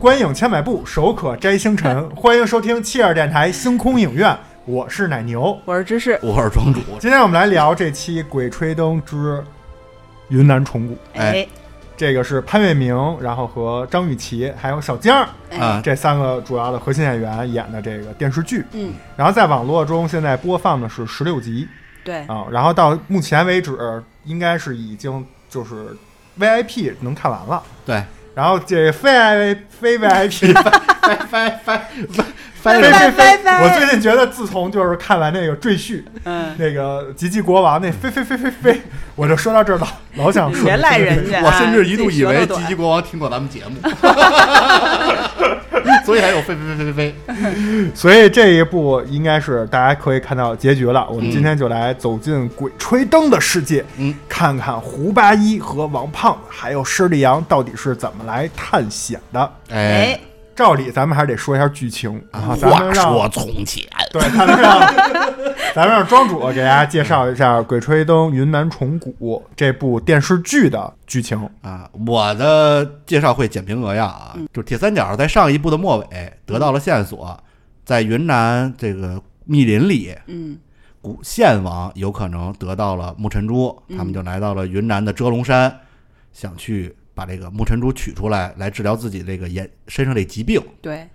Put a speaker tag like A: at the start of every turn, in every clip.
A: 观影千百步，手可摘星辰。欢迎收听七二电台星空影院，我是奶牛。
B: 我是芝士，
C: 我是庄主，
A: 今天我们来聊这期《鬼吹灯之云南虫谷》，
C: 哎，
A: 这个是潘粤明，然后和张雨绮还有小江儿
C: 啊，
A: 这三个主要的核心演员演的这个电视剧。
B: 嗯，
A: 然后在网络中现在播放的是十六集
B: 对，
A: 啊，然后到目前为止应该是已经就是 VIP 能看完了。
C: 对，
A: 然后这非 I 非 VIP
C: 翻翻翻
A: 翻
C: 翻
A: 飞
C: 翻，
A: 飞
B: 拜
A: 飞！
B: 拜
A: 我最近觉得，自从就是看完那个赘婿，
B: 嗯，
A: 那个吉吉国王那飞飞飞飞飞，我就说到这儿老老想
B: 你
A: 说，
B: 别赖人家，啊
C: 我甚至一度以为
B: 自己
C: 吉
B: 舌头
C: 吉
B: 短
C: 国王听过咱们节 目，所以才有飞飞飞飞飞飞。
A: 所以这一部应该是大家可以看到结局了。我们今天就来走进《鬼吹灯》的世界，
C: 嗯，
A: 看看胡八一和王胖还有施利阳到底是怎么来探险的。
C: 哎
B: 哎，，
A: 照理咱们还是得说一下剧情啊，咱
C: 话
A: 们让
C: 说从前，
A: 对，咱们让咱们让庄主给大家介绍一下《鬼吹灯·云南虫谷》这部电视剧的剧情。
C: 啊，我的介绍会简评扼要啊，就是铁三角在上一部的末尾得到了线索，在云南这个密林里，
B: 嗯
C: 古献王有可能得到了木尘珠，他们就来到了云南的遮龙山，想去把这个木尘珠取出来，来治疗自己这个眼身上这疾病。
B: 对，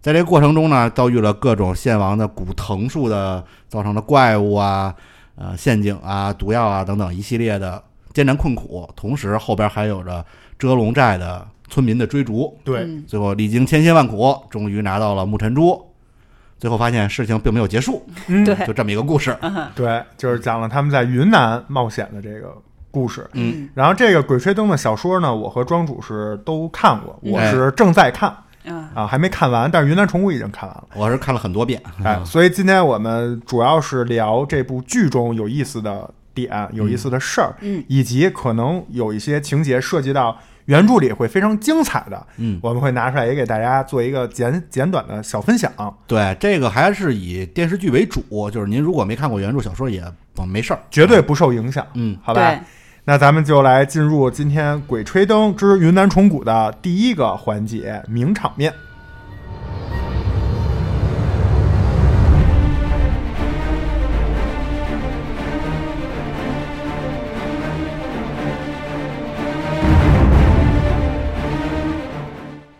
C: 在这个过程中呢，遭遇了各种献王的古藤树的造成的怪物啊、呃陷阱啊、毒药啊等等一系列的艰难困苦，同时后边还有着遮龙寨的村民的追逐。
A: 对，
B: 嗯
C: 最后历经千辛万苦，终于拿到了木尘珠。最后发现事情并没有结束，
A: 嗯
B: 对
C: 就这么一个故事。
A: 对，就是讲了他们在云南冒险的这个故事。
B: 嗯
A: 然后这个《鬼吹灯》的小说呢，我和庄主是都看过，
B: 嗯
A: 我
C: 哎
A: 是正在看
B: 啊，
A: 啊，还没看完，但是《云南虫谷》已经看完了。
C: 我是看了很多遍，
A: 哎，所以今天我们主要是聊这部剧中有意思的点、有意思的事儿，
B: 嗯，
A: 以及可能有一些情节涉及到原著里会非常精彩的，
C: 嗯，
A: 我们会拿出来也给大家做一个简简短的小分享。
C: 对，这个还是以电视剧为主，就是您如果没看过原著小说也嗯没事儿，
A: 绝对不受影响，
C: 嗯，
A: 好吧？那咱们就来进入今天《鬼吹灯之云南虫谷》的第一个环节——名场面。
B: 对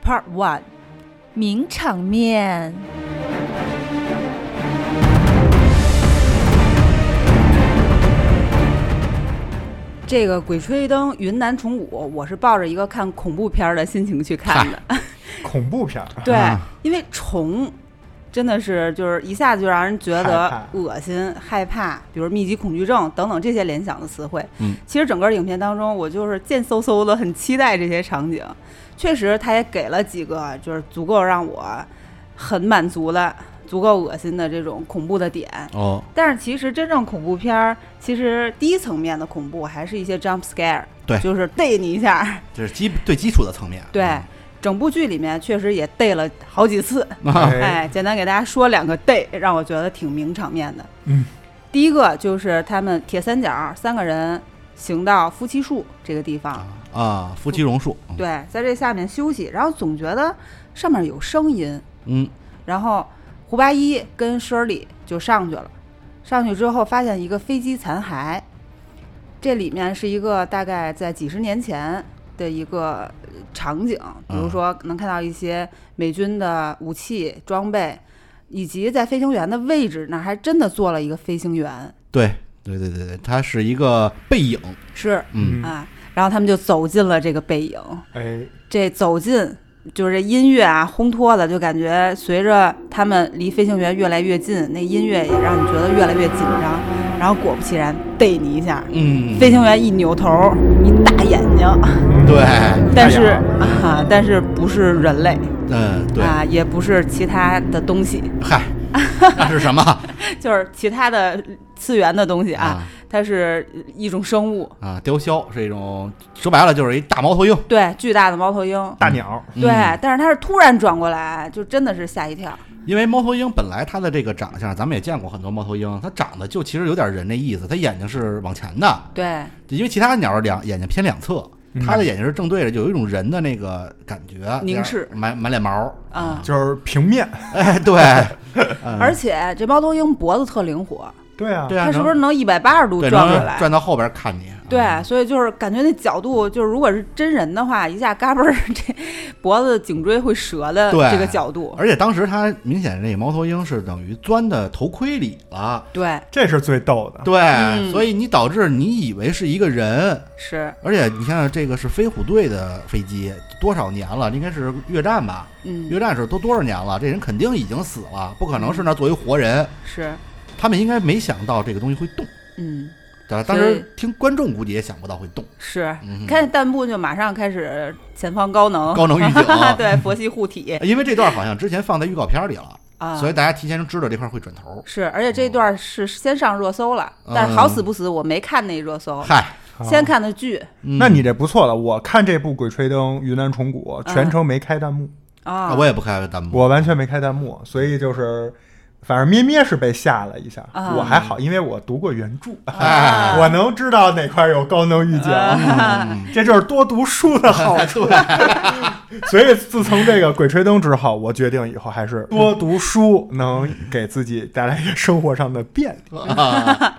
B: ，Part One，
D: 名场面。
B: 这个《鬼吹灯》云南虫谷，我是抱着一个看恐怖片儿的心情去看的，
A: 恐怖片儿，
B: 对
C: 啊，
B: 因为虫。真的是，就是一下子就让人觉得
A: 害怕
B: 恶心、害怕，比如密集恐惧症等等这些联想的词汇。
C: 嗯，
B: 其实整个影片当中，我就是贱嗖嗖的，很期待这些场景。确实，它也给了几个就是足够让我很满足了、足够恶心的这种恐怖的点。
C: 哦，
B: 但是其实真正恐怖片儿，其实第一层面的恐怖还是一些 jump scare，
C: 对
B: 就是 逮你一下儿。
C: 这是基最基础的层面。
B: 对，整部剧里面确实也逮了好几次。
C: 啊，
A: 哎，
B: 哎，简单给大家说两个 day，让我觉得挺名场面的。
A: 嗯，
B: 第一个就是他们铁三角三个人行到夫妻树这个地方，
C: 啊，夫妻榕树，
B: 对，在这下面休息，然后总觉得上面有声音，
C: 嗯，
B: 然后胡八一跟 Shirley 就上去了，上去之后发现一个飞机残骸，这里面是一个大概在几十年前的一个呃场景，比如说能看到一些美军的武器装备，以及在飞行员的位置那儿还真的做了一个飞行员，
C: 对，对对对对，它是一个背影，
B: 是
C: 嗯，
B: 啊，然后他们就走进了这个背影，
A: 哎，
B: 这走近。就是这音乐啊，烘托的，就感觉随着他们离飞行员越来越近，那音乐也让你觉得越来越紧张。然后果不其然，逮你一下，
C: 嗯，
B: 飞行员一扭头，一大眼睛，
C: 对，
B: 但是
A: 太
B: 啊，但是不是人类
C: 嗯，对，
B: 啊，也不是其他的东西，
C: 嗨，那是什么
B: 就是其他的次元的东西啊，
C: 啊？
B: 它是一种生物，
C: 啊，雕鸮是一种，说白了就是一大猫头鹰，
B: 对，巨大的猫头鹰，
A: 大鸟，
C: 嗯
B: 对，但是它是突然转过来，就真的是吓一跳，
C: 因为猫头鹰本来它的这个长相，咱们也见过很多猫头鹰，它长得就其实有点人那意思，它眼睛是往前的，
B: 对，
C: 因为其他鸟儿两眼睛偏两侧，
A: 嗯
C: 他的眼睛是正对着，就有一种人的那个感觉，
B: 凝视
C: 满满脸毛。
B: 啊、
A: 就是平面。
C: 哎，对，
B: 而且这猫头鹰脖子特灵活，
A: 对啊，
C: 嗯对啊，
B: 它是
C: 能
B: 不是能一百八十度
C: 对
B: 转
C: 能
B: 过来？
C: 转到后边看你？啊
B: 对，所以就是感觉那角度，就是如果是真人的话，一下嘎嘣儿， 这脖子颈椎会折的
C: 对
B: 这个角度，
C: 而且当时他明显那个猫头鹰是等于钻到头盔里了，
B: 对，
A: 这是最逗的。
C: 对，
B: 嗯
C: 所以你导致你以为是一个人，
B: 是，
C: 而且你看这个是飞虎队的飞机，多少年了？应该是越战吧？
B: 嗯，
C: 越战时候都多少年了？这人肯定已经死了，不可能是那作为活人。
B: 是，
C: 他们应该没想到这个东西会动，
B: 嗯，
C: 对吧？当
B: 所以
C: 时听观众估计也想不到会动，
B: 是。
C: 嗯哼
B: 看弹幕就马上开始前方高能，
C: 高能预警
B: 对，佛系护体
C: 呃因为这段好像之前放在预告片里了，
B: 啊，
C: 所以大家提前知道这块会转头。
B: 是，而且这段是先上热搜了，
C: 嗯
B: 但是好死不死我没看那热搜，
C: 嗨，
A: 啊
B: 先看的剧
C: 嗯
A: 那你这不错了。我看这部《鬼吹灯：云南虫
B: 嗯
A: 谷》全程没开弹幕，
B: 啊，
C: 啊我也不开 弹幕，
A: 我完全没开弹幕，所以就是，反正咩咩是被吓了一下，
B: 啊
A: 我还好，因为我读过原著，
B: 啊
A: 我能知道哪块有高能预警。
B: 啊
A: 这就是多读书的好处。 所以自从这个《鬼吹灯》之后，我决定以后还是多读书，能给自己带来一些生活上的便利。
C: 啊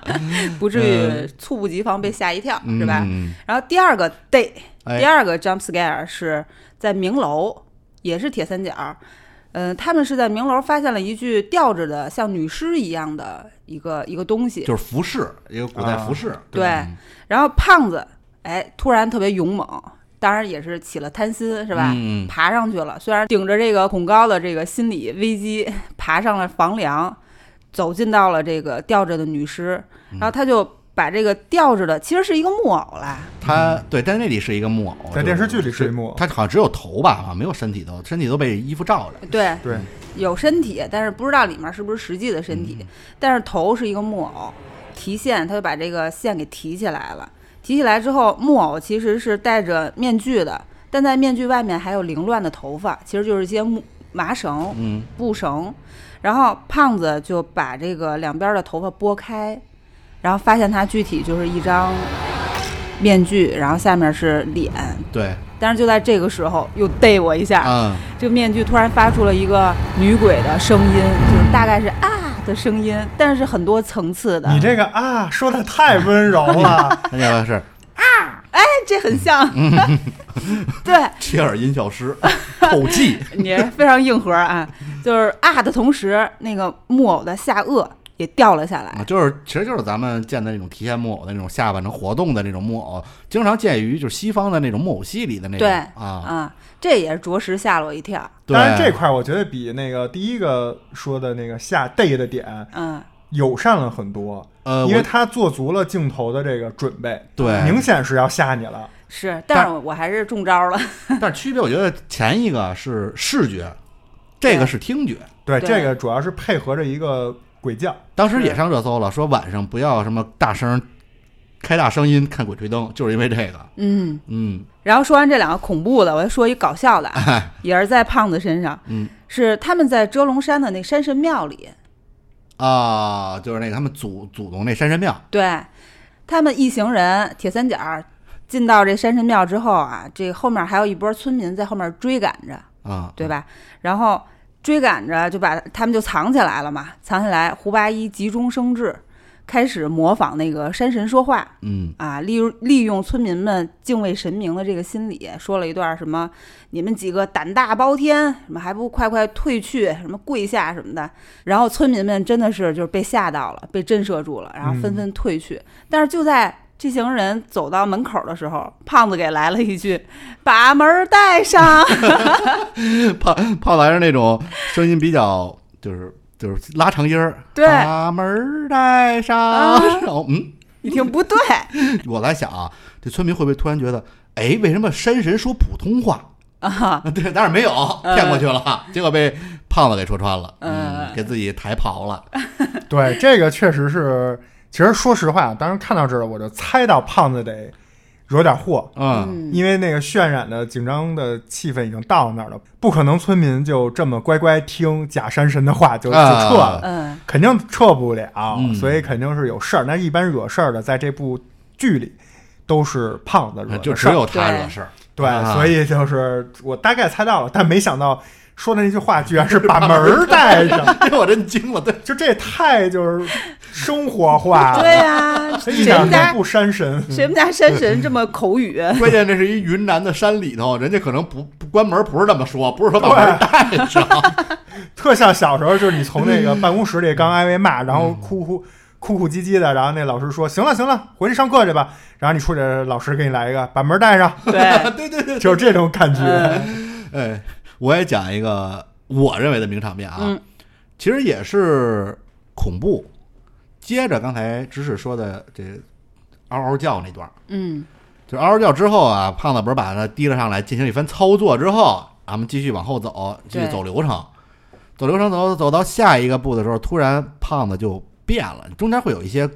B: 不至于猝不及防被吓一跳，是吧？
C: 嗯
B: 然后第二个 day，
C: 哎
B: 第二个 jump scare 是在明楼，也是铁三角。嗯、他们是在明楼发现了一具吊着的像女尸一样的一个一个东西，
C: 就是服饰，一个古代服饰，
B: 啊
C: 嗯
B: 对，然后胖子哎突然特别勇猛，当然也是起了贪心，是吧？
C: 嗯
B: 爬上去了，虽然顶着这个恐高的这个心理危机，爬上了房梁，走进到了这个吊着的女尸，然后他就把这个吊着的其实是一个木偶啦，
C: 他对，在那里是一个木偶，
A: 在电视剧里是一木偶
C: 他好像只有头吧，好像没有身体都，身体都被衣服罩着。
B: 对，
A: 对，
C: 嗯
B: 有身体，但是不知道里面是不是实际的身体，但是头是一个木偶，提线，他就把这个线给提起来了。提起来之后，木偶其实是戴着面具的，但在面具外面还有凌乱的头发，其实就是一些木麻绳、
C: 嗯，
B: 布绳。然后胖子就把这个两边的头发拨开，然后发现它具体就是一张面具，然后下面是脸。
C: 对，
B: 但是就在这个时候，又逮我一下，
C: 嗯，
B: 这个面具突然发出了一个女鬼的声音，就是大概是啊的声音，但是很多层次的。
A: 你这个啊，说的太温柔了。
C: 那要是
B: 哎，这很像，对，
C: 切尔音效师 口技，
B: 你非常硬核啊，就是啊的同时，那个木偶的下颚也掉了下来
C: 啊，就是其实就是咱们见的那种提线木偶的那种下巴能活动的那种木偶，经常见于就是西方的那种木偶戏里的那种。
B: 对
C: 啊，
B: 啊，这也着实吓了我一跳。
C: 对
A: 当然，这块儿我觉得比那个第一个说的那个下 day 的点
B: 嗯，
A: 友善了很多，
C: 呃，
A: 因为
C: 我
A: 他做足了镜头的这个准备，
C: 对
A: 明显是要吓你了。
B: 是，但是我还是中招了。
C: 但是区别我觉得前一个是视觉，这个是听觉。
A: 对，
B: 对
A: 这个主要是配合着一个鬼叫，
C: 当时也上热搜了，说晚上不要什么大声，开大声音看《鬼吹灯》，就是因为这个。
B: 嗯，
C: 嗯，
B: 然后说完这两个恐怖的，我再说一搞笑的啊，也是在胖子身上。
C: 嗯，
B: 是他们在遮龙山的那山神庙里，
C: 啊、就是那个他们祖祖宗那山神庙，
B: 对他们一行人铁三角进到这山神庙之后啊，这后面还有一波村民在后面追赶着，
C: 啊，
B: 对吧？然后追赶着就把他们就藏起来了嘛，藏起来。胡八一急中生智，开始模仿那个山神说话，
C: 嗯，
B: 啊，利用利用村民们敬畏神明的这个心理，说了一段什么“你们几个胆大包天，什么还不快快退去，什么跪下什么的”，然后村民们真的是就是被吓到了，被震慑住了，然后纷纷退去。但是就在这行人走到门口的时候，胖子给来了一句：“把门儿带上。
C: 胖胖子还是那种声音比较就是就是拉长音儿，
B: 对
C: 把门儿带上，然后 嗯，”
B: 一听不对，
C: 我在想啊，这村民会不会突然觉得，哎，为什么山神说普通话？
B: 啊，
C: 对，但是没有骗过去了，结果被胖子给说穿了，
B: 嗯
C: 嗯，给自己抬跑了，
A: 对，这个确实是。其实说实话，当时看到这儿，我就猜到胖子得惹点祸，
C: 嗯，
A: 因为那个渲染的紧张的气氛已经到那儿了，不可能村民就这么乖乖听假山神的话就就撤
C: 啊
A: 了，
B: 嗯，
A: 肯定撤不了，
C: 嗯
A: 所以肯定是有事儿。那一般惹事儿的，在这部剧里都是胖子惹的
C: 啊就
A: 事
C: 只
A: 儿，
C: 有他
E: 对
C: 惹事儿。
A: 对，
C: 啊
A: 所以就是我大概猜到了，但没想到说的那句话居然是把门儿带 上，
C: 哎，我真惊了，对，
A: 就这也太就是生活化了，
E: 对呀、
A: 啊一
E: 谁
A: 点
E: 们
A: 都
E: 家
A: 不伤神。
E: 谁们家山神这么口语？
C: 关键这是一云南的山里头，人家可能不不关门，不是这么说，不是说把门带上，
A: 特像小时候，就是你从那个办公室里刚挨挨骂，然
C: 嗯
A: 后哭哭哭哭唧唧的，然后那老师说：“行了行了，回去上课去吧。”然后你出去，老师给你来一个把门带上，
E: 对，
C: 对对对，
A: 就是这种感觉。
E: 嗯
C: 哎，我也讲一个我认为的名场面啊，
E: 嗯
C: 其实也是恐怖。接着刚才芝士说的这嗷嗷叫那段儿，
E: 嗯
C: 就嗷嗷叫之后啊，胖子不是把他提了上来进行一番操作之后，咱们继续往后走，继续
E: 对
C: 走流程，走流程走走到下一个步的时候，突然胖子就变了，中间会有一些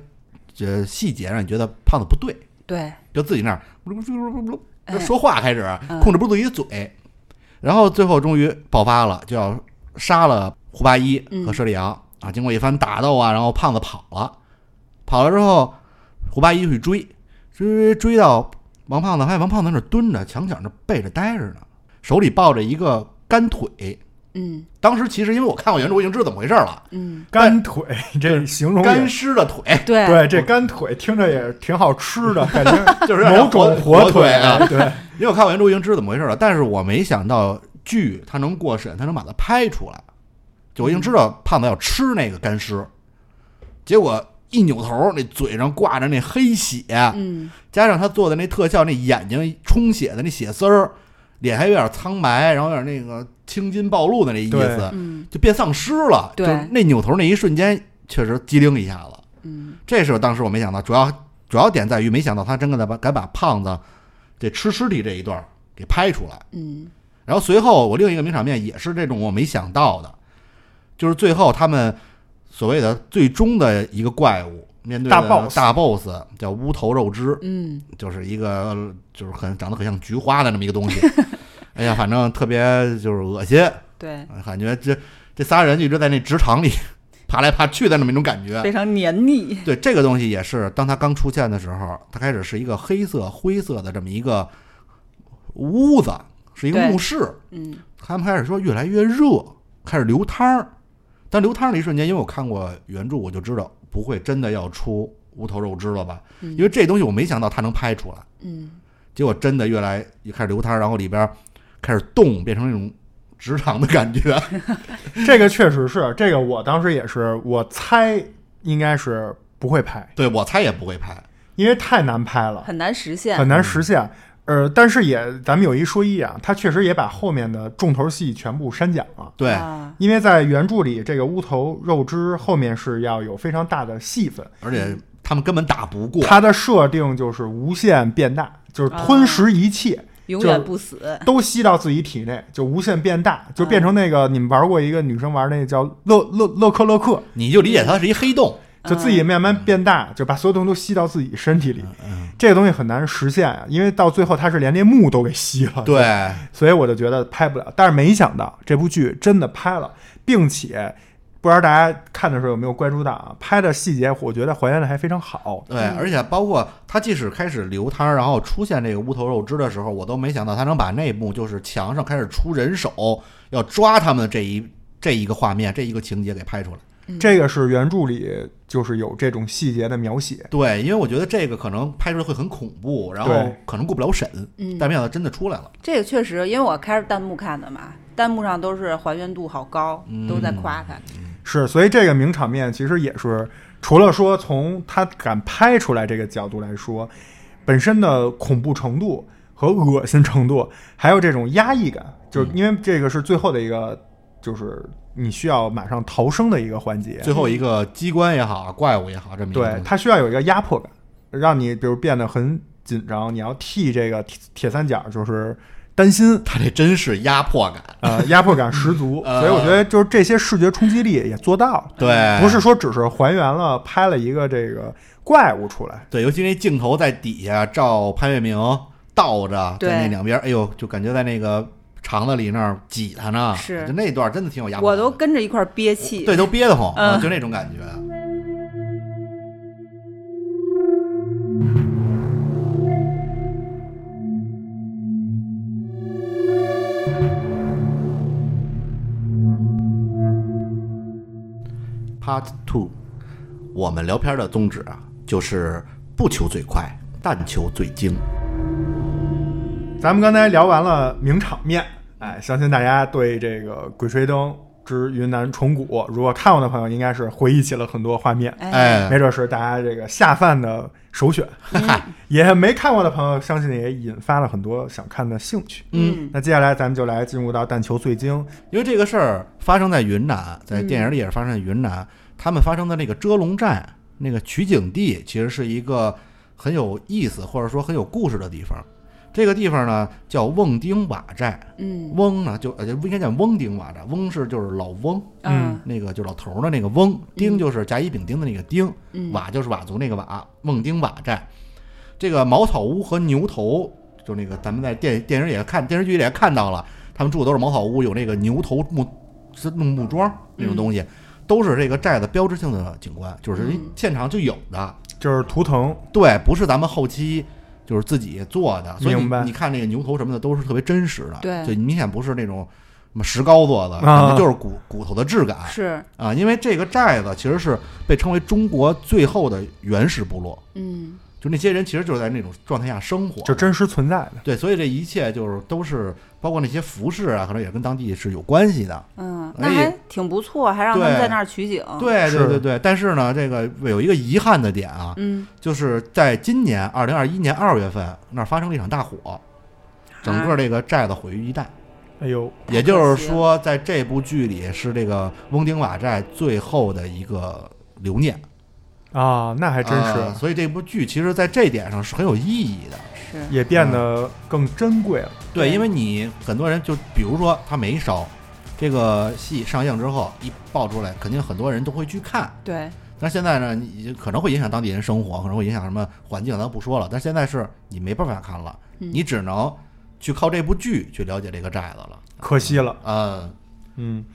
C: 这细节让你觉得胖子不对，
E: 对，
C: 就自己那儿咕噜咕噜咕噜咕噜
E: 哎
C: 说话开始
E: 嗯
C: 控制不住自己的嘴，然后最后终于爆发了，就要杀了胡八一
E: 嗯
C: 和佘丽阳啊！经过一番打斗啊，然后胖子跑了，跑了之后，胡八一去追，追追追到王胖子，发现王胖子在那儿蹲着，墙角那儿背着待着呢，手里抱着一个干腿。
E: 嗯
C: 当时其实因为我看过原著，我已经知道怎么回事了，
E: 嗯，
A: 干腿这形容
C: 干
A: 也，
C: 尸的腿，
E: 对
A: 对这干腿听着也挺好吃的，感觉
C: 就是
A: 某种
C: 火
A: 腿
C: 啊，。
A: 对，
C: 因为我看过原著已经知道怎么回事了，但是我没想到剧它能过审，它能把它拍出来。就我已经知道胖子要吃那个干尸，结果一扭头，那嘴上挂着那黑血，
E: 嗯
C: 加上他做的那特效，那眼睛充血的那血丝儿，脸还有点苍白，然后有点那个青筋暴露的那意
A: 对
C: 思，
E: 嗯
C: 就变丧尸了。
E: 对
C: 就是那扭头那一瞬间，确实机灵一下子。
E: 嗯，
C: 这是当时我没想到，主要主要点在于没想到他真的把敢把胖子这吃尸体这一段儿给拍出来。
E: 嗯
C: 然后随后我另一个名场面也是这种我没想到的，就是最后他们所谓的最终的一个怪物面对的
A: 大 boss
C: 大 boss 叫乌头肉汁，
E: 嗯
C: 就是一个呃就是很长得很像菊花的那么一 个东西。哎呀，反正特别就是恶心，
E: 对，
C: 感觉这这仨人就一直在那职场里 爬来爬去的那么一种感觉。
E: 非常黏腻。
C: 对这个东西也是，当它刚出现的时候，它开始是一个黑色、灰色的这么一个屋子，是一个
E: 对
C: 墓室。
E: 嗯
C: 他们开始说越来越热，开始流汤儿。但流汤儿的一瞬间，因为我看过原著，我就知道不会真的要出无头肉汁了吧？
E: 嗯
C: 因为这东西我没想到它能拍出来，
E: 嗯
C: 结果真的越来越开始流汤儿，然后里边儿开始动，变成那种直肠的感觉。
A: 这个确实是，这个我当时也是，我猜应该是不会拍，
C: 对我猜也不会拍，
A: 因为太难拍了。
E: 很难实现
A: 很。
C: 嗯
A: 难实现。呃，但是也，咱们有一说一啊，他确实也把后面的重头戏全部删减了。
C: 对，
E: 啊，
A: 因为在原著里，这个乌头肉汁后面是要有非常大的戏份，
C: 而且他们根本打不过。
A: 它的设定就是无限变大，就是吞食一切，
E: 永
A: 就
E: 远
A: 是
E: 不死。
A: 都吸到自己体内，就无限变大，就变成那个、你们玩过一个女生玩那个叫乐乐乐克乐克，
C: 你就理解它是一黑洞，
A: 就自己
B: 嗯
E: 嗯
A: 慢慢变大，就把所有东西都吸到自己身体里。
C: 嗯
A: 这个东西很难实现啊，因为到最后它是连那木都给吸
E: 啊
A: 了。
C: 对，
A: 所以我就觉得拍不了。但是没想到这部剧真的拍了，并且不知道大家看的时候有没有关注到啊，拍的细节我觉得还原的还非常好。
C: 对，
E: 嗯
C: 而且包括他即使开始流汤，然后出现这个乌头肉汁的时候，我都没想到他能把那幕就是墙上开始出人手要抓他们的这一这一个画面，这一个情节给拍出来。
A: 这个是原著里就是有这种细节的描写，
C: 对，因为我觉得这个可能拍出来会很恐怖，然后
A: 对
C: 可能过不了审，
E: 嗯
C: 但没想到真的出来了。
E: 这个确实，因为我开着弹幕看的嘛，弹幕上都是还原度好高，都在夸他。
A: 是所以这个名场面其实也是除了说从他敢拍出来这个角度来说，本身的恐怖程度和恶心程度，还有这种压抑感，就是因为这个是最后的一个，就是你需要马上逃生的一个环节，
C: 最后一个机关也好，怪物也好，这么一个
A: 对，
C: 东西
A: 它需要有一个压迫感，让你比如变得很紧张，你要替这个铁铁三角就是担心，
C: 他这真是压迫感。
A: 呃，压迫感十足。
C: 呃
A: 所以我觉得就是这些视觉冲击力也做到了，
C: 对，
A: 不是说只是还原了拍了一个这个怪物出来。
C: 对，尤其那镜头在底下照潘粤明倒着在那
E: 对
C: 两边，哎呦，就感觉在那个肠子里那儿挤他呢。
E: 是
C: 就那段真的挺有压迫
E: 我
C: 感的。
E: 都跟着一块儿憋气。
C: 对，都憋得慌，
E: 嗯
C: 就那种感觉。啊 Part Two。我们聊片儿的宗旨啊，就是不求最快，但求最精。
A: 咱们刚才聊完了名场面，哎，相信大家对这个《鬼吹灯之云南虫谷》，如果看过的朋友，应该是回忆起了很多画面，
E: 哎，
C: 哎嗯
A: 没，准是大家这个下饭的首选。也没看过的朋友，相信也引发了很多想看的兴趣。
E: 嗯
A: 那接下来咱们就来进入到但求最精，
C: 因为这个事儿发生在云南，在电影里也是发生在云南。他们发生的那个遮龙寨那个取景地，其实是一个很有意思或者说很有故事的地方。这个地方呢叫瓮丁瓦寨，
E: 嗯
C: 翁呢就呃应该叫翁丁瓦寨，翁是就是老翁，
A: 嗯
C: 那个就老头儿的那个翁，丁就是甲乙丙丁的那个丁，
E: 嗯
C: 瓦就是瓦族那个瓦，孟丁瓦寨。这个茅草屋和牛头，就那个咱们在电电影里也看，电视剧里也看到了，他们住的都是茅草屋，有那个牛头木是弄木桩
E: 嗯
C: 那种东西，都是这个寨子标志性的景观，就是
E: 嗯
C: 现场就有的。
A: 就是图腾，
C: 对，不是咱们后期就是自己做的，所以你
A: 明白
C: 你看那个牛头什么的都是特别真实的，
E: 对
C: 就明显不是那种什么石膏做的，
A: 啊
C: 感觉就是骨骨头的质感。
E: 是
C: 啊，因为这个寨子其实是被称为中国最后的原始部落，
E: 嗯
C: 就那些人其实就是在那种状态下生活，
A: 就真实存在的。
C: 对，所以这一切就是都是包括那些服饰啊，可能也跟当地是有关系的。
E: 嗯，
C: 哎
E: 那还挺不错，还让他们
C: 对
E: 在那儿取景，，
B: 哦
C: 对对
A: 是
C: 对对，但是呢，这个有一个遗憾的点啊，
E: 嗯，
C: 就是在今年二零二一年二月份那儿发生了一场大火，整
E: 啊
C: 个这个寨子毁于一旦。
A: 哎呦，
C: 也就是说，在这部剧里是这个翁丁瓦寨最后的一个留念。
A: 啊，那还真是，
C: 啊所以这部剧其实在这点上是很有意义的。
E: 是，
A: 也变得更珍贵了。
C: 对，
E: 对
C: 因为你很多人就比如说他没烧，这个戏上映之后一爆出来，肯定很多人都会去看。
E: 对，
C: 但是现在呢，你可能会影响当地人生活，可能会影响什么环境，咱不说了。但现在是你没办法看了，
E: 嗯
C: 你只能去靠这部剧去了解这个寨子了。
A: 可惜了，
C: 嗯，
A: 嗯，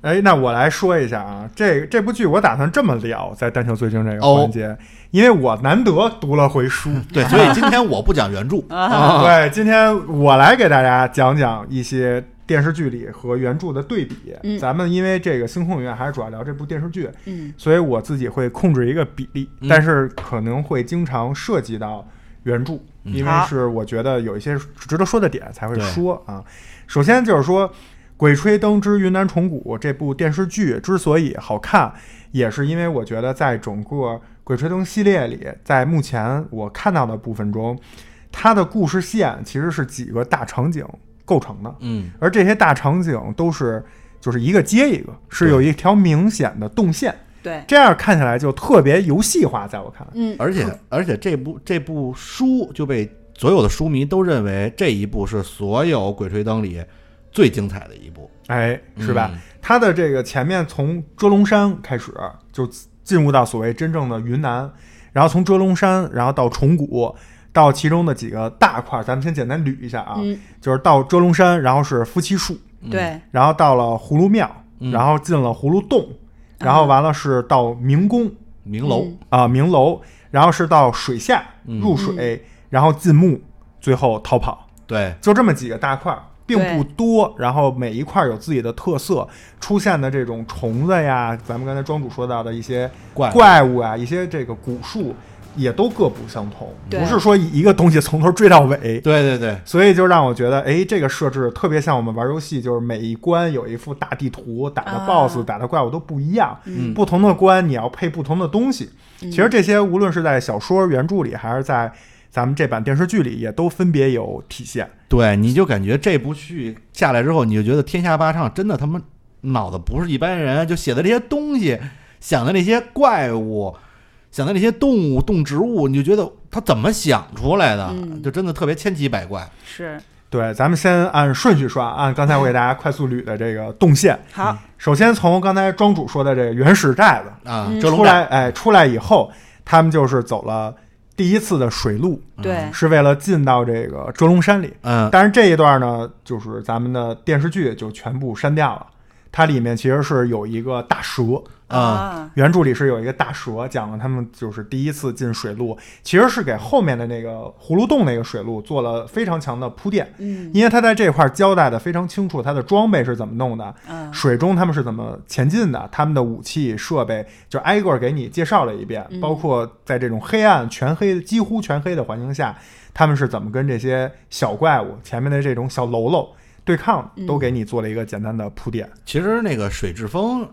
A: 哎，那我来说一下啊，这这部剧我打算这么聊，在但求最精这个
C: 哦
A: 环节，因为我难得读了回书，
C: 对，所以今天我不讲原著，
E: 啊
A: 对，今天我来给大家讲讲一些电视剧里和原著的对比。
E: 嗯
A: 咱们因为这个星空影院还是主要聊这部电视剧，
E: 嗯
A: 所以我自己会控制一个比例，
C: 嗯
A: 但是可能会经常涉及到原著，
C: 嗯
A: 因为
E: 好
A: 是我觉得有一些值得说的点才会
C: 对
A: 说啊。首先就是说，《鬼吹灯之云南虫谷》这部电视剧之所以好看，也是因为我觉得在整个《鬼吹灯》系列里，在目前我看到的部分中，它的故事线其实是几个大场景构成的。
C: 嗯，
A: 而这些大场景都是就是一个接一个，是有一条明显的动线，
E: 对，
A: 这样看起来就特别游戏化，在我看来。
E: 嗯
C: 而且而且这部这部书就被所有的书迷都认为这一部是所有《鬼吹灯》里最精彩的一部，
A: 哎，是吧？
C: 嗯
A: 它的这个前面从遮龙山开始，就进入到所谓真正的云南，然后从遮龙山，然后到崇谷，到其中的几个大块儿，咱们先简单捋一下啊，
E: 嗯，
A: 就是到遮龙山，然后是夫妻树，
E: 对，
A: 然后到了葫芦庙，
C: 嗯
A: 然后进了葫芦洞，然后完了是到明宫，
C: 明楼，
E: 嗯
A: 啊、明楼，然后是到水下
C: 嗯
A: 入水，然后进墓，最后逃跑，
C: 对，
A: 就这么几个大块儿，并不多。然后每一块儿有自己的特色，出现的这种虫子呀，咱们刚才庄主说到的一些
C: 怪物
A: 怪物啊，一些这个古树，也都各不相同，
E: 对
A: 不是说一个东西从头追到尾。
C: 对对对，
A: 所以就让我觉得，哎，这个设置特别像我们玩游戏，就是每一关有一幅大地图，打的
E: 啊
A: BOSS、打的怪物都不一样，
C: 嗯
A: 不同的关你要配不同的东西。
E: 嗯
A: 其实这些无论是在小说原著里，还是在咱们这版电视剧里，也都分别有体现。
C: 对，你就感觉这部剧下来之后，你就觉得天下霸唱真的他妈脑子不是一般人，就写的这些东西，想的那些怪物，想的那些动物、动植物，你就觉得他怎么想出来的，
E: 嗯
C: 就真的特别千奇百怪。
E: 是
A: 对，咱们先按顺序说，啊，按刚才我给大家快速捋的这个动线。
E: 好，
A: 首先从刚才庄主说的这个原始寨子
C: 啊，
E: 嗯
C: 遮龙
A: 出
C: 寨，
A: 来，哎，出来以后，他们就是走了第一次的水路，
E: 对，
A: 是为了进到这个遮龙山里。
C: 嗯，
A: 但是这一段呢，就是咱们的电视剧就全部删掉了。它里面其实是有一个大蛇，
C: 啊，
A: 原著里是有一个大蛇，讲了他们就是第一次进水路，其实是给后面的那个葫芦洞那个水路做了非常强的铺垫，
E: 嗯
A: 因为他在这块儿交代的非常清楚，他的装备是怎么弄的，
E: 嗯
A: 水中他们是怎么前进的，他们的武器设备就挨个儿给你介绍了一遍，
E: 嗯
A: 包括在这种黑暗全黑、几乎全黑的环境下，他们是怎么跟这些小怪物前面的这种小喽啰对抗，
E: 嗯
A: 都给你做了一个简单的铺垫。
C: 其实那个水质风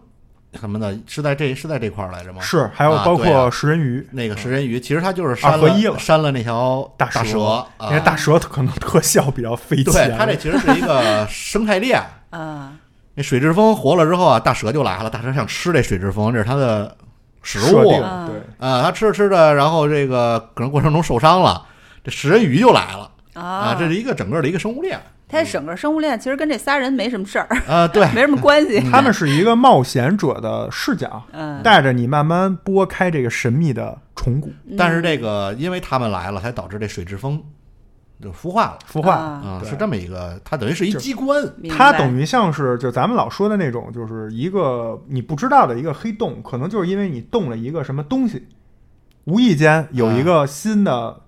C: 什么的，是在这是在这块儿来着吗？
A: 是，还有
C: 啊
A: 包
C: 对啊
A: 括食人鱼，
C: 那个食人鱼，其实它就是删
A: 二合一了
C: 删了那条
A: 大
C: 蛇
A: 蛇因为
C: 啊。
A: 大蛇可能特效比较费
C: 对，它这
A: 钱。
C: 其实是一个生态链。
E: 啊
C: 那水质风活了之后啊，大蛇就来了，大蛇想吃这水质风，这是它的食
A: 设
C: 物
A: 定
E: 啊
A: 对，
C: 啊。它吃着吃着，然后这个可能过程中受伤了，这食人鱼就来了
B: 哦
C: 啊。这是一个整个的一个生物链
E: 他整个生物链其实跟这仨人没什么事儿，
C: 啊。对，嗯
E: 没什么关系。
A: 他们是一个冒险者的视角，
E: 嗯，
A: 带着你慢慢拨开这个神秘的虫骨
B: 嗯
E: 嗯
C: 但是这个因为他们来了，才导致这水质风就孵化了
A: 孵化。
E: 啊
C: 啊，
A: 对
C: 是这么一个，它等于是一
A: 就
C: 机关。
E: 明
A: 它
E: 白
A: 等于像是就咱们老说的那种，就是一个你不知道的一个黑洞，可能就是因为你动了一个什么东西，无意间有一个新的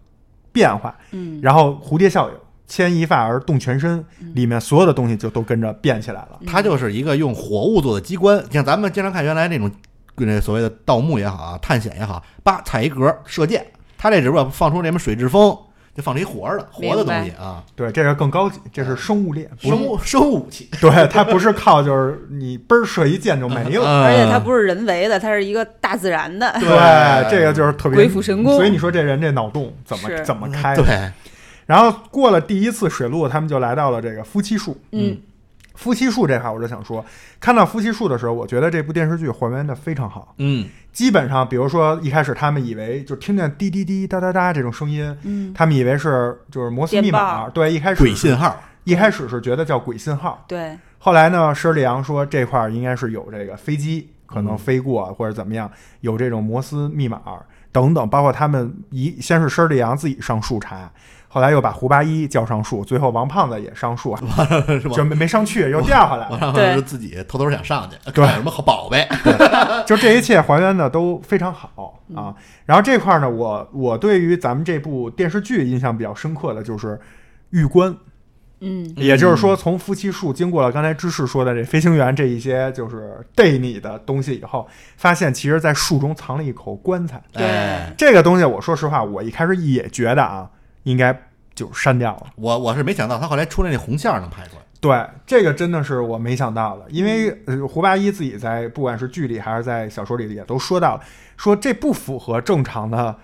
A: 变化，
E: 啊嗯
A: 然后蝴蝶效应，牵一发而动全身，里面所有的东西就都跟着变起来了。
C: 它就是一个用活物做的机关，像咱们经常看原来那种那所谓的盗墓也好啊，探险也好，叭踩一格射箭，它这只不过放出那什么水之风，就放出一活儿的活的东西啊，
A: 对，这个更高级，这是生物链，
E: 嗯
A: 不是
C: 生物生物武器
A: 对，它不是靠就是你嘣儿射一箭就没
C: 嗯
E: 嗯
A: 了。
E: 而且它
C: 它
E: 不是人为的，它是一个大自然的。
C: 对
A: 对，这个就是特别
E: 鬼斧神工
A: 所以你说这人这脑洞怎么
E: 是
A: 怎么开的？
C: 对，
A: 然后过了第一次水路，他们就来到了这个夫妻树。
E: 嗯
A: 夫妻树这块，我就想说，看到夫妻树的时候，我觉得这部电视剧还原的非常好。
C: 嗯，
A: 基本上，比如说一开始他们以为就听见滴滴滴、哒哒哒这种声音，
E: 嗯，
A: 他们以为是就是摩斯密
E: 电
A: 码。对，一开始
C: 鬼信号，
A: 一开始是觉得叫鬼信号，
E: 对，
A: 后来呢，施里昂说这块儿应该是有这个飞机可能飞过、或者怎么样，有这种摩斯密码等等，包括他们一先是施里昂自己上树查，后来又把胡八一叫上树，最后王胖子也上树，
C: 是吧
A: 就？没没上去，又掉下来
C: 我
A: 了。
C: 上
E: 对
C: 回是自己偷偷想上去，
A: 对
C: 看有什么好宝贝，
A: 就这一切还原的都非常好啊。然后这块儿呢，我我对于咱们这部电视剧印象比较深刻的就是玉关，
E: 嗯
A: 也就是说，从夫妻树经过了刚才芝士说的这飞行员这一些就是逮你的东西以后，发现其实在树中藏了一口棺材。
E: 对
C: 哎，
A: 这个东西，我说实话，我一开始也觉得啊，应该就删掉了。
C: 我我是没想到他后来出来那红线儿能拍出来，
A: 对，这个真的是我没想到的，因为
E: 嗯
A: 呃，胡八一自己在不管是剧里还是在小说里也都说到了，说这不符合正常的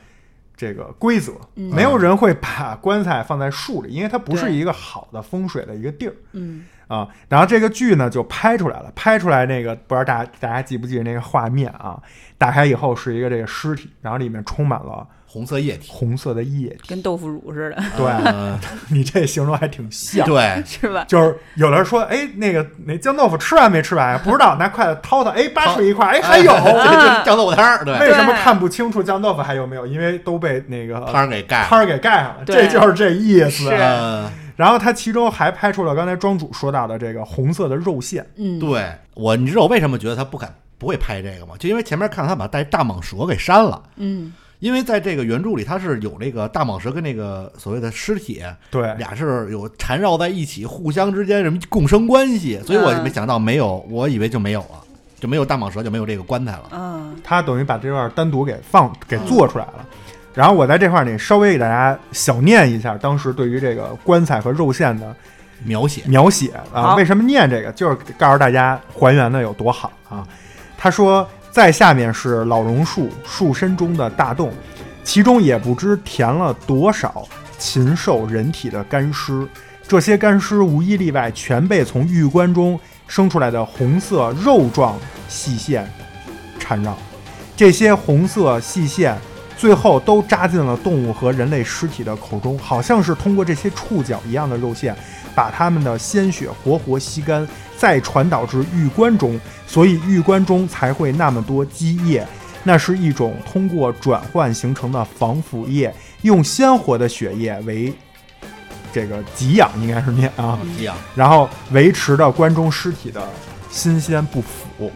A: 这个规则，
E: 嗯
A: 没有人会把棺材放在树里，因为它不是
E: 对
A: 一个好的风水的一个地儿
E: 嗯
A: 啊。然后这个剧呢就拍出来了，拍出来那个不知道大家大家记不记得那个画面啊？打开以后是一个这个尸体，然后里面充满了
C: 红色液体，
A: 红色的液体，
E: 跟豆腐乳似
B: 啊
E: 的，
A: 对
C: 嗯
A: 你这形容还挺像。
C: 对，
E: 是吧？
A: 就是有人说，哎，那个那酱豆腐吃完没吃完呀？不知道，拿筷子掏掏，哎，扒出一块，哎， 还有。
C: 这
E: 啊
C: 就是酱豆腐汤儿，对，
A: 为什么看不清楚酱豆腐还有没有？因为都被那个
C: 汤儿给盖了，
A: 摊儿给盖上了，这
E: 对
A: 就是这意思。啊
E: 是
C: 嗯。
A: 然后它其中还拍出了刚才庄主说到的这个红色的肉线，
E: 嗯，
C: 对我，你知道我为什么觉得他不敢不会拍这个吗？就因为前面看到他把带大蟒蛇给删了，
E: 嗯
C: 因为在这个原著里，它是有这个大蟒蛇跟那个所谓的尸体
A: 对，
C: 俩是有缠绕在一起，互相之间什么共生关系，所以我
E: 嗯
C: 没想到没有，我以为就没有了，就没有大蟒蛇，就没有这个棺材了。
E: 啊，
A: 它等于把这段单独给放给做出来了。然后我在这块儿呢，稍微给大家小念一下当时对于这个棺材和肉线的
C: 描写
A: 描写啊，
E: 好
A: 为什么念这个，就是告诉大家还原的有多好啊。他说，在下面是老榕树树身中的大洞，其中也不知填了多少禽兽人体的干尸，这些干尸无一例外全被从玉棺中生出来的红色肉状细线缠绕，这些红色细线。最后都扎进了动物和人类尸体的口中，好像是通过这些触角一样的肉线，把它们的鲜血活活吸干，再传导至玉棺中，所以玉棺中才会那么多积液。那是一种通过转换形成的防腐液，用鲜活的血液为这个给养应该是念啊，
C: 一样
A: 然后维持着关中尸体的新鲜不腐。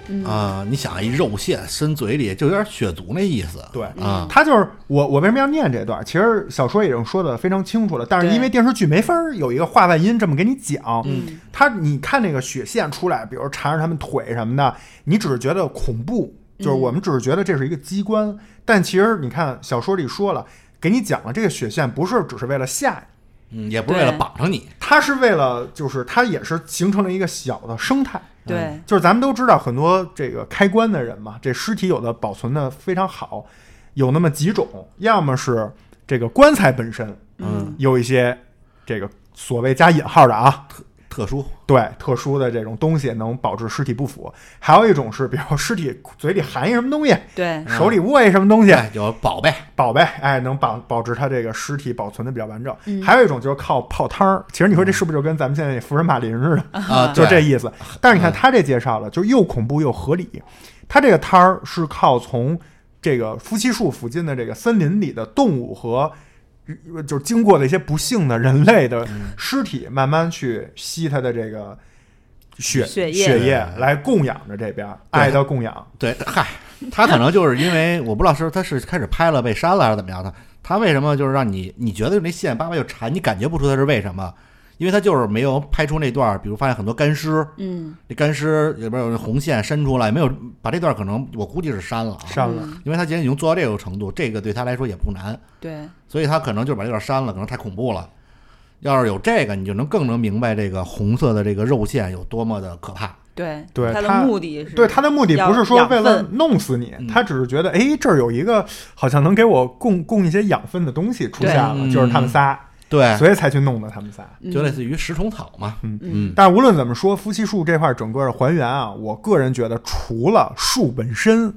E: 嗯
C: 啊！你想一肉馅伸嘴里，就有点血族那意思。
A: 对，
C: 啊，
A: 他就是我，我为什么要念这段？其实小说已经说的非常清楚了，但是
E: 对
A: 因为电视剧没法儿有一个话外音这么给你讲，
E: 嗯
A: 他你看那个血线出来，比如缠着他们腿什么的，你只是觉得恐怖，就是我们只是觉得这是一个机关，但其实你看小说里说了，给你讲了这个血线不是只是为了吓你，
C: 嗯，也不是为了
E: 对
C: 绑上你，
A: 它是为了就是它也是形成了一个小的生态。
E: 对，
A: 就是咱们都知道很多这个开棺的人嘛，这尸体有的保存的非常好，有那么几种，要么是这个棺材本身
C: 嗯，
A: 有一些这个所谓加引号的啊，
C: 特殊
A: 对特殊的这种东西能保持尸体不腐，还有一种是，比如说尸体嘴里含一什么东西，
B: 嗯
E: 对，
A: 手里握一什么东西，
C: 对，有哎宝贝，
A: 宝贝，哎，能保保持它这个尸体保存的比较完整。
E: 嗯
A: 还有一种就是靠泡汤儿，其实你说这是不是就跟咱们现在那福尔马林似的，
C: 啊，
A: 就
C: 对
A: 这意思？但是你看
C: 嗯
A: 他这介绍了，就又恐怖又合理。他这个摊儿是靠从这个夫妻树附近的这个森林里的动物和。呃就是经过了一些不幸的人类的
C: 嗯
A: 尸体，慢慢去吸它的这个血
E: 血液
A: 液来供养着这边儿爱的供养。
C: 对，嗨，他可能就是因为我不知道是他是开始拍了被删了还是怎么样的，他为什么就是让你你觉得那线叭叭就缠，你感觉不出他是为什么？因为他就是没有拍出那段儿，比如发现很多干尸，
E: 嗯
C: 那干尸里边有那红线伸出来，没有把这段可能我估计是删了啊，
A: 上
E: 嗯
A: 了，
C: 因为他既然已经做到这个程度，这个对他来说也不难，
E: 对，
C: 所以他可能就把这段删了，可能太恐怖了。要是有这个，你就能更能明白这个红色的这个肉线有多么的可怕。
E: 对，
A: 对
E: 他
A: 他
E: 的目的是
A: 对他的目的不是说
E: 要
A: 为了
E: 养分
A: 弄死你
C: 嗯，
A: 他只是觉得哎这儿有一个好像能给我供供一些养分的东西出现了，
C: 对
A: 就是他们仨，
C: 嗯对，
A: 所以才去弄的他们仨。
E: 嗯
C: 就类似于食虫草嘛。
A: 嗯
C: 嗯，
A: 但无论怎么说，夫妻树这块整个的还原啊，我个人觉得除了树本身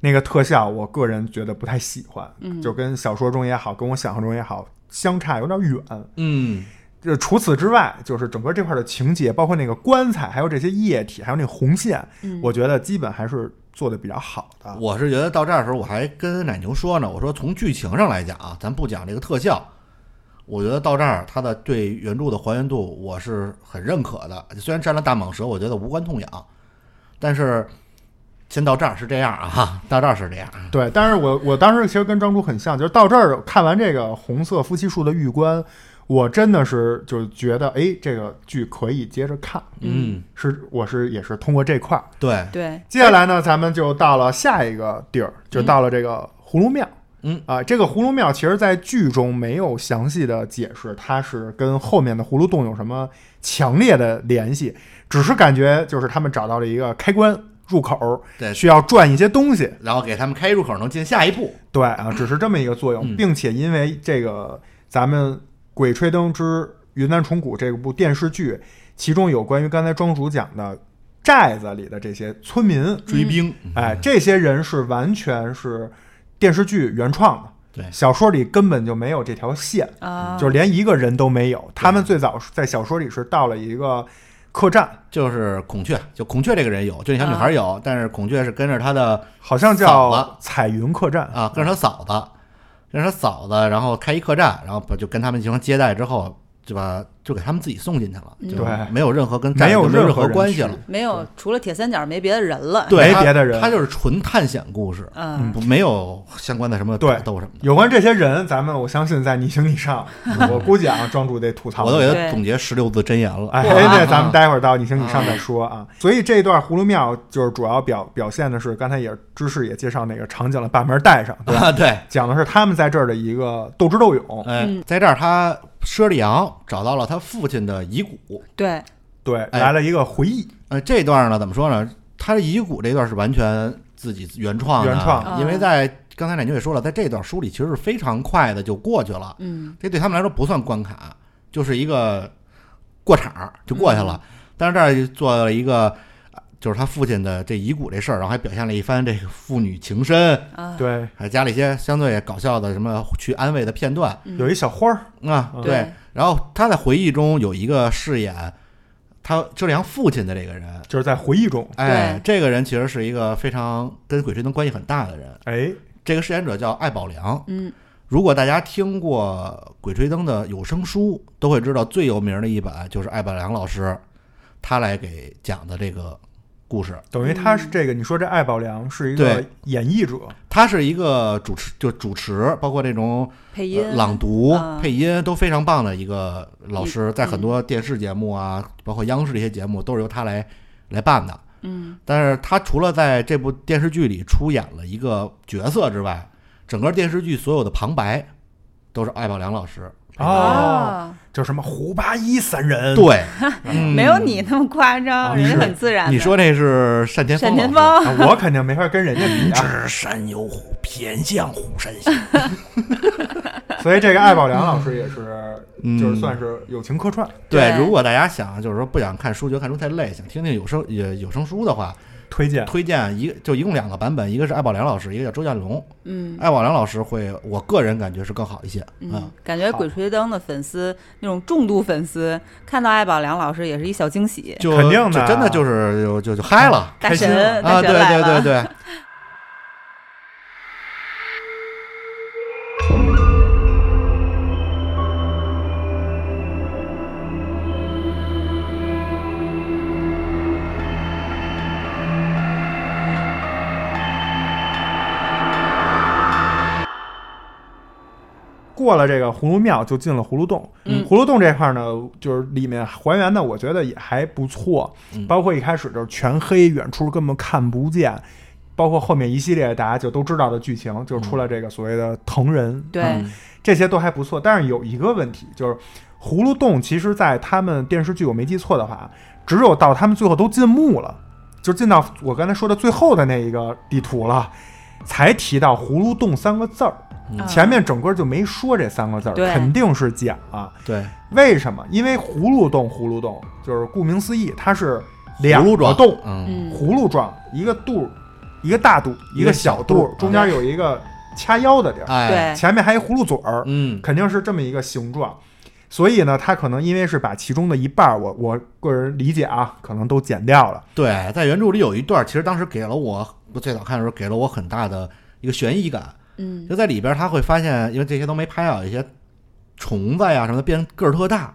A: 那个特效，我个人觉得不太喜欢，
E: 嗯
A: 就跟小说中也好，跟我想象中也好，相差有点远。
C: 嗯，
A: 这除此之外，就是整个这块的情节，包括那个棺材，还有这些液体，还有那红线，
E: 嗯
A: 我觉得基本还是做的比较好的。
C: 啊我是觉得到这儿的时候，我还跟奶牛说呢，我说从剧情上来讲啊，咱不讲这个特效，我觉得到这儿它的对原著的还原度我是很认可的。虽然沾了大蟒蛇，我觉得无关痛痒，但是先到这儿是这样啊， 到这儿是这样。
A: 对，但是我我当时其实跟张叔很像，就是到这儿看完这个红色夫妻树的玉冠，我真的是就是觉得，哎，这个剧可以接着看。
C: 嗯，
A: 是我是也是通过这块儿。
C: 对，
E: 对
A: 接下来呢，咱们就到了下一个地儿，就到了这个葫芦庙。
C: 嗯
A: 啊、这个葫芦庙其实，在剧中没有详细的解释，它是跟后面的葫芦洞有什么强烈的联系，只是感觉就是他们找到了一个开关入口，
C: 对
A: 需要转一些东西，
C: 然后给他们开入口，能进下一步。
A: 对啊，只是这么一个作用，
C: 嗯
A: 并且因为这个咱们《鬼吹灯之云南虫谷》这部电视剧，其中有关于刚才庄主讲的寨子里的这些村民，
C: 追兵，
A: 哎，这些人是完全是电视剧原创的，
C: 对
A: 小说里根本就没有这条线，
B: 嗯
C: 嗯
E: 啊，
A: 就是连一个人都没有。他们最早是在小说里是到了一个客栈，
C: 就是孔雀，就孔雀这个人有，就那小女孩有，但是孔雀是跟着他的
A: 好像
C: 扫了
A: 叫彩云客栈，
C: 啊，跟着他嫂子，跟着他嫂子，然后开一客栈，然后把就跟他们进行接待之后，就把就给他们自己送进去了，
E: 嗯
C: 就
A: 对
C: 没有任何跟
A: 没有
C: 战斗没有任
A: 何
C: 何
A: 人
C: 关系
A: 去
C: 了，
E: 没有除了铁三角没别的人了，
C: 对，
A: 没
C: 他
A: 别的人
C: 他就是纯探险故事，
E: 嗯
C: 不没有相关的什么
A: 对
C: 打斗什么的。
A: 有关这些人，咱们我相信在你行你上，我估计啊，庄主得吐槽。
C: 我都给他
E: 对
C: 总结十六字真言了，
A: 哎，
E: 哇
A: 那咱们待会儿到你行你上再说啊。所以这一段葫芦庙就是主要表表现的是，刚才也知识也介绍那个场景了，把门带上，对吧？
C: 啊，对，
A: 讲的是他们在这儿的一个斗智斗勇。
C: 哎
E: 嗯，
C: 在这儿他佘丽阳找到了他父亲的遗骨，
E: 对，
A: 对，
C: 哎
A: 来了一个回忆，
C: 呃，这段呢，怎么说呢？他的遗骨这段是完全自己原创的，
A: 原创
C: 因为在刚才奶牛也说了，在这段书里其实是非常快的就过去了，
E: 嗯
C: 这对他们来说不算关卡，就是一个过场儿就过去了。但是这儿就做了一个，呃就是他父亲的这遗骨这事儿，然后还表现了一番这个父女情深，
E: 啊，
A: 对，
C: 还加了一些相对搞笑的什么去安慰的片段
E: 嗯
A: 有一小花儿，
C: 啊。
A: 嗯
C: 对，然后他在回忆中有一个饰演他周良父亲的这个人，
A: 就是在回忆中，
C: 哎，这个人其实是一个非常跟鬼吹灯关系很大的人。
A: 哎，
C: 这个饰演者叫艾宝良，
E: 嗯
C: 如果大家听过《鬼吹灯》的有声书，都会知道最有名的一版就是艾柏良老师他来给讲的这个故事。
A: 等于他是这个，你说这艾宝良是一个
C: 对
A: 演绎者，
C: 他是一个主持，就主持，包括那种
E: 配
C: 呃
E: 音、
C: 朗读、
E: 嗯
C: 配音都非常棒的一个老师，在很多电视节目啊，包括央视这些节目，都是由他来来办的。
E: 嗯，
C: 但是他除了在这部电视剧里出演了一个角色之外，整个电视剧所有的旁白都是艾宝良老师。
A: 哦，叫什么胡八一三人，，
C: 对，
B: 嗯
C: 嗯
B: 没有你那么夸
A: 啊
B: 张，人
A: 是
B: 家很自然的。
C: 哦你说那是单田
B: 单
C: 芳老
B: 田
C: 师。
B: 芳，
A: 啊、我肯定没法跟人家比啊。
C: 知山有虎，偏向虎山 行。
A: 所以这个艾宝良老师也是，
C: 嗯
A: 就是算是友情客串，
C: 对，
B: 对
C: 如果大家想就是说不想看书，觉得看书太累，想听听有声也有声书 的话，
A: 推荐
C: 推荐一就一共两个版本，一个是艾宝良老师，一个叫周建龙。
E: 嗯
C: 艾宝良老师会，我个人感觉是更好一些哎啊、
E: 嗯，感觉《
A: 好
E: 鬼吹灯》的粉丝那种重度粉丝，看到艾宝良老师也是一小惊喜，
C: 就
A: 肯定的
C: 就真的就是就就就嗨了
E: 大
A: 开心了
E: 神，
C: 啊！
E: 大
C: 对
E: 神来
C: 对
E: 了，
C: 对对，
A: 过了这个葫芦庙就进了葫芦洞。
E: 嗯
A: 葫芦洞这块呢，就是里面还原的，我觉得也还不错
C: 嗯。
A: 包括一开始就是全黑，远处根本看不见。包括后面一系列大家就都知道的剧情，就是出了这个所谓的藤人，
C: 嗯
E: 对，
A: 这些都还不错。但是有一个问题，就是葫芦洞其实，在他们电视剧我没记错的话，只有到他们最后都进墓了，就进到我刚才说的最后的那一个地图了，才提到葫芦洞三个字儿。
E: 啊
C: 嗯
A: 前面整个就没说这三个字儿，
E: 对
A: 肯定是假啊。
C: 对，
A: 为什么？因为葫芦洞，葫芦洞就是顾名思义，它是
C: 葫
A: 两
C: 芦
A: 个
C: 状
A: 洞，
C: 嗯，
E: 嗯
A: 葫芦状，一个肚儿，一个大肚儿，一
C: 一个
A: 个
C: 小
A: 小
C: 肚儿
A: 肚儿，中间有一个掐腰的地儿，
C: 哎，
E: 对，
A: 前面还一葫芦嘴儿，
C: 嗯，
A: 肯定是这么一个形状。所以呢，它可能因为是把其中的一半儿，我我个人理解啊，可能都剪掉了。
C: 对，在原著里有一段，其实当时给了我，我最早看的时候给了我很大的一个悬疑感，
E: 嗯
C: 就在里边他会发现，因为这些都没拍啊，有一些虫子呀什么的变个儿特大，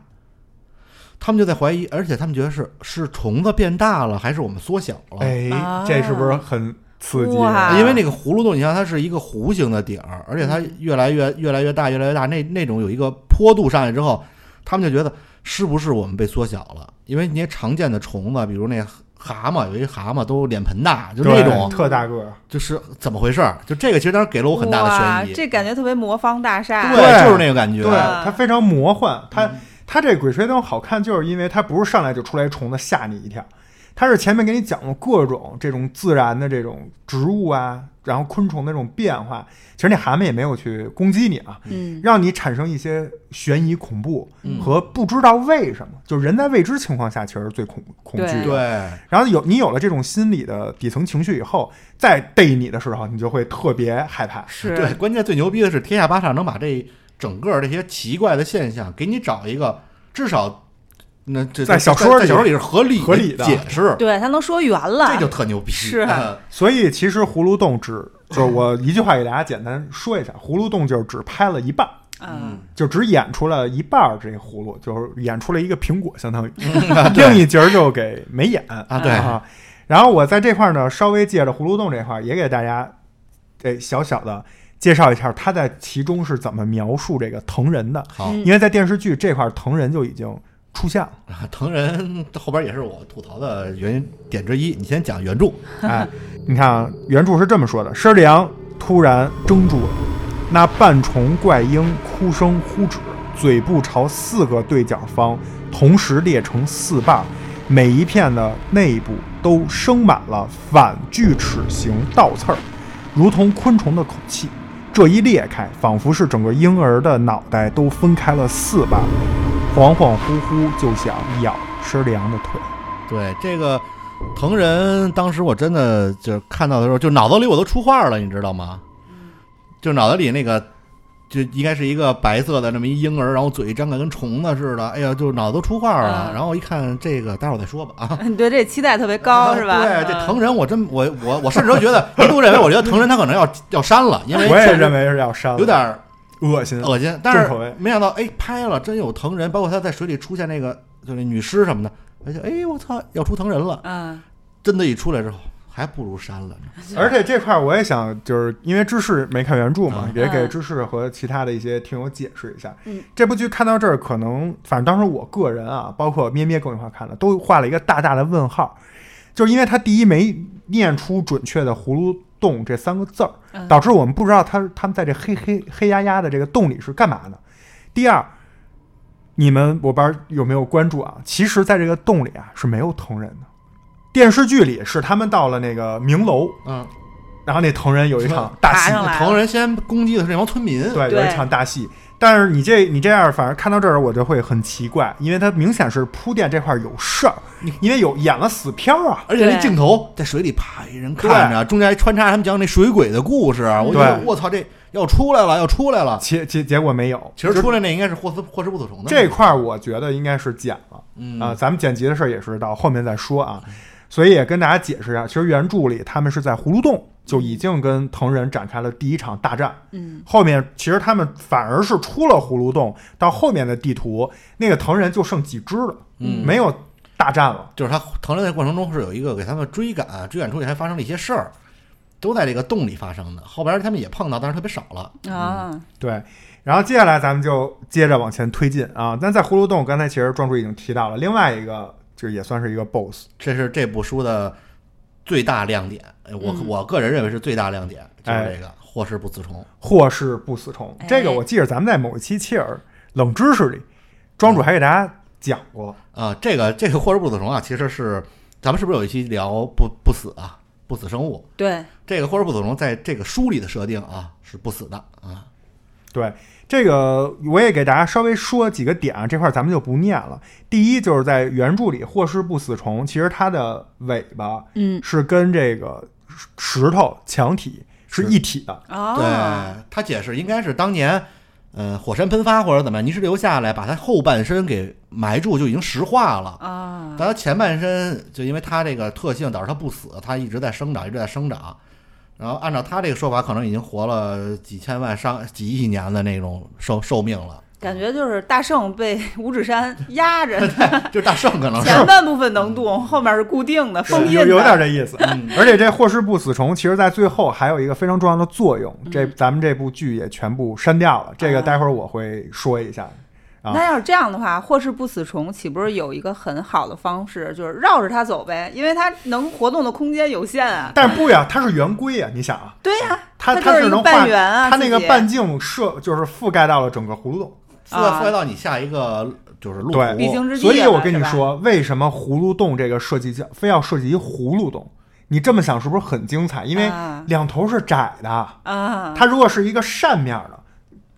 C: 他们就在怀疑，而且他们觉得是是虫子变大了，还是我们缩小了？
A: 哎
E: 啊，
A: 这是不是很刺激？啊
E: 哇
C: 哦因为那个葫芦洞，你看它是一个弧形的顶儿，而且
E: 嗯
C: 它越来越越来越大，越来越大，那那种有一个坡度上去之后，他们就觉得是不是我们被缩小了？因为那些常见的虫子，比如那蛤蟆，有一蛤蟆都脸盆大，就那
A: 对
C: 种
A: 特大个儿，
C: 就是怎么回事儿？就这个其实当时给了我很大的
E: 哇
C: 悬疑，
E: 这感觉特别魔方大厦，
A: 对
C: 就是那个感觉，
A: 对，
E: 啊
A: 它非常魔幻。它
C: 嗯
A: 它这《鬼吹灯》好看，就是因为它不是上来就出来虫子吓你一跳，它是前面给你讲了各种这种自然的这种植物啊，然后昆虫的这种变化。其实那蛤蟆也没有去攻击你啊，
E: 嗯
A: 让你产生一些悬疑、恐怖
C: 嗯
A: 和不知道为什么，就人在未知情况下其实是最恐恐惧
E: 对
A: 的。
C: 对
A: 然后有你有了这种心理的底层情绪以后，再逮你的时候，你就会特别害怕。
E: 是，
C: 对，关键最牛逼的是天下八叉能把这整个这些奇怪的现象给你找一个至少。那这
A: 在
C: 这
A: 小说
C: 在
A: 里
C: 小说里是合理
A: 合理的
C: 解释，
E: 对他能说圆了，
C: 这就特牛逼。
E: 是啊
C: 嗯
A: 所以其实葫芦洞只就是我一句话给大家简单说一下，葫芦洞就是只拍了一半儿，
E: 嗯
A: 就只演出了一半儿这葫芦，就是演出了一个苹果，相当于
C: 对
A: 另一节儿就给没演
E: 嗯
A: 啊
C: 啊，对，
A: 然后我在这块儿呢，稍微借着葫芦洞这块儿也给大家这小小的介绍一下，他在其中是怎么描述这个藤人的，
C: 好，
E: 嗯
A: 因为在电视剧这块儿藤人就已经出现了。
C: 藤人后边也是我吐槽的原因点之一。你先讲原著，
A: 哎，你看啊，原著是这么说的：申良突然怔住了，那半虫怪鹰哭声呼止，嘴部朝四个对角方同时裂成四瓣，每一片的内部都生满了反锯齿形倒刺儿，如同昆虫的口气。这一裂开，仿佛是整个婴儿的脑袋都分开了四瓣，恍恍惚惚就想咬申良的腿。
C: 对这个藤人，当时我真的就是看到的时候，就脑子里我都出画了，你知道吗？就脑子里那个，就应该是一个白色的那么一婴儿，然后嘴张开跟虫子似的，哎呀，就脑子都出画了。
E: 嗯
C: 然后一看这个，待会儿再说吧 啊。
E: 你对这期待特别
A: 啊
E: 高是吧？
C: 对，这
E: 嗯
C: 藤人我真我我我甚至都觉得一度认为，我觉得藤人他可能要要删了，因为
A: 我也
C: 确实
A: 认为是要删了，
C: 有点儿
A: 恶心，啊
C: 恶心。但
A: 重口味
C: 是没想到，哎，拍了真有藤人，包括他在水里出现那个就是女尸什么的，而且哎，我操，要出藤人了，
E: 嗯，
C: 真的，一出来之后还不如删了呢。
A: 而且这块儿我也想，就是因为芝士没看原著嘛，
C: 嗯
A: 也给
E: 嗯
A: 芝士和其他的一些听友解释一下。
E: 嗯
A: 这部剧看到这儿，可能反正当时我个人啊，包括咩咩更一块看了，都画了一个大大的问号，就是因为他第一没念出准确的“葫芦洞”这三个字儿，
E: 嗯
A: 导致我们不知道他他们在这黑黑黑压压的这个洞里是干嘛的。第二。你们我不知道有没有关注啊？其实，在这个洞里啊是没有藤人的。电视剧里是他们到了那个明楼，
C: 嗯，
A: 然后那藤人有一场大
B: 爬
A: 戏，
B: 上来了
C: 藤人先攻击的是那帮村民，
A: 对，
B: 对
A: 有一场大戏。但是你这你这样，反正看到这儿我就会很奇怪，因为它明显是铺垫这块儿有事儿，因为有演了死片儿啊。
C: 而且那
E: 对
C: 镜头在水里啪一人看着，中间还穿插他们讲那水鬼的故事，啊我觉得
A: 对
C: 我操，这要出来了，要出来了。
A: 结结结果没有，
C: 其实
A: 就
C: 出来那应该是霍斯霍氏不死虫的
A: 这块儿我觉得应该是剪了
C: 嗯
A: 啊、咱们剪辑的事儿也是到后面再说啊。所以也跟大家解释一下，其实原著里他们是在葫芦洞就已经跟藤人展开了第一场大战，
E: 嗯，
A: 后面其实他们反而是出了葫芦洞，到后面的地图那个藤人就剩几只了，
C: 嗯
A: 没有大战了。
C: 就是他藤人在过程中是有一个给他们追赶，啊追赶出去还发生了一些事儿，都在这个洞里发生的。后边他们也碰到，但是特别少了。
A: 嗯
B: 哦
E: 啊，
A: 对，然后接下来咱们就接着往前推进啊。但在葫芦洞，刚才其实庄主已经提到了另外一个，就也算是一个 BOSS，
C: 这是这部书的最大亮点，哎我、
E: 嗯
C: 我个人认为是最大亮点，就是
A: 哎
C: 这个霍氏不死虫。
A: 或是不死虫。这个
E: 哎
A: 我记着咱们在某一期切尔冷知识里，庄主还给大家讲过。
C: 啊，这个这个霍氏不死虫啊，其实是咱们是不是有一期聊不不死啊，不死生物？
E: 对，
C: 这个霍氏不死虫在这个书里的设定啊是不死的啊，
A: 对这个，我也给大家稍微说几个点啊，这块儿咱们就不念了。第一就是在原著里，霍氏不死虫其实它的尾巴
E: 嗯，
A: 是跟这个石石头墙体是一体的，
E: 哦，
C: 对他解释应该是当年，呃，火山喷发或者怎么样，泥石流下来把他后半身给埋住，就已经石化了。
B: 哦
E: 啊，
C: 但他前半身就因为他这个特性导致他不死，他一直在生长，一直在生长。然后按照他这个说法，可能已经活了几千万上几亿年的那种寿寿命了，
B: 感觉就是大圣被 五指山压 着，
C: 就是大圣可能 是
B: 前半部分能动，后面是固定的封印
A: 嗯有
B: 的。嗯
A: 有点这意思。而且这霍氏不死虫，其实在最后还有一个非常重要的作用，这
B: 嗯
A: 咱们这部剧也全部删掉了。
B: 哦
A: 这个待会儿我会说一下。啊
B: 那要是这样的话，霍氏不死虫岂不是有一个很好的方式，就是绕着它走呗？因为它能活动的空间有限啊。
A: 但是不呀，它是圆规啊，你想啊，
B: 对呀、
A: 它
B: 它就是
A: 是
B: 一
A: 能
B: 个
A: 画
B: 半，圆啊，
A: 它那个
B: 自己
A: 半径射就是覆盖到了整个葫芦洞。
C: 覆盖覆盖到你下一个就是路
A: 对
B: 必
C: 虎。
B: 经之地
A: 所以
B: 了
A: 我跟你
B: 是吧
A: 说，为什么葫芦洞这个设计叫非要设计一葫芦洞？你这么想是不是很精彩？因为
B: 啊
A: 两头是窄的。
B: 啊，
A: 它如果是一个扇面的，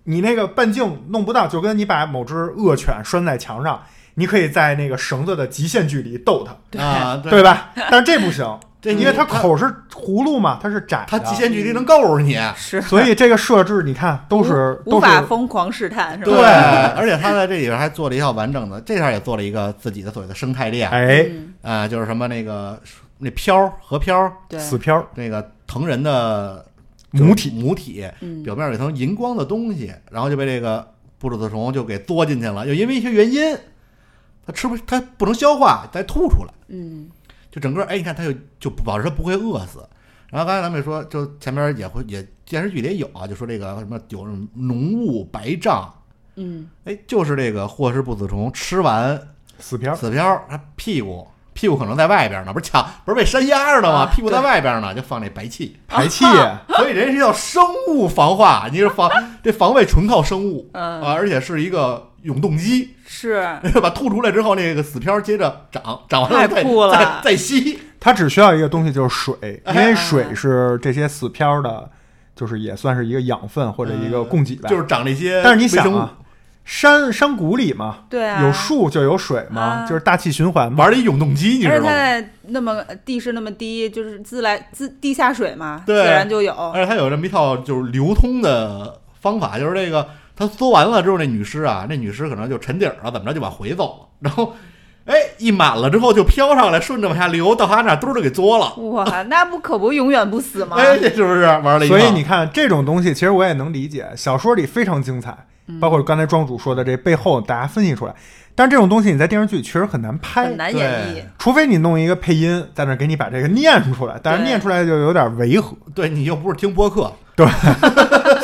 A: 你那个半径弄不到，就跟你把某只恶犬拴在墙上，你可以在那个绳子的极限距离逗它，
C: 啊，对
A: 对 吧？但是这不行，
C: 这
A: 因为它
C: 它
A: 口是葫芦嘛，它是窄
C: 它
A: 的，
C: 极限距离能够着你，
B: 是
A: 所以这个设置你看都是
B: 无
A: 都
B: 法
A: 是
B: 疯狂试探是吧？
C: 对， 而且他在这里边还做了一套完整的，这下也做了一个自己的所谓的生态链，啊、
A: 哎
B: 嗯
C: 就是什么那个那漂河漂，
E: 对，
A: 死漂
C: 那个藤人的
A: 母体，
C: 母体
E: 嗯，
C: 表面有一层银光的东西，然后就被这个布鲁斯虫就给嘬进去了，又因为一些原因，它吃不它不能消化，再吐出来，
E: 嗯，
C: 就整个哎，你看它就就不保持它不会饿死。然后刚才咱们也说，就前面也会也电视剧里也有啊，就说这个什么有那种浓雾白胀，
E: 嗯，
C: 哎，就是这个霍氏不死虫吃完
A: 死漂，
C: 死漂，它屁股屁股可能在外边呢，不是抢不是被山压着呢吗？
E: 啊
C: 屁股在外边呢，就放那白气，
A: 排气，
B: 啊
C: 所以人是要生物防化，你是 防这防卫纯靠生物
B: 嗯
C: 啊，而且是一个永动机，
B: 是
C: 把吐出来之后，那个死漂接着长，长完
B: 太
C: 了再
B: 酷了
C: 再再吸，
A: 它只需要一个东西就是 水，因
C: 哎
A: 为水是这些死漂的，就是也算是一个养分或者一个供给吧。
C: 就是长这些。
A: 但是你想
C: 啊
A: 啊，，山山谷里嘛，
B: 对啊，
A: 有树就有水嘛，
B: 啊
A: 就是大气循环嘛。
C: 玩了一永动机，你
B: 而且
C: 知道
B: 它
C: 吗？
B: 在那么地势那么低，就是自来自地下水嘛，
C: 对
B: 自然就
A: 哎
B: 有。
C: 而且它有这么一套就是流通的方法，就是这个它缩完了之后，那女尸啊，那女尸可能就沉底儿了，怎么着就往回走了，然后。哎，一满了之后就飘上来，顺着往下流，到他那儿嘟儿就给嘬了。
B: 哇，那不可不永远不死吗？
C: 哎，这是不是玩了一套？
A: 所以你看这种东西，其实我也能理解，小说里非常精彩，
B: 嗯
A: 包括刚才庄主说的这背后大家分析出来。但这种东西你在电视剧确实很难拍
B: 很，难演绎。
A: 除非你弄一个配音在那儿给你把这个念出来，但是
B: 对
A: 念出来就有点违和，
C: 对你又不是听播客，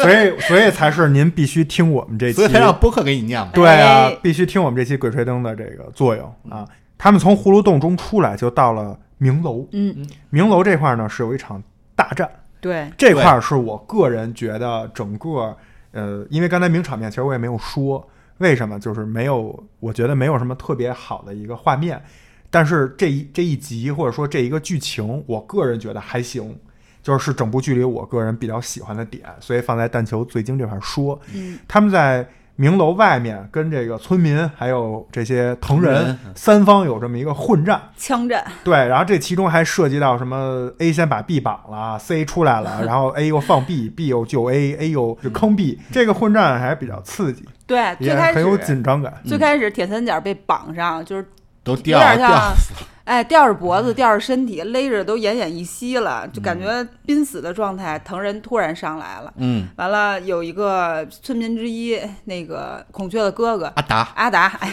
A: 所以所以才是您必须听我们这
C: 所
A: 期
C: 以，才让播客给你念嘛。
A: 对啊
B: 哎，
A: 必须听我们这期《鬼吹灯》的这个作用啊。他们从葫芦洞中出来，就到了明楼。
E: 嗯，
A: 明楼这块呢是有一场大战，
E: 对，
A: 这块儿是我个人觉得整个，呃，因为刚才名场面其实我也没有说，为什么就是没有，我觉得没有什么特别好的一个画面，但是这一这一集或者说这一个剧情，我个人觉得还行，就是整部剧里我个人比较喜欢的点，所以放在但求最精这块儿说，
E: 嗯，
A: 他们在。明楼外面跟这个村民还有这些藤
C: 藤
A: 人
C: 人
A: 三方有这么一个混战，
B: 枪战，
A: 对，然后这其中还涉及到什么 A 先把 B 绑了，C 出来 了，然后 A 又放 B，B 又救 A，A 又就坑
C: 嗯
A: B，这个混战还比较刺激，
B: 对，最
A: 也
B: 开
A: 很有
B: 始
A: 紧张感。
B: 最开始铁三角被绑上，就是
C: 都
B: 有
C: 掉
B: 点像
C: 掉死了，
B: 哎吊着脖
A: 嗯
B: 子、吊着身体，勒着都奄奄一息了，就感觉濒死的状态。藤人突然上来了，
C: 嗯，
B: 完了有一个村民之一，那个孔雀的哥哥
C: 阿达，
B: 阿达，哎，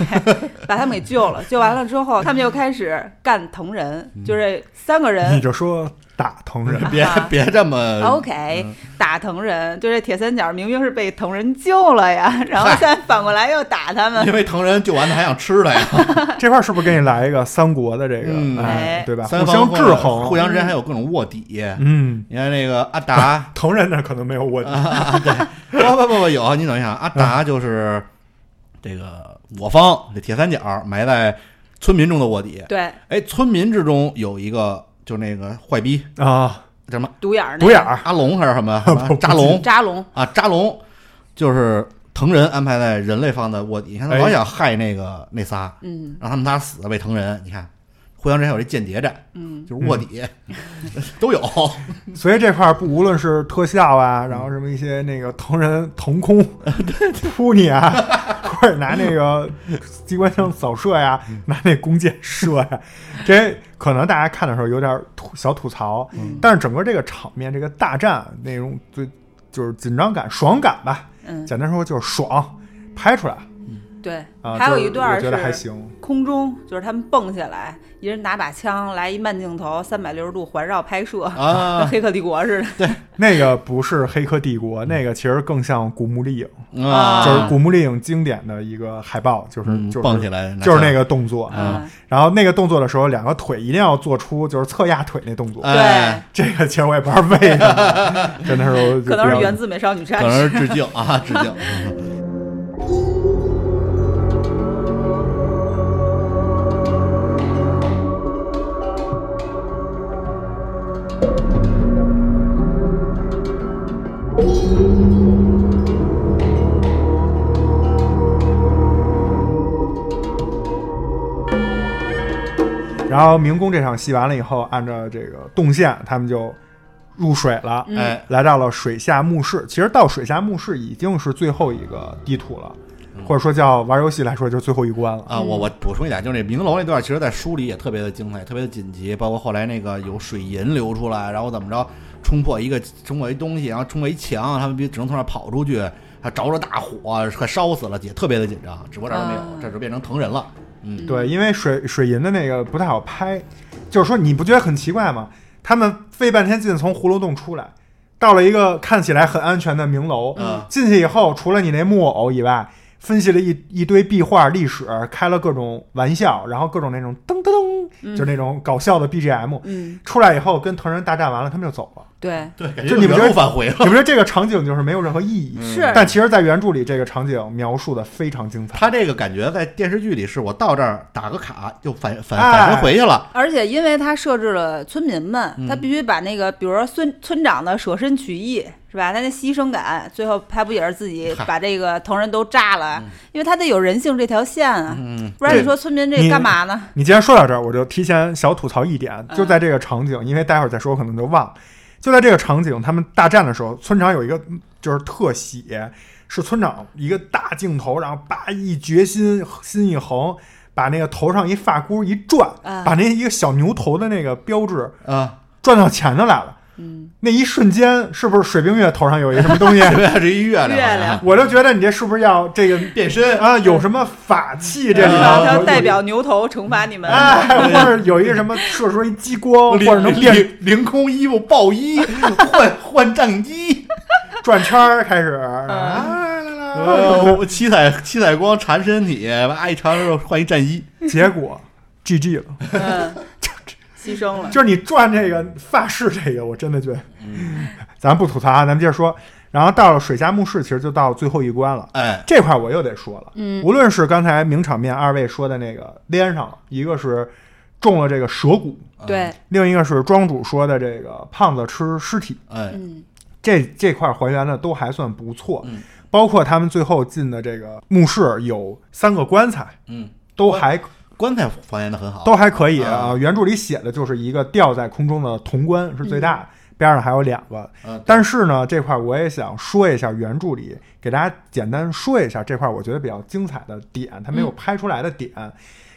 B: 把他们给救了。救完了之后，他们又开始干藤人，
A: 嗯
B: 就是三个
A: 你
B: 人。
A: 就说打藤 人，
C: 别
B: 啊
C: 别这么，
B: OK，打
A: 嗯
B: 藤人，就这铁三角明明是被藤人救了呀， 然后现在反过来又打他们
C: 因，为藤人救完他还想吃 他呀，
A: 这块儿是不是给你来一个三国的这个，
C: 嗯
A: 哎
B: 哎，
A: 对吧？
C: 三
A: 互
C: 方
A: 相制
C: 或者互
A: 衡。
C: 相之间还有各种卧底。
A: 嗯，
C: 你看那个 阿达，
A: 藤人那可能没有我，
C: 啊不不不不有，你等一下，阿达就是这个我方这铁三角埋在村民中的卧底。
B: 对，
C: 哎，村民之中有一个就那个坏逼
A: 啊，
C: 叫什么
B: 独眼儿那个
A: 独眼儿，
C: 阿龙还是什么 什么
A: 不
C: 扎龙
B: 扎龙，
C: 啊，扎龙就是藤人安排在人类方的卧底。你看他
A: 哎
C: 老想害那个那仨，
B: 嗯
C: 让他们仨死啊被藤人。你看，互相之间有这间谍战，
B: 嗯，
C: 就是卧底、 都有。
A: 所以这块儿不无论是特效啊，然后什么一些那个藤人腾空扑你啊， 或者拿那个机关枪扫射呀、拿那弓箭射呀、这可能大家看的时候有点吐小吐槽，但是整个这个场面、这个大战那种最就是紧张感、爽感吧，
B: 嗯，
A: 简单说就是爽，拍出来
B: 对，
A: 啊。
B: 还有
A: 就是
B: 一段
A: 我觉得还
B: 是
A: 行，
B: 空中，就是他们蹦下来，一人拿把枪来一慢镜头，三百六十度环绕拍摄，跟
C: 啊，
B: 黑客帝国似的。
A: 那个不是《黑客帝国》，那个其实更像《古墓丽影》，
C: 啊
A: 就是《古墓丽影》经典的一个海报，就是、
C: 嗯
A: 就是
C: 蹦起来，
A: 就是那
C: 个，
A: 个动作。
B: 嗯
C: 啊
A: 然后那个动作的时候，两个腿一定要做出就是侧压腿那动 作。
C: 哎，
A: 这个其实我也不知道为什么，真的是我
B: 可能
A: 比
B: 是
A: 较
B: 源自《美少女战
C: 可
B: 士》。
C: 能是致敬啊，致敬。
A: 然后明宫这场戏完了以后，按照这个动线，他们就入水了，
B: 嗯
C: 哎，
A: 来到了水下墓室。其实到水下墓室已经是最后一个地图了，
C: 嗯
A: 或者说叫玩游戏来说就是最后一关了。
C: 啊，我我补充一点，就是那明楼那段，其实在书里也特别的精彩，特别的紧急，包括后来那个有水银流出来，然后怎么着冲破一个冲破一东西，然后冲破一墙，他们必只能从那儿跑出去，还着着大火，快烧死了，也特别的紧张，只不过这儿都没有，
B: 啊
C: 这就变成藤人了。嗯，
A: 对，因为水水银的那个不太好拍，就是说你不觉得很奇怪吗？他们费半天劲从葫芦洞出来，到了一个看起来很安全的明楼，
C: 嗯
A: 进去以后，除了你那木偶以外，分析了一一堆壁画历史，开了各种玩笑，然后各种那种噔噔噔，就是那种搞笑的 BGM。
B: 嗯，
A: 出来以后跟藤人大战完了，他们就走了。
B: 对，
C: 对，感
A: 就你们觉
C: 原
A: 得
C: 路返回了。
A: 你们说这个场景就是没有任何意义，
B: 嗯是
A: 但其实，在原著里，这个场景描述的非常精彩。
C: 他这个感觉在电视剧里是我到这儿打个卡就返返
A: 哎
C: 返身回去了，
B: 而且因为他设置了村民们，他
C: 嗯
B: 必须把那个，比如说村村长的舍身取义，是吧？他那牺牲感，最后他不也是自己
C: 嗨
B: 把这个藤人都炸了？因为他得有人性这条线啊，
C: 嗯，
B: 不然
A: 嗯对
B: 你说村民
A: 你
B: 这干嘛呢？
A: 你既然说到这儿，我就提前小吐槽一点，
B: 嗯
A: 就在这个场景，因为待会儿再说，我可能就忘了。就在这个场景，他们大战的时候，村长有一个嗯就是特写，是村长一个大镜头，然后叭一决心，心一横，把那个头上一发箍一转，
E: 啊
B: 嗯
A: 把那一个小牛头的那个标志
C: 啊，
A: 转到前头来了。
E: 嗯，
A: 那一瞬间，是不是水冰月头上有一什么 东西？
C: 这边是一月亮，啊
B: 月亮
A: 我就觉得你这是不是要这个
C: 变身
A: 啊？有什么法器这
B: 对
A: 里头？
B: 吧？
C: 啊
B: 它
A: 有
B: 代表牛头惩罚你 们。
A: 哎，或者有一个什么射出一激光，或者能变
C: 凌凌空衣服 爆衣，换换战衣，
A: 转圈儿开始啊，
C: 呃七彩七彩光缠身体，哇一缠肉换一战衣，
A: 结果 GG 了。
B: 嗯，牺牲了。
A: 就是你转这个发饰这个，我真的觉得，咱不吐槽啊，咱们接着说。然后到了水下墓室，其实就到最后一关了。
C: 哎，
A: 这块儿我又得说了，
E: 嗯
A: 无论是刚才名场面二位说的那个连上了，一个是中了这个蛇骨，
E: 对，
A: 另一个是庄主说的这个胖子吃尸体，
C: 哎，
E: 嗯
A: 这这块还原的都还算不错，
C: 嗯
A: 包括他们最后进的这个墓室有三个棺材，
C: 嗯，
A: 都还
C: 棺材还原的很好，
A: 都还可以
C: 啊
A: 啊。原著里写的就是一个吊在空中的铜棺是最大的，边上还有两个。
C: 嗯，
A: 但是呢，这块我也想说一下原著里，给大家简单说一下这块我觉得比较精彩的点，它没有拍出来的点。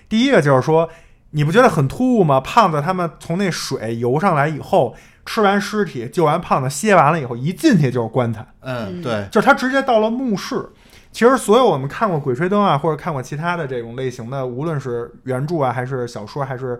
A: 第一个就是说，你不觉得很突兀吗？胖子他们从那水游上来以后，吃完尸体，救完胖子，歇完了以后，一进去就是棺材。
C: 嗯，对，
A: 就是他直接到了墓室。其实，所有我们看过《鬼吹灯》啊，或者看过其他的这种类型的，无论是原著啊，还是小说，还是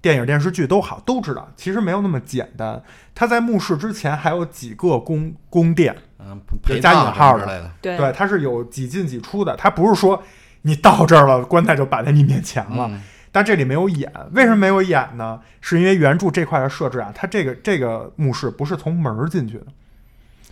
A: 电影、电视剧都好，都知道其实没有那么简单。他在墓室之前还有几个宫宫殿，
C: 嗯，
A: 就加引号
C: 之
A: 的
C: 类的，
E: 对
A: 对，他是有几进几出的。他不是说你到这儿了，棺材就摆在你面前了。
C: 嗯
A: 但这里没有演，为什么没有演呢？是因为原著这块的设置啊，它这个这个墓室不是从门儿进去的，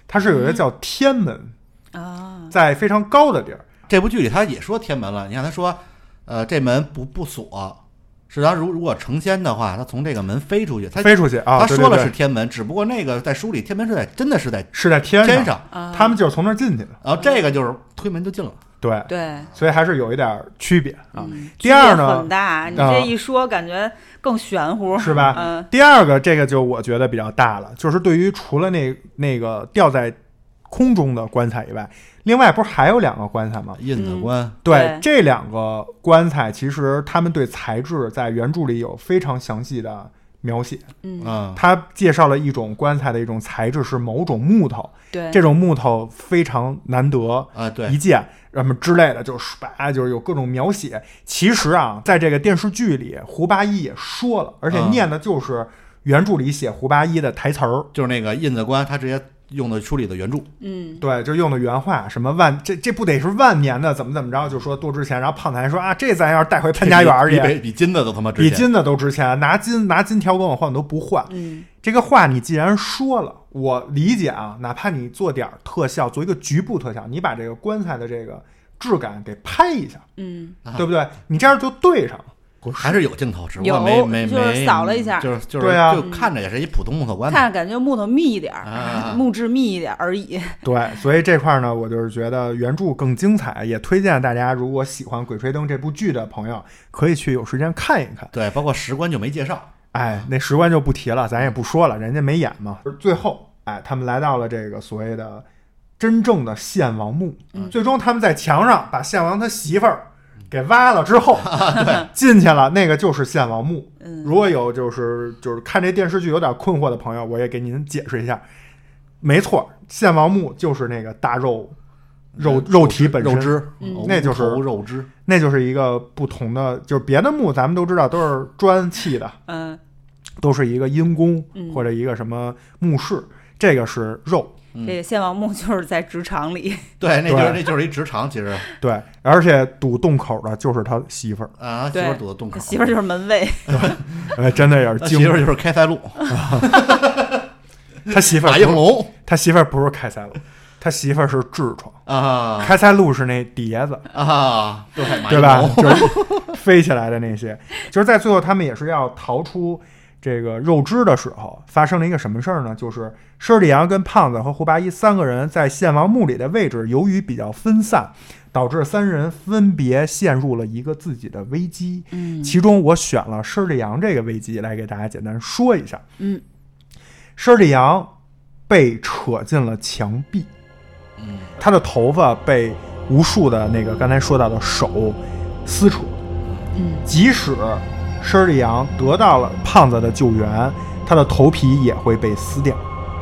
A: 它是有一个叫天门，
B: 啊，
A: 在非常高的地儿。
C: 这部剧里他也说天门了，你看他说，呃，这门不不锁，是他如如果成仙的话，他从这个门飞出去，他
A: 飞出去啊！
C: 他
A: 对
C: 说
A: 对
C: 了是
A: 对
C: 天门，只不过那个在书里天门是在真的是在
A: 是在天
C: 天上，
B: 啊
A: 他们就是从那儿进去的，
C: 然后这个就是推门就进了，
A: 对，
B: 对。
A: 所以还是有一点区别啊。
B: 嗯
A: 第二
B: 区别
A: 呢啊
B: 很，大，你这一说感觉更玄乎，
A: 是吧
B: 嗯，
A: 第二个这个就我觉得比较大了，就是对于除了那那个吊在空中的棺材以外，另外不是还有两个棺材吗？
C: 印子关，
A: 对
B: 对，
A: 这两个棺材其实他们对材质在原著里有非常详细的描写，
B: 嗯，
C: 嗯，
A: 他介绍了一种棺材的一种材质是某种木头，
B: 对，
A: 这种木头非常难得，
C: 啊，
A: 一
C: 对，
A: 见什么之类的，就是吧，就是有各种描写。其实啊，在这个电视剧里，胡八一也说了，而且
C: 嗯
A: 念的就是原著里写胡八一的台词儿，
C: 就是那个印子关，他直接用的书里的原著，
B: 嗯，
A: 对，就用的原话，什么万这这不得是万年的，怎么怎么着，就说多值钱。然后胖子还说啊，这咱要是带回潘家园儿
C: 比
A: 去，
C: 比比金子都他妈值
A: 比
C: 钱，
A: 金子都值钱，拿金拿金条跟我换我都不换。
B: 嗯，
A: 这个话你既然说了，我理解啊，哪怕你做点儿特效，做一个局部特效，你把这个棺材的这个质感给拍一下。
B: 嗯，
C: 啊
A: 对不对？你这样就对 上了。
C: 还是有镜头，只不过
B: 有
C: 没没
B: 就是
C: 没
B: 扫了一下
C: 就是就是
A: 对啊
C: 就看着也是一普通木头棺
B: 看
C: 材，
B: 着感觉木头密一点儿，
C: 啊
B: 木质密一点儿而已。
A: 对，所以这块儿呢，我就是觉得原著更精彩，也推荐大家，如果喜欢《鬼吹灯》这部剧的朋友，可以去有时间看一看。
C: 对，包括石棺就没介绍，
A: 哎，那石棺就不提了，咱也不说了，人家没演嘛。 最后，哎，他们来到了这个所谓的真正的献王墓，嗯最终他们在墙上把献王他媳妇儿给挖了之后， 对，进去了，那个就是献王墓。
B: 嗯，
A: 如果有就是就是看这电视剧有点困惑的朋友，我也给您解释一下。没错，献王墓就是那个大肉肉肉体本身，
C: 嗯肉汁，
B: 嗯
C: 哦
A: 那就是
C: 头肉汁，
A: 那就是一个不同的，就是别的墓咱们都知道都是砖砌的，
B: 嗯，
A: 都是一个阴宫
B: 嗯
A: 或者一个什么墓室，这个是肉。
C: 嗯
B: 这献王墓就是在职场里，
C: 对，那就是
A: 对
C: 那就是一直肠，其实
A: 对，而且堵洞口的就是他媳妇儿，
C: 啊，媳
B: 对
C: 妇儿堵的洞口，
B: 媳妇儿就是门卫，
A: 哎，真的也是
C: 他
A: 惊
C: 媳妇儿就是开塞露，
A: 他媳妇儿
C: 打
A: 不
C: 应
A: 是
C: 龙
A: 他媳妇儿不是开塞露，他媳妇儿是痔疮，
C: 啊
A: 开塞露是那碟子。
C: 啊，对，马
A: 对
C: 应
A: 吧？
C: 龙
A: 就是飞起来的那些，就是在最后他们也是要逃出这个肉汁的时候，发生了一个什么事儿呢？就是施里阳跟胖子和胡八一三个人在献王墓里的位置，由于比较分散，导致三人分别陷入了一个自己的危机。
B: 嗯
A: 其中我选了施里阳这个危机来给大家简单说一下。
B: 嗯，
A: 施里阳被扯进了墙壁。
C: 嗯
A: 他的头发被无数的那个刚才说到的手撕扯，
E: 嗯
A: 即使施利阳得到了胖子的救援，他的头皮也会被撕掉。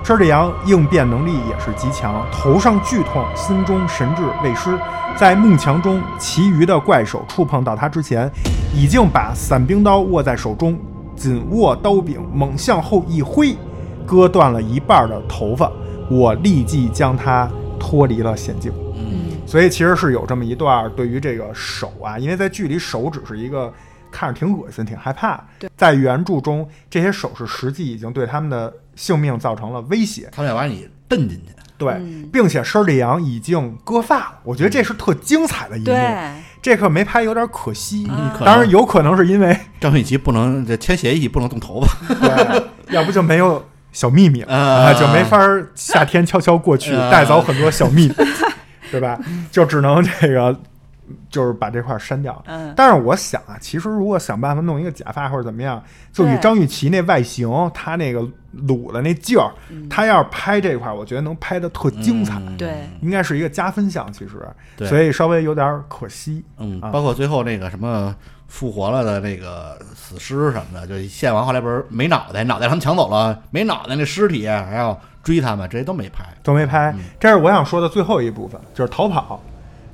A: 施利阳应变能力也是极强，头上剧痛，心中神志未失。在幕墙中，其余的怪手触碰到他之前，已经把伞兵刀握在手中，紧握刀柄，猛向后一挥，割断了一半的头发。我立即将他脱离了险境。
C: 嗯
A: 所以其实是有这么一段儿对于这个手啊，因为在剧里手只是一个看着挺恶心、挺害怕。
E: 对，
A: 在原著中，这些手是实际已经对他们的性命造成了威胁。
C: 他们要把你蹬进去。
A: 对，
E: 嗯
A: 并且施利阳已经割发了，我觉得这是特精彩的一幕。
E: 对，
A: 这刻没拍有点可惜，
E: 嗯
C: 可能
A: 当然有可能是因 为
C: 张雨绮不能这签协议不能 动头发，
A: 对，要不就没有小秘密了，
C: 啊
A: 就没法儿夏天悄悄过去，
C: 啊
A: 带走很多小秘密， 对吧？就只能这个，就是把这块儿删掉。
B: 嗯，
A: 但是我想啊，其实如果想办法弄一个假发或者怎么样，就以
E: 对
A: 张雨绮那外形，她那个卤的那劲儿，
E: 嗯
A: 她要是拍这块儿，我觉得能拍的特精彩，
C: 嗯
E: 对
A: 应该是一个加分项。其实，
C: 对
A: 所以稍微有点儿可惜。
C: 嗯，
A: 啊
C: 包括最后那个什么复活了的那个死尸什么的，就献王后来不是没脑袋，脑袋他们抢走了，没脑袋那尸体还要追他们，这些都没拍。
A: 都没
C: 嗯
A: 拍。这是我想说的最后一部分，就是逃跑。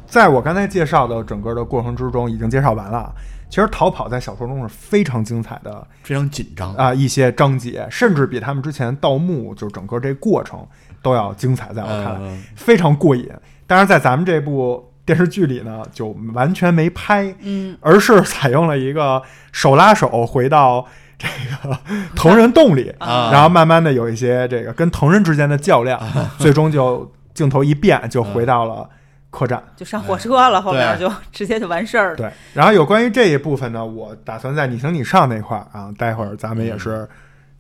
A: 在我刚才介绍的整个的过程之中，已经介绍完了。其实逃跑在小说中是非常精彩的
C: 非常紧张，
A: 啊、一些章节，甚至比他们之前盗墓就整个这过程都要精彩，在我看来、
C: 嗯
A: 非常过瘾。但是在咱们这部电视剧里呢，就完全没拍，
E: 嗯，
A: 而是采用了一个手拉手回到这个同人洞里，
C: 啊
A: 然后慢慢的有一些这个跟同人之间的较量，最终就镜头一变就回到了客栈。
B: 就上火车了，后面
C: 对
B: 就直接就完事儿了。
A: 对，然后有关于这一部分呢，我打算在你行你上那块儿啊，待会儿咱们也是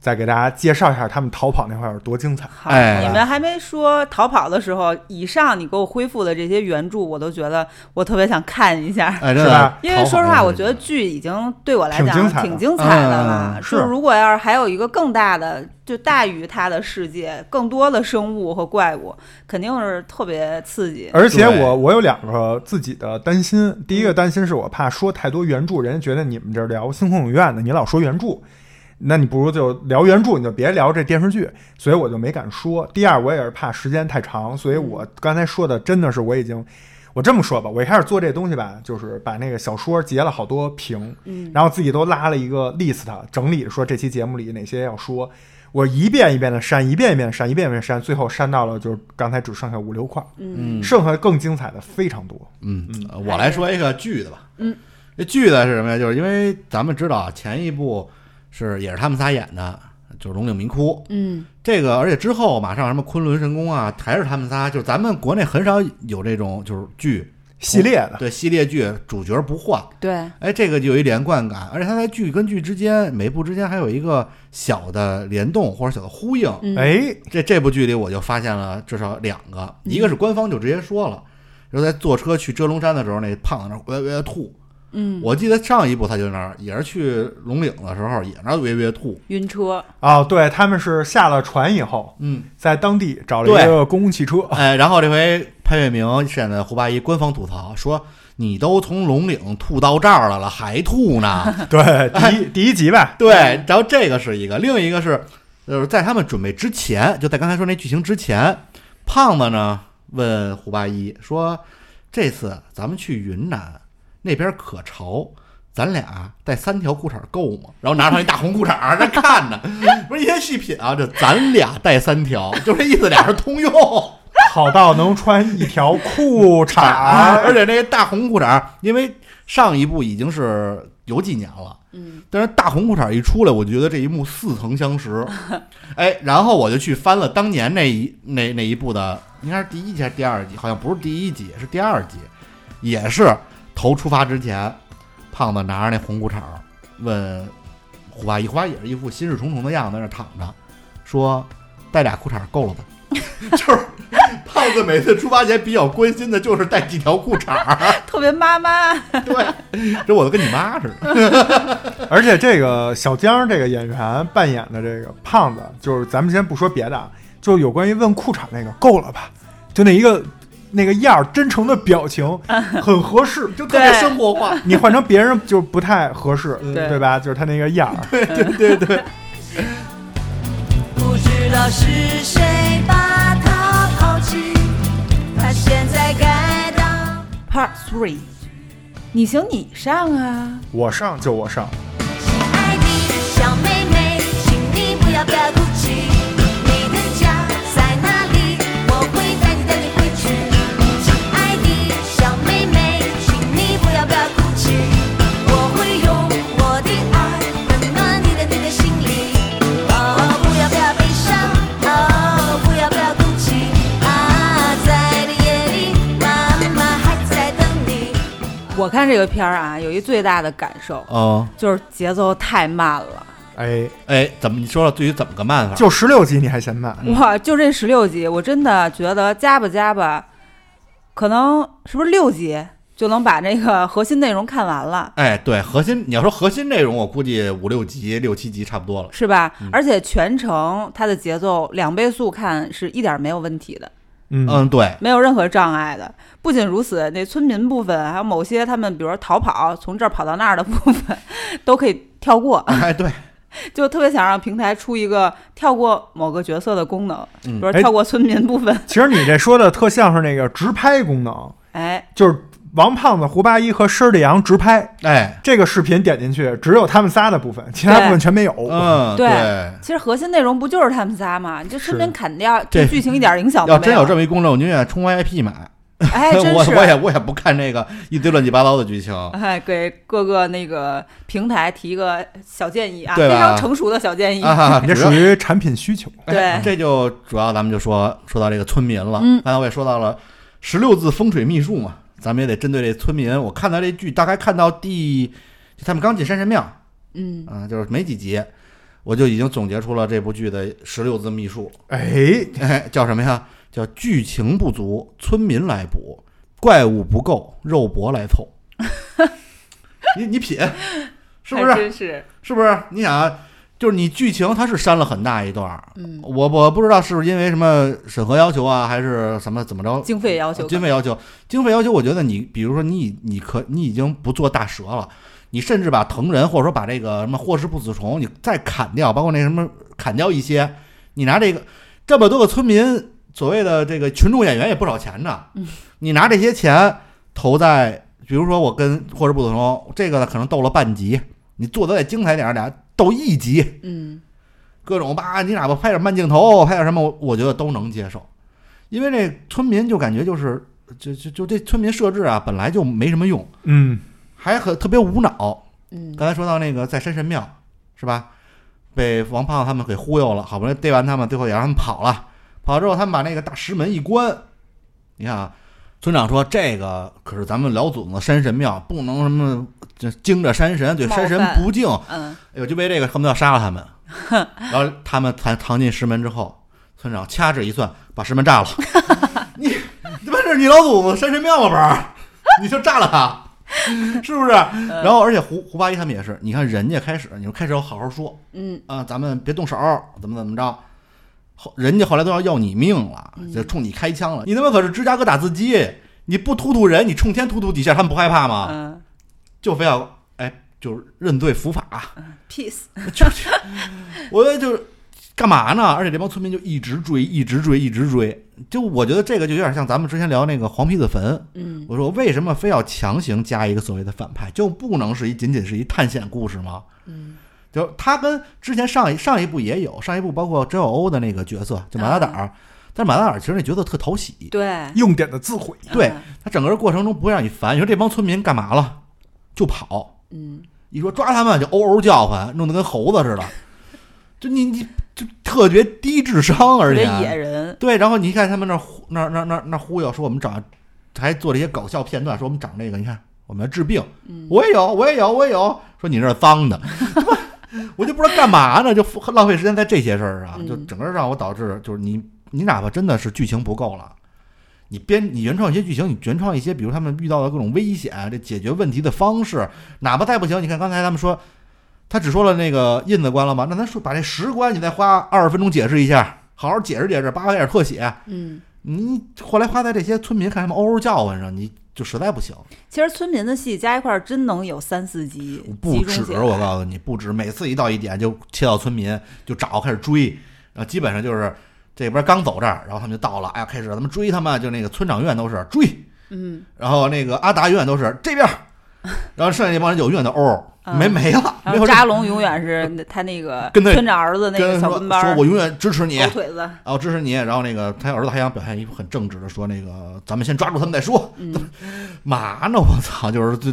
A: 再给大家介绍一下他们逃跑那块儿有多精彩。
B: 好，
C: 哎
B: 你们还没说逃跑的时候，以上你给我恢复的这些原著，我都觉得我特别想看一下。
C: 哎，真
A: 是吧
C: 的，
B: 因为说实话，我觉得剧已经对我来
A: 挺
B: 讲
A: 精彩的
B: 挺精彩的
C: 嗯
B: 了。
A: 嗯是
B: 就如果要是还有一个更大的，就大于它的世界，更多的生物和怪物，肯定是特别刺激。
A: 而且
C: 对
A: 我我有两个自己的担心，第一个担心是我怕说太多原著，人家觉得你们这儿聊星空影院的，你老说原著，那你不如就聊原著，你就别聊这电视剧，所以我就没敢说。第二，我也是怕时间太长，所以我刚才说的真的是我已经。我这么说吧，我一开始做这东西吧，就是把那个小说截了好多屏，
E: 嗯
A: 然后自己都拉了一个 list，整理说这期节目里哪些要说，我一遍一遍的删，一遍一遍地删，一遍一遍地删，最后删到了就是刚才只剩下五六块，
E: 嗯
C: 嗯
A: 剩下更精彩的非常多。
C: 嗯
A: 嗯，
C: 呃我来说一个剧的吧。
E: 嗯，
C: 这剧的是什么呀？就是因为咱们知道啊，前一部是也是他们仨演的，就是《龙岭迷窟》。
E: 嗯
C: 这个，而且之后马上什么昆仑神宫啊，还是他们仨，就是咱们国内很少有这种就是剧
A: 系列的，
C: 对系列剧主角不换，
E: 对
C: 哎，这个就有一连贯感，而且它在剧跟剧之间，每部之间还有一个小的联动或者小的呼应。
E: 嗯
A: 哎，
C: 这这部剧里我就发现了至少两个，
E: 嗯
C: 一个是官方就直接说了，说在坐车去遮龙山的时候，那胖子那儿喂喂吐。
E: 嗯
C: 我记得上一部他就那儿，也是去龙岭的时候，也那儿喂喂吐。
E: 晕车
A: 哦，对，他们是下了船以后，
C: 嗯，
A: 在当地找了一个公共汽车，
C: 哎，然后这回潘粤明饰演的胡八一官方吐槽说：“你都从龙岭吐到这儿来了，还吐呢
A: 对，第一第一集 吧？” ，
C: 对，然后这个是一个，另一个是就是在他们准备之前，就在刚才说那剧情之前，胖子呢问胡八一说：“这次咱们去云南那边可潮。”咱俩带三条裤衩够吗？然后拿上一大红裤衩儿在看呢，不是一些细品啊，这咱俩带三条，就这意思，俩人通用。
A: 好到能穿一条裤
C: 而
A: 衩，
C: 且那个大红裤衩儿，因为上一部已经是有几年了，
E: 嗯
C: 但是大红裤衩儿一出来，我就觉得这一幕似曾相识，哎，然后我就去翻了当年那一那那一部的，应该是第一集还是第二集，好像不是第一集，是第二集，也是头出发之前，胖子拿着那红裤衩儿问胡八一，胡八一也是一副心事重重的样子，在那儿躺着，说带俩裤衩儿够了吧？就是胖子每次出发前比较关心的就是带几条裤衩儿，
B: 特别妈妈，
C: 对，这我都跟你妈似的。
A: 而且这个小江这个演员扮演的这个胖子，就是咱们先不说别的，啊，就有关于问裤衩那个够了吧，就那一个那个样儿、真诚的表情很合适。
C: 就特别
F: 对
C: 生活化。
A: 你换成别人就不太合适，
C: 嗯
A: 对吧？就是他那个样儿。
G: 不知道是谁把他抛弃，他现在该当
B: Part Three，你行你上啊！
A: 我上就我 上，
G: 亲爱的小妹妹，请你不要不要哭泣，你的家在哪里？我会带你带你回去。亲爱的小妹妹，请你不要不要哭泣，我会用我的爱温暖你的你的心里。哦，不要不要悲伤，哦，不要不要哭泣啊，在的夜里，妈妈还在等你。
B: 我看这个片儿啊，有一最大的感受
C: 哦，
B: 就是节奏太慢了。
A: 哎，
C: 哎，怎么你说说对于怎么个办法？
A: 就十六集你还嫌慢？
B: 哇，就这十六集，我真的觉得加吧加吧，可能是不是六集就能把这个核心内容看完了，
C: 哎，对，核心你要说核心内容，我估计五六集、六七集差不多了。
B: 是吧？而且全程它的节奏两倍速看是一点儿没有问题的，
A: 嗯
C: 嗯，对，
B: 没有任何障碍的。不仅如此，那村民部分还有某些他们比如说逃跑从这儿跑到那儿的部分，都可以跳过。
C: 哎，对，
B: 就特别想让平台出一个跳过某个角色的功能，比如说
A: 哎
B: 跳过村民部分，
A: 其实你这说的特像是那个直拍功能，
B: 哎，
A: 就是王胖子、胡八一和施里阳直拍
C: 哎，
A: 这个视频，点进去只有他们仨的部分，其他部分全没有。
C: 嗯，
B: 对
C: 对。
B: 其实核心内容不就是他们仨吗？你就顺便
A: 是
B: 砍掉，
C: 这
B: 对剧情一点影响都
C: 要
B: 没
C: 真有这么一功能，我宁愿充 VIP 买。
B: 哎，真
C: 我
B: 是
C: 我也我也不看这个一堆乱七八糟的剧情。
B: 哎，给各个那个平台提一个小建议啊，
C: 对
B: 非
C: 吧
B: 常成熟的小建议。
C: 啊，
A: 你这
C: 主要
A: 属于产品需求。
C: 哎
B: 对
C: 这就主要咱们就说说到这个村民了。
B: 嗯
C: 刚才我也说到了十六字风水秘术嘛，咱们也得针对这村民。我看到这剧大概看到第，就他们刚进山神庙，
B: 嗯，
C: 啊，就是没几集，我就已经总结出了这部剧的十六字秘术，
A: 哎，
C: 哎，叫什么呀？叫剧情不足，村民来补；怪物不够，肉搏 来凑。你你品，是不
B: 还
C: 是？
B: 真是，
C: 是不是？你想啊，就是你剧情它是删了很大一段儿，
B: 嗯，
C: 我我不知道是不是因为什么审核要求啊，还是什么怎么着？
B: 经费要求
C: 哦经费要求，经费要求，我觉得你比如说你已你可你已经不做大蛇了，你甚至把藤人或者说把这个什么霍氏不死虫你再砍掉，包括那什么砍掉一些，你拿这个这么多个村民所谓的这个群众演员也不少钱呢，
B: 嗯
C: 你拿这些钱投在，比如说我跟霍氏不死虫这个呢可能斗了半集，你做的再精彩点儿，俩斗一集，
B: 嗯，
C: 各种吧，你哪怕拍点慢镜头，拍点什么，我我觉得都能接受，因为这村民就感觉就是就就就这村民设置啊，本来就没什么用，
A: 嗯，
C: 还很特别无脑。
B: 嗯，
C: 刚才说到那个在山神庙是吧，被王胖子他们给忽悠了，好不容易逮完他们，最后也让他们跑了，跑了之后他们把那个大石门一关，你看啊。村长说：“这个可是咱们老祖宗的山神庙，不能什么这惊着山神，对山神
B: 冒犯
C: 不敬。
B: 嗯，
C: 哎呦，就为这个恨不得要杀了他们。 然后他们藏藏进石门之后，村长掐指一算，把石门炸了。 你你他妈是你老祖宗山神庙吗？不是，你就炸了他，是不是？然后而且胡胡八一他们也是，你看人家开始，你说开始要好好说，
B: 嗯
C: 啊，咱们别动手，怎么怎么着。后人家后来都要要你命了，就冲你开枪了。你他妈可是芝加哥打字机，你不突突人，你冲天突突几下，他们不害怕吗？
B: 嗯
C: 就非要哎，就是认罪伏法。
B: ，peace，
C: 就是，我觉得就是干嘛呢？而且这帮村民就一直追，一直追，一直追。就我觉得这个就有点像咱们之前聊那个黄皮子坟。
B: 嗯，
C: 我说为什么非要强行加一个所谓的反派，就不能是一仅仅是一探险故事吗？
B: 嗯，
C: 就他跟之前上一上一部也有，上一部包括真有欧的那个角色，就马达胆儿。但是马达胆儿其实那角色特讨喜，
B: 对，
A: 用点的自毁。
C: 对
B: 嗯
C: 他整个过程中不会让你烦。你说这帮村民干嘛了？就跑，
B: 嗯，
C: 一说抓他们就嗷嗷叫唤，弄得跟猴子似的，就你你就特别低智商，
B: 特
C: 而
B: 别
C: 且
B: 野人，
C: 对，然后你看他们那儿忽那儿那儿那儿那儿忽悠说我们长，还做这些搞笑片段，说我们长这个，你看我们要治病，我也有，我也有，我也有，说你这是脏的， 我就不知道干嘛呢，就浪费时间在这些事儿上，
B: 嗯
C: 就整个让我导致就是你你哪怕真的是剧情不够了。你编你原创一些剧情，你原创一些，比如他们遇到的各种危险，这解决问题的方式，哪怕再不行，你看刚才他们说，他只说了那个印子关了吗？那他说把这十关你再花二十分钟解释一下，好好解释解释，叭叭点特写，
B: 嗯，
C: 你后来花在这些村民看他们嗷嗷叫唤上，你就实在不行。
B: 其实村民的戏加一块儿真能有三四集，
C: 不
B: 集中
C: 止，
B: 起来
C: 我告诉你，不止。每次一到一点就切到村民，就找开始追，然后基本上就是这边刚走这儿，然后他们就到了，哎呀，开始他们追他们，就那个村长永远都是追，
B: 嗯，
C: 然后那个阿达永远都是这边儿，然后剩下那帮人就永远都哦，
B: 嗯
C: 没没了，
B: 然
C: 没
B: 后
C: 有
B: 扎龙永远是那他那个
C: 跟那
B: 村长儿子那
C: 跟
B: 个
C: 人
B: 小
C: 说
B: 跟班
C: 说
B: 儿，
C: 我永远支持你，
B: 狗
C: 啊，
B: 腿子，
C: 我支持你。然后那个他儿子还想表现一副很正直的说，那个咱们先抓住他们再说，
B: 嗯，
C: 嘛呢？我操，就是就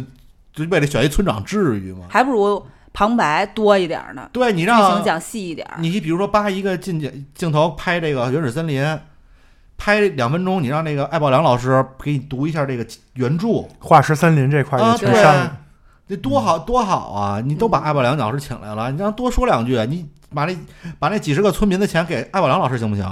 C: 就为了选一村长，至于吗？
B: 还不如旁白多一点儿呢，
C: 对你
B: 剧情
C: 让
B: 讲细一点儿，
C: 你比如说扒一个近景镜头拍这个原始森林，拍两分钟，你让那个艾宝良老师给你读一下这个原著
A: 化石森林这块
C: 啊，
A: 也全
C: 对
A: 删了。
C: 啊，这多好多好啊！你都把艾宝良老师请来了，你让他多说两句，你把那把那几十个村民的钱给艾宝良老师行不行？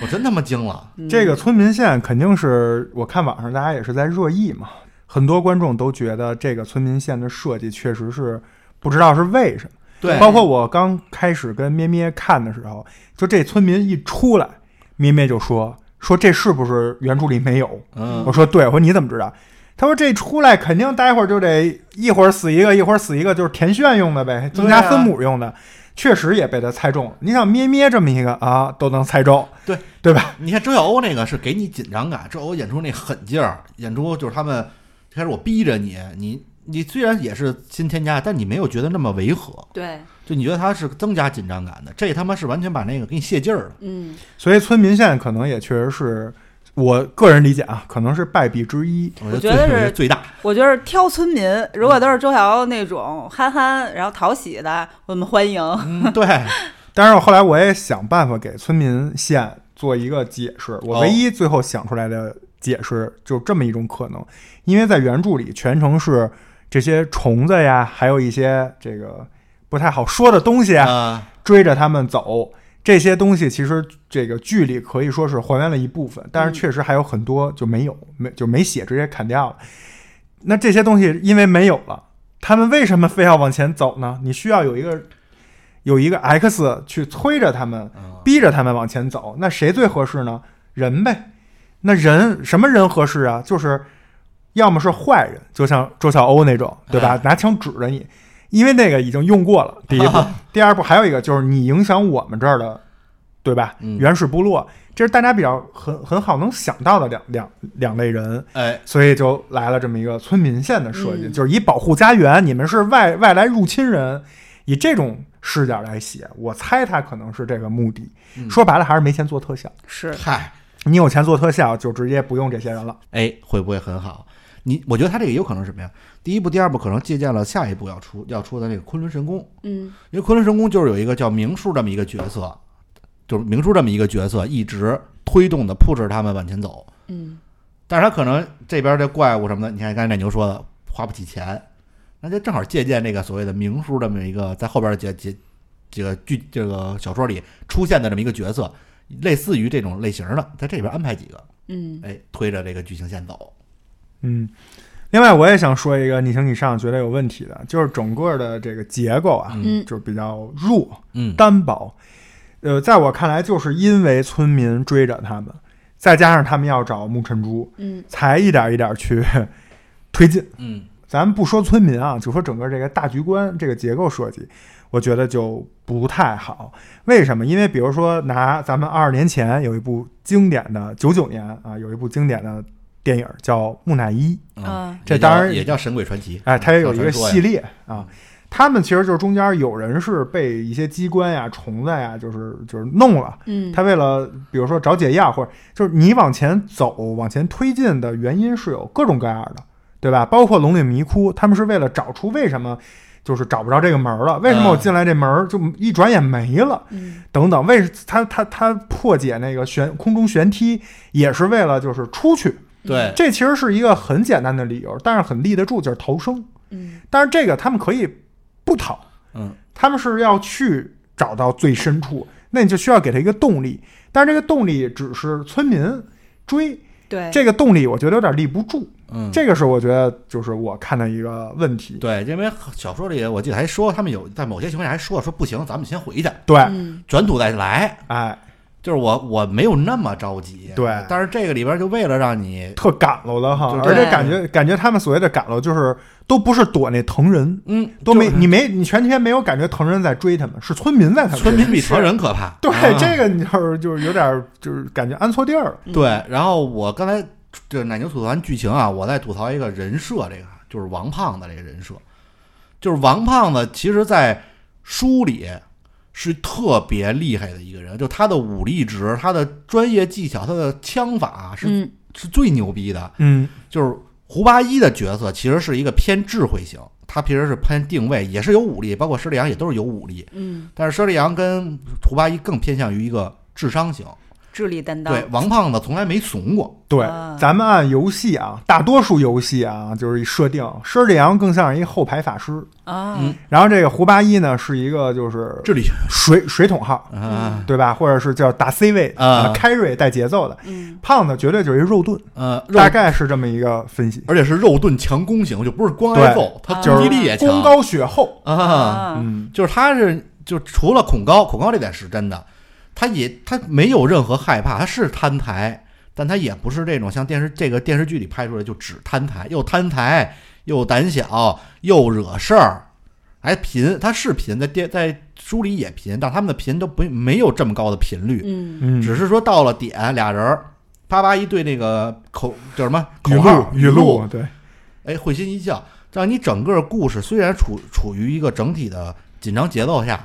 C: 我真他妈惊了，
B: 嗯
A: 这个村民线肯定是我看网上大家也是在热议嘛，很多观众都觉得这个村民线的设计确实是不知道是为什么。
C: 对，
A: 包括我刚开始跟咩咩看的时候，就这村民一出来，咩咩就说说这是不是原著里没有？
C: 嗯
A: 我，说对，我说你怎么知道？他说这出来肯定待会儿就得一会儿死一个，一会儿死一个，就是填炫用的
C: 啊
A: 呗，增加分母用的。确实也被他猜中了。你想咩咩这么一个啊，都能猜中，
C: 对
A: 对吧？
C: 你看周晓鸥那个是给你紧张感，周晓鸥演出那狠劲儿，演出就是他们开始我逼着你，你你虽然也是新添加，但你没有觉得那么违和。
B: 对，
C: 就你觉得他是增加紧张感的，这他妈是完全把那个给你泄劲儿了。
B: 嗯，
A: 所以村民线可能也确实是我个人理解啊，可能是败笔之一。
C: 我
B: 我
C: 觉
B: 觉得
C: 最
B: 是
C: 最大，
B: 我觉得挑村民，如果都是周晓鸥那种憨憨然后讨喜的，我们欢迎，
C: 嗯，对，
A: 但是后来我也想办法给村民线做一个解释，我
C: 哦
A: 唯一最后想出来的解释就这么一种可能，因为在原著里全程是这些虫子呀，还有一些这个不太好说的东西啊，
C: 啊，
A: 追着他们走。这些东西其实这个剧里可以说是还原了一部分，但是确实还有很多就没有，没就没写，直接砍掉了。那这些东西因为没有了，他们为什么非要往前走呢？你需要有一个有一个 X 去催着他们，
C: 嗯
A: 逼着他们往前走。那谁最合适呢？人呗。那人什么人合适啊？就是要么是坏人，就像周晓鸥那种，对吧？拿枪指着你，因为那个已经用过了。哎 第一步，第二步还有一个就是你影响我们这儿的，对吧？
C: 嗯
A: 原始部落，这是大家比较很很好能想到的两两两类人，
C: 哎，
A: 所以就来了这么一个村民线的设计，
B: 嗯
A: 就是以保护家园，你们是外外来入侵人，以这种视角来写，我猜他可能是这个目的。
C: 嗯
A: 说白了，还是没钱做特效。
B: 是
C: 嗨，
A: 你有钱做特效，就直接不用这些人了。
C: 哎，会不会很好？你我觉得他这个有可能是什么呀？第一部、第二部可能借鉴了下一部要出要出的那个昆仑神功，
B: 嗯
C: 因为昆仑神功就是有一个叫明叔这么一个角色，就是明叔这么一个角色一直推动的 push 着他们往前走，
B: 嗯，
C: 但是他可能这边这怪物什么的，你看刚才奶牛说的花不起钱，那就正好借鉴这个所谓的明叔这么一个在后边几几这个剧这个小说里出现的这么一个角色，类似于这种类型的，在这边安排几个，
B: 嗯
C: 哎，推着这个剧情线走。
A: 嗯，另外我也想说一个你行你上觉得有问题的，就是整个的这个结构啊，
B: 嗯
A: 就是比较弱
C: 嗯
A: 单薄。呃，在我看来，就是因为村民追着他们，再加上他们要找木尘珠，
B: 嗯
A: 才一点一点去推进。
C: 嗯，
A: 咱们不说村民啊，就说整个这个大局观、这个结构设计，我觉得就不太好。为什么？因为比如说拿咱们二十年前有一部经典的九九年啊，有一部经典的电影叫《木乃伊》，
B: 啊，
A: 这
C: 嗯也叫
A: 当然
C: 也叫神鬼传奇，
A: 哎，它也有一个
C: 小传说
A: 系
C: 呀，
A: 列
C: 嗯
A: 啊。他们其实就是中间有人是被一些机关呀、虫子呀，就是就是弄了。
B: 嗯
A: 他为了比如说找解药，或者就是你往前走、往前推进的原因是有各种各样的，对吧？包括龙岭迷窟，他们是为了找出为什么就是找不着这个门儿了，为什么我进来这门儿就一转眼没了，
B: 嗯
A: 等等。为他他他破解那个悬空中悬梯也是为了就是出去，
C: 对，
A: 这其实是一个很简单的理由，但是很立得住，就是逃生。
B: 嗯
A: 但是这个他们可以不逃，
C: 嗯，
A: 他们是要去找到最深处，那你就需要给他一个动力，但是这个动力只是村民追，
B: 对，
A: 这个动力我觉得有点立不住，
C: 嗯，
A: 这个是我觉得就是我看的一个问题。
C: 对，因为小说里我记得还说他们有在某些情况下还说说不行，咱们先回去，
A: 对，
B: 嗯
C: 卷土再来，
A: 哎，
C: 就是我我没有那么着急，
A: 对
C: 但是这个里边就为了让你，
A: 特赶喽了哈，
C: 就
A: 而且
B: 对
A: 感觉感觉他们所谓的赶喽，就是都不是躲那藤人，
C: 嗯，
A: 都
C: 就
A: 没
C: 是
A: 你没你全天没有感觉藤人在追他们，是村民在他们追
C: 村民比成人可怕，
A: 对、
C: 啊
A: 这个你就是就是有点儿就是感觉安错地儿了，
C: 对。然后我刚才这奶牛吐槽完剧情啊，我再吐槽一个人设，这个就是王胖子这个人设，就是王胖子其实，在书里是特别厉害的一个人，就他的武力值、他的专业技巧、他的枪法啊是、
E: 嗯，
C: 是最牛逼的，
A: 嗯
C: 就是胡八一的角色其实是一个偏智慧型，他其实是偏定位，也是有武力，包括施利阳也都是有武力，
E: 嗯，
C: 但是施利阳跟胡八一更偏向于一个智商型。
B: 智力担当。
C: 对，王胖子从来没怂过，
A: 对
B: 啊，
A: 咱们按游戏啊，大多数游戏啊，就是一设定，施里阳更像一后排法师，
B: 啊，
C: 嗯
A: 然后这个胡八一呢是一个就是
C: 智力
A: 水水桶号，
C: 啊
A: 对吧？或者是叫打 C 位
C: 啊
A: 开瑞带节奏的，
E: 嗯
A: 胖子绝对就是一肉盾，
C: 呃肉
A: 大，概是这么一个分析，
C: 而且是肉盾强攻型，就不是光挨揍，他
A: 就
C: 攻
A: 是
C: 击力也强
A: 功高血厚，
C: 啊，
B: 啊，
A: 嗯，
C: 就是他是就除了恐高，恐高这点是真的，他也他没有任何害怕，他是摊台，但他也不是这种像电视这个电视剧里拍出来就只摊台，又摊台又胆小又惹事儿，还贫，他是贫，在电在书里也贫，但他们的贫都不没有这么高的频率，
E: 嗯
A: 嗯
C: 只是说到了点，俩人儿啪啪一对那个口叫什么
A: 语
C: 口
A: 录
C: 号
A: 语录，对，
C: 哎，会心一笑，让你整个故事虽然处处于一个整体的紧张节奏下，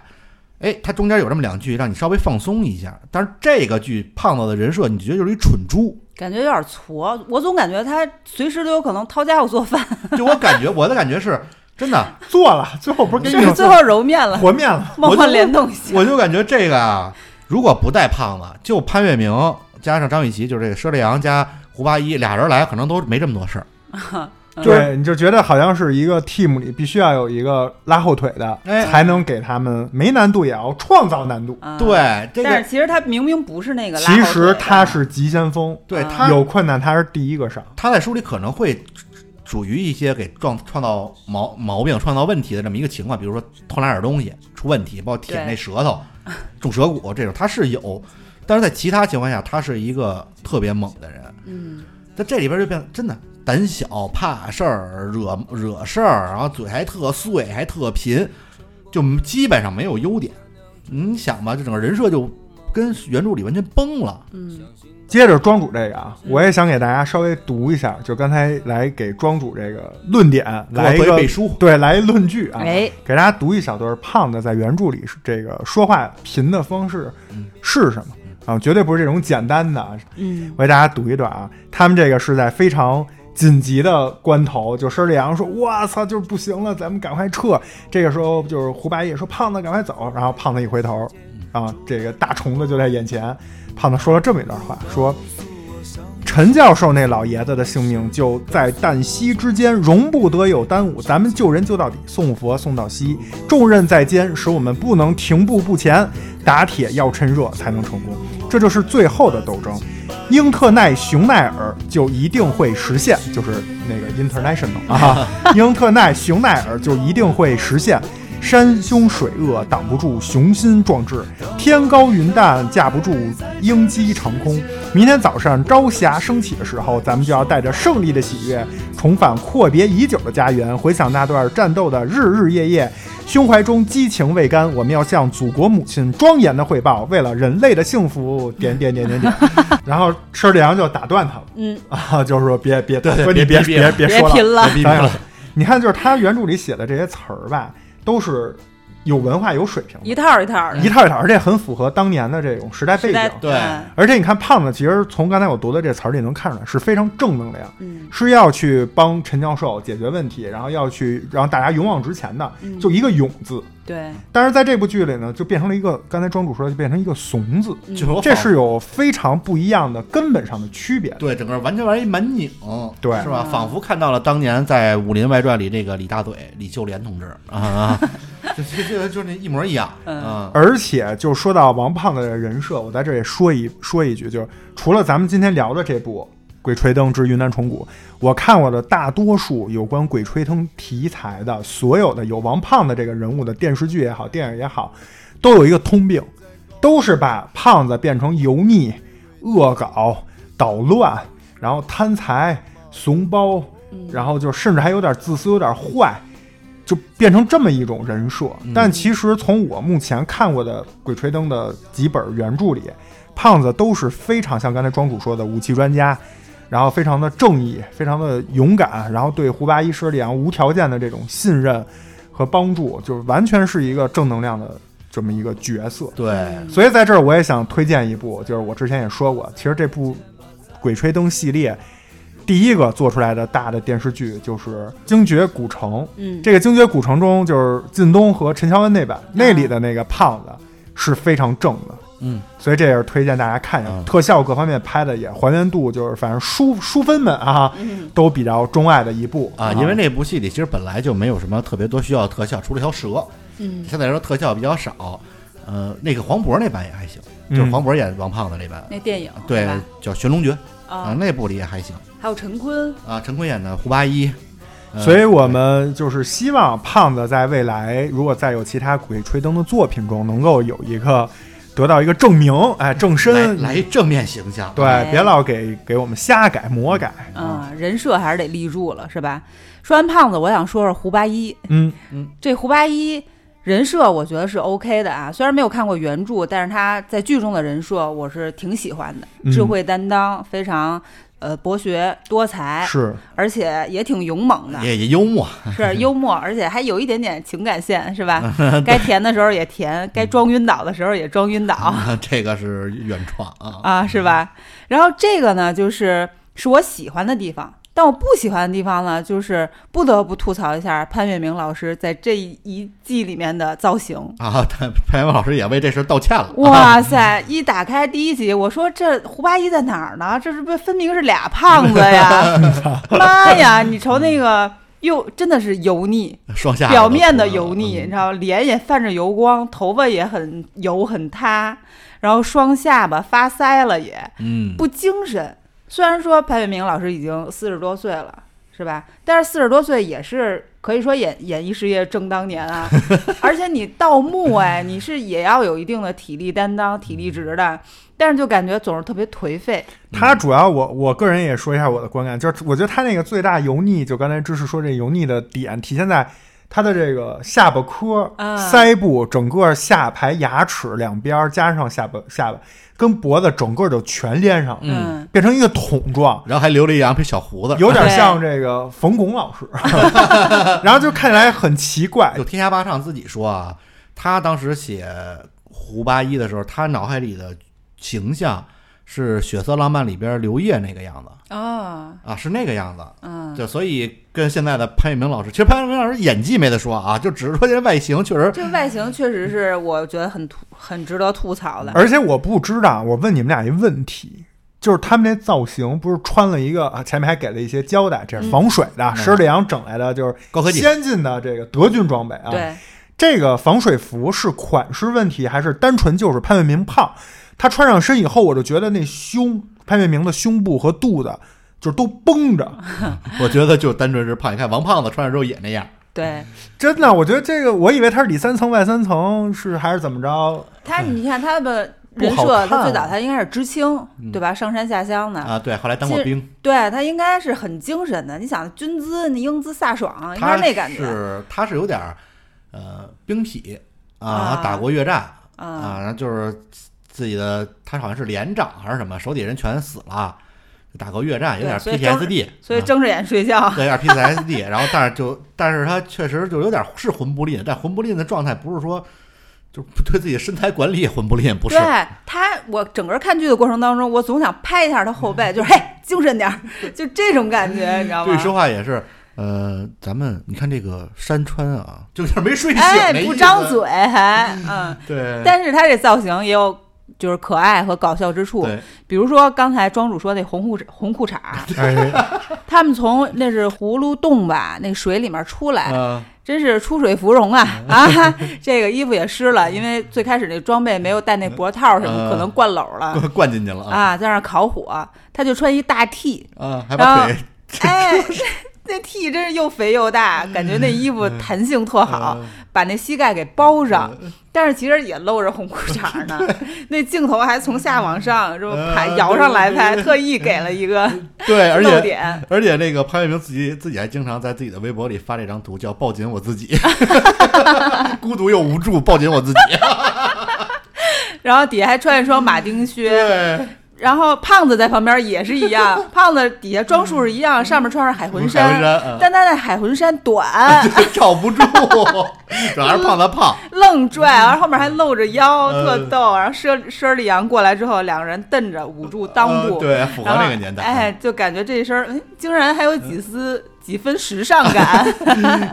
C: 哎，它中间有这么两句让你稍微放松一下。但是这个剧胖子的人设，你觉得就是一蠢猪？
B: 感觉有点挫，我总感觉他随时都有可能掏家伙做饭，
C: 就我感觉，我的感觉是真 的，
A: 做了，最后不是给
B: 就
A: 你
B: 是最后揉面了，
A: 和面了，
B: 梦幻联动一下。
C: 我就感觉这个啊，如果不带胖子，就潘粤明加上张雨绮，就是这个佘丽阳加胡八一俩人来，可能都没这么多事儿。
B: 就是
A: 对，你就觉得好像是一个 team 里必须要有一个拉后腿的，
C: 哎
A: 才能给他们没难度也要创造难度。
B: 啊，
C: 对，这
B: 但
C: 个
B: 是其实他明明不是那个拉后
A: 其
B: 腿的。
A: 实他是急先锋，
C: 对
B: 啊
C: 他
A: 有困难他是第一个上。
C: 他在书里可能会属于一些给创创造毛毛病、创造问题的这么一个情况，比如说偷拿点东西出问题，包括舔
B: 对
C: 那舌头、中舌骨这种，他是有。但是在其他情况下，他是一个特别猛的人。
E: 嗯
C: 在这里边就变得真的胆小、怕事儿、惹惹事儿，然后嘴还特碎，还特贫，就基本上没有优点。你想吧，这整个人设就跟原著里完全崩了。
E: 嗯
A: 接着庄主这个
B: 嗯
A: 啊，我也想给大家稍微读一下，就刚才来给庄主这个论点来一
C: 给
A: 个
C: 我做一背书
A: 对，来一论据啊，
E: 哎
A: 给大家读一小段。胖子在原著里是这个说话贫的方式
C: 嗯
A: 是什么啊？绝对不是这种简单的啊，
E: 嗯
A: 我给大家读一段啊，他们这个是在非常紧急的关头，就施利阳说：“我操，就是不行了，咱们赶快撤。”这个时候就是胡八一说：“胖子，赶快走。”然后胖子一回头，啊，这个大虫子就在眼前。胖子说了这么一段话，说：“陈教授那老爷子的性命就在旦夕之间，容不得有耽误。咱们救人救到底，送佛送到西，重任在肩，使我们不能停步不前。打铁要趁热才能成功，这就是最后的斗争。英特奈熊奈尔就一定会实现，就是那个 international 啊， 英特奈熊奈尔就一定会实现。山凶水恶挡不住雄心壮志，天高云淡架不住鹰击长空。明天早上朝霞升起的时候，咱们就要带着胜利的喜悦，重返阔别已久的家园，回想那段战斗的日日夜夜，胸怀中激情未干。我们要向祖国母亲庄严的汇报，为了人类的幸福，点点点点点。然后施里阳就打断他了
E: 嗯
A: 啊，就是说别别
C: 对对
A: 说你
C: 别
A: 别
C: 别
A: 别
B: 别
A: 说了，嗯
B: 拼了，
A: 当然了。你看，就是他原著里写的这些词儿吧，都是有文化、有水平的，
B: 一套一套的。
A: 一套一套，而且很符合当年的这种时代背
B: 时代
A: 景。
C: 对
B: 嗯
A: 而且你看，胖子其实从刚才我读的这词儿里能看出来，是非常正能量，
E: 嗯
A: 是要去帮陈教授解决问题，然后要去让大家勇往直前的，
E: 嗯
A: 就一个勇字。
B: 对，
A: 但是在这部剧里呢，就变成了一个刚才庄主说的，就变成一个怂字，
C: 就是我
A: 这
C: 仿
A: 是有非常不一样的根本上的区别的。
C: 对，整个完全玩一满拧，
A: 对
C: 是吧？
B: 嗯
C: 仿佛看到了当年在《武林外传》里这个李大嘴、李秀莲同志啊， 就就就就那一模一样
B: 嗯
C: 啊。
A: 而且就说到王胖子的人设，我在这里说一说一句，就是除了咱们今天聊的这部《鬼吹灯之云南虫谷》，我看过的大多数有关鬼吹灯题材的所有的有王胖子这个人物的电视剧也好，电影也好，都有一个通病，都是把胖子变成油腻、恶搞、捣乱，然后贪财、怂包，然后就甚至还有点自私、有点坏，就变成这么一种人设。但其实从我目前看过的《鬼吹灯》的几本原著里，胖子都是非常像刚才庄主说的武器专家，然后非常的正义，非常的勇敢，然后对胡八一师里啊无条件的这种信任和帮助，就是完全是一个正能量的这么一个角色。
C: 对，
A: 所以在这儿我也想推荐一部，就是我之前也说过，其实这部《鬼吹灯》系列第一个做出来的大的电视剧就是《精绝古城》。
E: 嗯，
A: 这个《精绝古城》中，就是靳东和陈乔恩那版，那里的那个胖子是非常正的。
C: 嗯，
A: 所以这也是推荐大家看一下，
C: 嗯
A: 特效各方面拍的也还原度，就是反正书书分们啊，
B: 嗯
A: 都比较钟爱的一部
C: 啊，因为那部戏里其实本来就没有什么特别多需要特效，除了条蛇，
E: 嗯，
C: 相对来说特效比较少。呃，那个黄渤那版也还行，
A: 嗯
C: 就是黄渤演王胖子那版，
B: 那电影
C: 对
B: 吧，
C: 叫《寻龙诀》啊，
B: 啊，
C: 那部里也还行
B: 还有陈坤，
C: 啊。陈坤演的胡八一，呃
A: 所以我们就是希望胖子在未来，如果再有其他《鬼吹灯》的作品中，能够有一个得到一个证明，哎，正
C: 来
A: 身，
C: 来一正面形象，啊
A: 对，别老给给我们瞎改魔改，
C: 嗯
B: 啊，人设还是得立住了，是吧？说完胖子，我想说说胡八一，
A: 嗯，
B: 这胡八一人设我觉得是 OK 的啊，虽然没有看过原著，但是他在剧中的人设我是挺喜欢的，
A: 嗯
B: 智慧担当，非常呃博学多才，
A: 是，
B: 而且也挺勇猛的，
C: 也也幽默，
B: 是幽默，而且还有一点点情感线，是吧？该甜的时候也甜，该装晕倒的时候也装晕倒。
C: 这个是原创啊。
B: 啊，是吧？然后这个呢，就是是我喜欢的地方，但我不喜欢的地方呢，就是不得不吐槽一下潘粤明老师在这一季里面的造型。
C: 啊， 潘潘阳老师也为这事儿道歉了。
B: 哇塞！一打开第一集，我说这胡八一在哪儿呢？这是不是分明是俩胖子 呀？妈呀！你瞅那个，又真的是油腻，
C: 双下巴
B: 表
C: 都
B: 面
C: 秃
B: 的
C: 了
B: 油腻，你
C: 嗯
B: 知道，脸也泛着油光，头发也很油很塌，然后双下巴发腮了也，
C: 嗯，
B: 不精神。虽然说潘粤明老师已经四十多岁了，是吧？但是四十多岁也是可以说演演艺事业正当年 啊。而且你盗墓，哎，你是也要有一定的体力担当、体力值的，但是就感觉总是特别颓废。
A: 他主要我我个人也说一下我的观感，就是我觉得他那个最大油腻，就刚才知识说这油腻的点体现在他的这个下巴颏、
C: 嗯
B: 啊
A: 腮部、整个下排牙齿两边儿加上下巴下巴跟脖子整个就全连上了，
C: 嗯
A: 变成一个桶状。
C: 然后还留了一两撇小胡 子，
A: 有点像这个冯巩老师， 然后就看起来很奇怪
C: 就，天下霸唱自己说啊，他当时写胡八一的时候，他脑海里的形象是《血色浪漫》里边刘烨那个样子
B: 啊，
C: 啊，是那个样子。
B: 嗯，
C: 就所以跟现在的潘粤明老师，其实潘粤明老师演技没得说啊，就只是说这外形确实
B: 这外形确实是我觉得很吐、很值得吐槽的。
A: 而且我不知道，我问你们俩一问题，就是他们那造型不是穿了一个啊，前面还给了一些胶带，这是防水的，
C: 嗯
A: 施里昂整来的就是
C: 高科技
A: 先进的这个德军装备啊。
B: 对，
A: 这个防水服是款式问题，还是单纯就是潘粤明胖？他穿上身以后，我就觉得那胸，潘粤明的胸部和肚子就是都绷着，
C: 我觉得就单纯是胖。你看王胖子穿上之后也那样，
B: 对
A: 嗯真的，我觉得这个，我以为他是里三层外三层，是还是怎么着？
B: 他，你看他的人
A: 不好看嗯
B: 设，他最早他应该是知青，对吧？上山下乡的
C: 啊，对，后来当过
B: 其实
C: 兵，
B: 对他应该是很精神的。你想军姿，你英姿飒爽，应该
C: 他
B: 是那感觉。
C: 是他是有点儿呃兵痞啊，
B: 啊
C: 打过越战
B: 啊
C: 啊，然后就是自己的他好像是连长还是什么，手底下人全死了，打过越战，有点
B: 对所以当
C: PTSD，
B: 所以
C: 啊
B: 睁着眼睡觉。
C: 对，有点 PTSD，然后但是就但是他确实就有点是魂不吝，但魂不吝的状态不是说就对自己的身材管理也魂不吝， 不是
B: 对他，我整个看剧的过程当中，我总想拍一下他后背，就是嘿，精神点儿，就这种感觉，你知道
C: 嗯对
B: 吗？
C: 说话也是。
B: 啊
C: 呃，咱们你看这个山川啊，就像没睡醒
B: 哎，
C: 那意
B: 不
C: 思
B: 张，嘴还嗯，
C: 对，
B: 但是他这造型也有就是可爱和搞笑之处，
C: 对，
B: 比如说刚才庄主说那红裤红裤 衩儿，
A: 哎，
B: 他们从那是葫芦洞吧，那水里面出 来，
C: 嗯
B: 真是出水芙 蓉啊啊！这个衣服也湿了，因为最开始那装备没有带那脖套什么，
C: 嗯
B: 可能灌篓了
C: 灌灌进去了啊
B: 啊，在那儿烤火，他就穿一大 T，
C: 啊，还
B: 然
C: 把
B: 后
C: 腿
B: 哎，那 T 真是又肥又
C: 嗯
B: 大，感觉那衣服弹性特好，
C: 啊
B: 把那膝盖给包
C: 嗯
B: 上，但是其实也露着红裤衩呢。那镜头还从下往上这么拍，
C: 嗯
B: 摇上来
C: 对
B: 拍，
C: 对对
B: 特意给了一个
C: 对，而
B: 露
C: 且
B: 点。
C: 而且那个潘粤明自己自己还经常在自己的微博里发这张图，叫“抱紧我 自己”，孤独又无助，抱紧我自己。
B: 然后底下还穿一双马丁靴，
C: 对，
B: 然后胖子在旁边也是一 样，胖子底下装束是一样，上面穿着海
C: 海
B: 魂
C: 魂衫
B: 衫，
C: 嗯
B: 但他那海魂衫 短，
C: 啊罩 不住，主要是胖子胖，
B: 愣拽，然后后面还露着腰，
C: 嗯
B: 特逗。然后佘佘丽阳过来之后，两个人瞪着捂住裆
C: 呃
B: 部，
C: 对，符合
B: 然后
C: 那个年代，嗯
B: 哎，就感觉这一身儿，哎，竟然还有几丝几分时尚 感。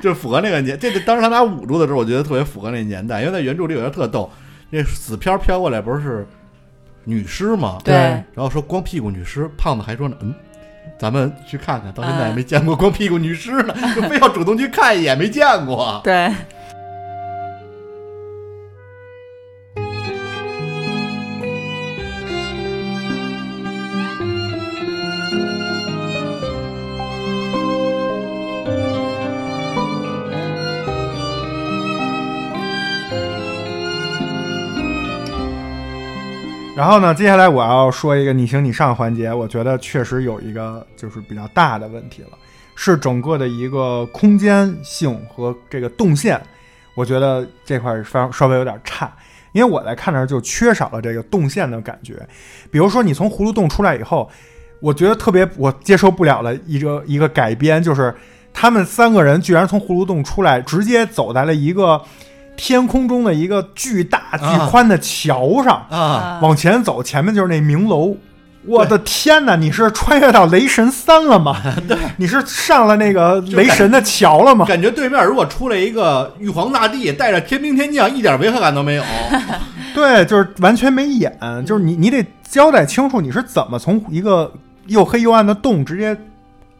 C: 就是符合那个年，这个当时他俩捂住的时候，我觉得特别符合那个年代，因为在原著里有一个特逗，那死漂飘过来不是女尸吗？
A: 对对
C: 然后说光屁股女尸，胖子还说呢，嗯，咱们去看看，到现
A: 嗯
C: 在也没见过光屁股女尸呢，就非要主动去看一眼，没见过。啊
B: 对，
A: 然后呢，接下来我要说一个你行你上环节，我觉得确实有一个就是比较大的问题了，是整个的一个空间性和这个动线，我觉得这块儿稍稍微有点差，因为我在看那儿就缺少了这个动线的感觉。比如说你从葫芦洞出来以后，我觉得特别我接受不了了一个一个改编，就是他们三个人居然从葫芦洞出来，直接走在了一个天空中的一个巨大巨宽的桥上。
B: 呃
C: 啊，
A: 往前走，前面就是那明楼。我的天哪！你是穿越到雷神三了吗？对，你是上了那个雷神的桥了吗？
C: 感觉对面如果出来一个玉皇大帝，带着天兵天将，一点违和感都没有。
A: 对，就是完全没演，就是你你得交代清楚你是怎么从一个又黑又暗的洞直接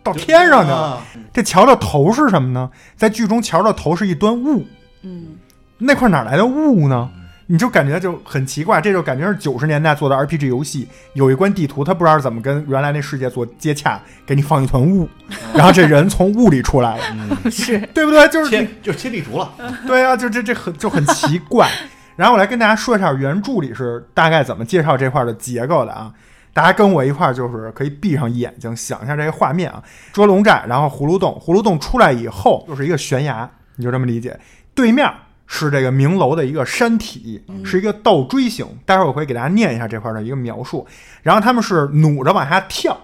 A: 到天上去了。
C: 啊
A: 这桥的头是什么呢？在剧中，桥的头是一端雾，
B: 嗯，
A: 那块哪来的雾呢？你就感觉就很奇怪，这就感觉是九十年代做的 RPG 游戏，有一关地图，他不知道怎么跟原来那世界做接洽，给你放一团雾，然后这人从雾里出来了，
B: 是
A: 对不对？就是
C: 切
A: 你
C: 就切地图了，
A: 对啊，就这这很就很奇怪。然后我来跟大家说一下原著里是大概怎么介绍这块的结构的啊。大家跟我一块儿就是可以闭上眼睛想一下这个画面啊，捉龙寨，然后葫芦洞，葫芦洞出来以后就是一个悬崖，你就这么理解。对面是这个明楼的一个山体，是一个倒锥形。待会儿我会给大家念一下这块的一个描述。然后他们是努着往下跳，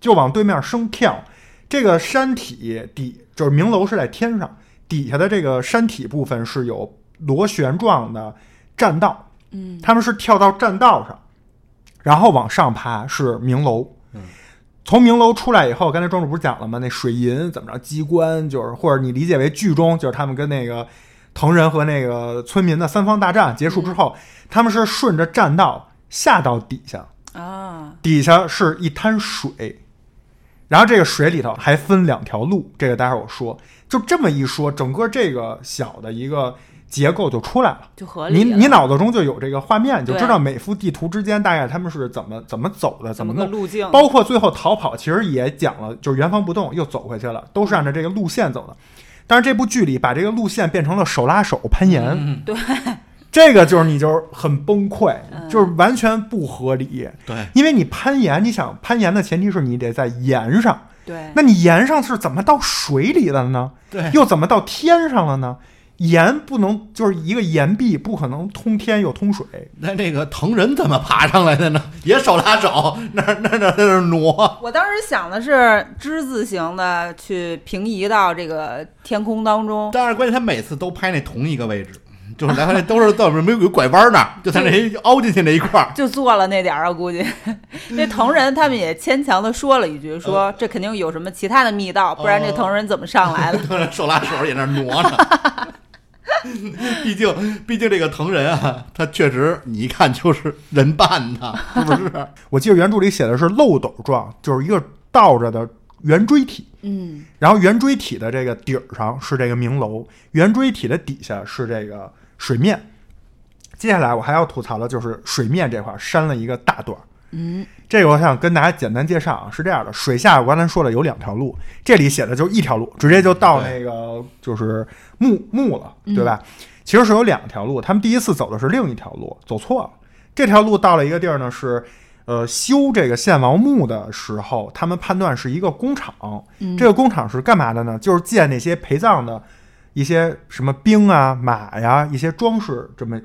A: 就往对面生跳。这个山体底就是明楼是在天上，底下的这个山体部分是有螺旋状的栈道，嗯，他们是跳到栈道上，然后往上爬是明楼，嗯，从明楼出来以后，刚才庄主不是讲了吗？那水银怎么着机关，就是或者你理解为剧中就是他们跟那个藤人和那个村民的三方大战结束之后，他们是顺着栈道下到底下，
B: 啊，
A: 底下是一滩水，然后这个水里头还分两条路，这个待会儿我说。就这么一说，整个这个小的一个结构就出来了。
B: 就合
A: 你
B: 理了。
A: 你脑子中就有这个画面，你就
B: 对
A: 知道每幅地图之间大概他们是怎么怎么走的，
B: 怎
A: 怎
B: 么
A: 么
B: 个
A: 弄。
B: 路径？
A: 包括最后逃跑，其实也讲了，就是原封不动又走回去了，都是按照这个路线走的。但是这部剧里把这个路线变成了手拉手攀岩，
B: 对，
A: 这个就是你就是很崩溃，
B: 嗯
A: 就是完全不合理。
C: 对，
A: 因为你攀岩，你想攀岩的前提是你得在岩上，
B: 对，
A: 那你岩上是怎么到水里了呢？
C: 对
A: 又怎么到天上了呢？岩不能就是一个岩壁，不可能通天又通水。
C: 那那个藤人怎么爬上来的呢？ 也手拉手，那儿那儿那儿那儿挪，
B: 我当时想的是之字形的去平移到这个天空当中，
C: 但是关键他每次都拍那同一个位置，就是来回来都是到没有拐弯那儿，就在那凹进去那一块儿。
B: 就做了那点儿啊，估计那藤人他们也牵强的说了一
A: 嗯
B: 句，说
A: 哦
B: 这肯定有什么其他的密道，不然这藤人怎么 上来的？
C: 手拉手也那儿挪呢。 毕竟，毕竟这个藤人啊，他确实你一看就是人扮的，是不是？
A: 我记得原著里写的是漏斗状，就是一个倒着的圆锥体，
B: 嗯，
A: 然后圆锥体的这个底儿上是这个明楼，圆锥体的底下是这个水面。接下来我还要吐槽的就是水面这块儿删了一个大段儿，
E: 嗯，
A: 这个我想跟大家简单介绍啊，是这样的，水下我刚才说了有两条路，这里写的就一条路，直接就到那个就是墓墓了，对吧？其实是有两条路，他们第一次走的是另一条路，走错了。这条路到了一个地儿呢，是呃修这个献王墓的时候，他们判断是一个工厂。这个工厂是干嘛的呢？就是建那些陪葬的一些什么兵啊、马呀、一些装饰这么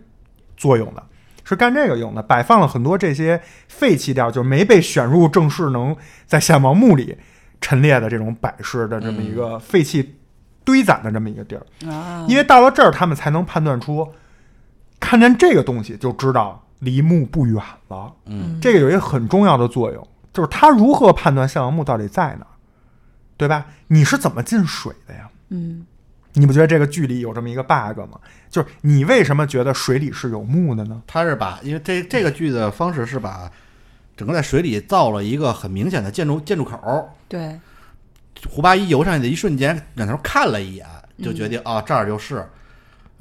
A: 作用的，是干这个用的。摆放了很多这些废弃掉，就是没被选入正式能在献王墓里陈列的这种摆饰的这么一个废弃堆攒的这么一个地儿。
B: 啊，
A: 因为到了这儿，他们才能判断出，看见这个东西就知道离墓不远了。
C: 嗯，
A: 这个有一个很重要的作用，就是他如何判断项王墓到底在哪儿，对吧？你是怎么进水的呀？
B: 嗯，
A: 你不觉得这个剧里有这么一个 bug 吗？就是你为什么觉得水里是有墓的呢？
C: 他是把，因为这这个剧的方式是把整个在水里造了一个很明显的建筑建筑口。
B: 对，
C: 胡八一游上去的一瞬间，转头看了一眼，就决定啊、这儿就是。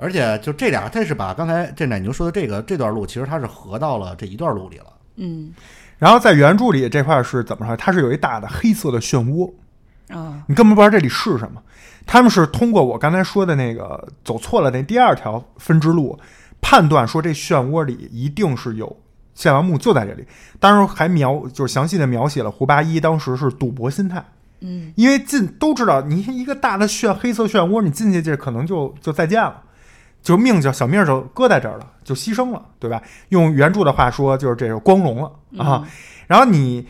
C: 而且就这俩，这是把刚才这奶牛说的这个这段路，其实它是合到了这一段路里了。
B: 嗯
A: 然后在原著里这块是怎么说？它是有一大的黑色的漩涡，
B: 啊，
A: 你根本不知道这里是什么。他们是通过我刚才说的那个走错了那第二条分支路，判断说这漩涡里一定是有献王墓就在这里。当然还描就是详细的描写了胡八一当时是赌博心态，
B: 嗯，
A: 因为进都知道你一个大的漩黑色漩涡，你进去这可能就就再见了。就命就小命就搁在这儿了，就牺牲了，对吧？用原著的话说，就是这个光荣了啊。然后你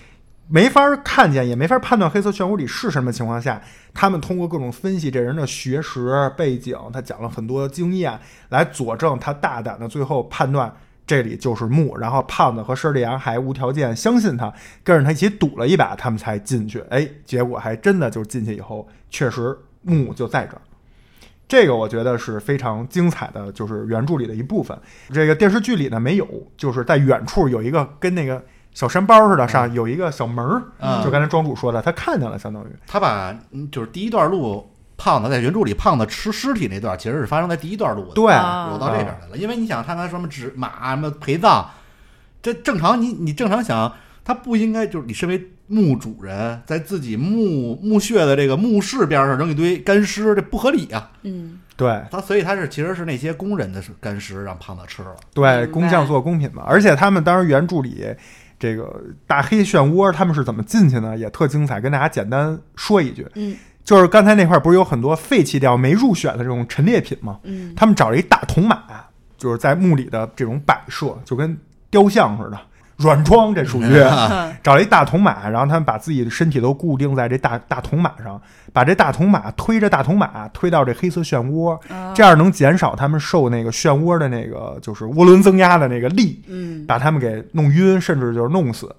A: 没法看见，也没法判断黑色漩涡里是什么情况下，他们通过各种分析这人的学识背景，他讲了很多经验来佐证他大胆的最后判断这里就是墓。然后胖子和施利阳还无条件相信他，跟着他一起赌了一把，他们才进去。哎，结果还真的就进去以后，确实墓就在这儿。这个我觉得是非常精彩的，就是原著里的一部分。这个电视剧里呢没有，就是在远处有一个跟那个小山包似的，上有一个小门儿，
C: 嗯
A: 就刚才庄主说的，他看见了，相当于。
C: 他把嗯就是第一段路，胖子在原著里胖子吃尸体那段，其实是发生在第一段路的。
A: 对，
B: 啊
C: 有到这边来了。因为你想，他刚什么纸马什么陪葬，这正常你你正常想，他不应该就是你身为墓主人，在自己墓墓穴的这个墓室边上扔一堆干尸，这不合理啊。
B: 嗯
A: 对
C: 他所以他是其实是那些工人的干尸让胖子吃了。
A: 对，
B: 明白
A: 工匠做工品嘛。而且他们当然原著里这个大黑漩涡他们是怎么进去呢？也特精彩，跟大家简单说一句，
B: 嗯
A: 就是刚才那块儿不是有很多废弃掉没入选的这种陈列品吗？
B: 嗯
A: 他们找了一大铜马，就是在墓里的这种摆设，就跟雕像似的，软装这属于。
B: 嗯
A: 找了一大铜马，然后他们把自己的身体都固定在这大大铜马上，把这大铜马推着大铜马推到这黑色漩涡，这样能减少他们受那个漩涡的那个就是涡轮增压的那个力，
B: 嗯
A: 把他们给弄晕，甚至就是弄死。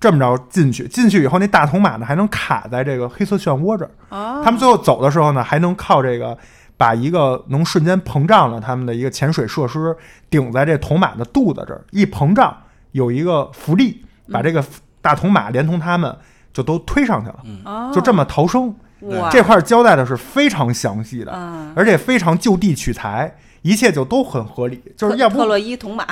A: 这么着进去，进去以后那大铜马呢还能卡在这个黑色漩涡这儿，
B: 啊，
A: 他们最后走的时候呢，还能靠这个把一个能瞬间膨胀了他们的一个潜水设施顶在这铜马的肚子这儿，一膨胀有一个浮力，
B: 嗯
A: 把这个大铜马连同他们就都推上去了，
B: 嗯哦
A: 就这么逃生。
B: 哇
A: 这块交代的是非常详细的，
B: 啊，
A: 而且非常就地取材，一切就都很合理。就是要不
B: 特洛伊铜马，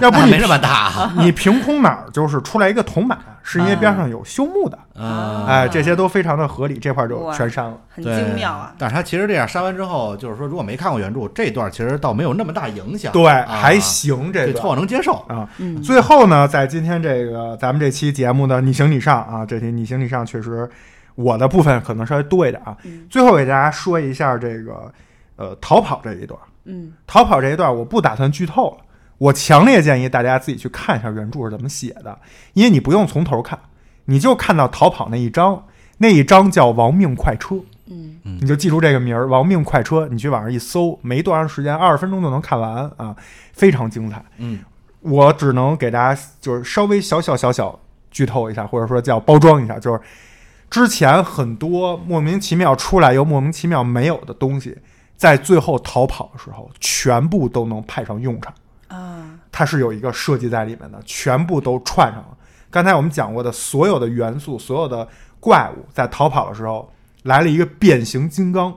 A: 要不
C: 那
A: 你
C: 没这么大，
A: 你凭空哪儿就是出来一个铜马，是因
B: 嗯
A: 为边上有修墓的，
C: 嗯，
A: 哎，这些都非常的合理，这块就
B: 哇
A: 全删了。
B: 很
C: 对
B: 精妙啊，
C: 但是他其实这样删完之后，就是说，如果没看过原著，这段其实倒没有那么大影响。
A: 对，
C: 啊
A: 还，行，这
C: 对，
A: 个
C: 凑合能接受。
A: 啊。
B: 嗯
A: 最后呢，在今天这个咱们这期节目的你行你上啊，这期你行你上确实我的部分可能稍微多一点啊。
B: 嗯
A: 最后给大家说一下这个呃逃跑这一段，
B: 嗯
A: 逃跑这一段我不打算剧透了，我强烈建议大家自己去看一下原著是怎么写的，因为你不用从头看，你就看到逃跑那一章，那一章叫《亡命快车》。
B: 嗯
A: 你就记住这个名儿，《亡命快车》，你去网上一搜，没多长时间，二十分钟就能看完啊，非常精彩。
C: 嗯，
A: 我只能给大家就是稍微小小小小剧透一下，或者说叫包装一下，就是之前很多莫名其妙出来又莫名其妙没有的东西，在最后逃跑的时候，全部都能派上用场。
B: 啊，
A: 它是有一个设计在里面的，全部都串上了。刚才我们讲过的所有的元素，所有的怪物，在逃跑的时候来了一个变形金刚，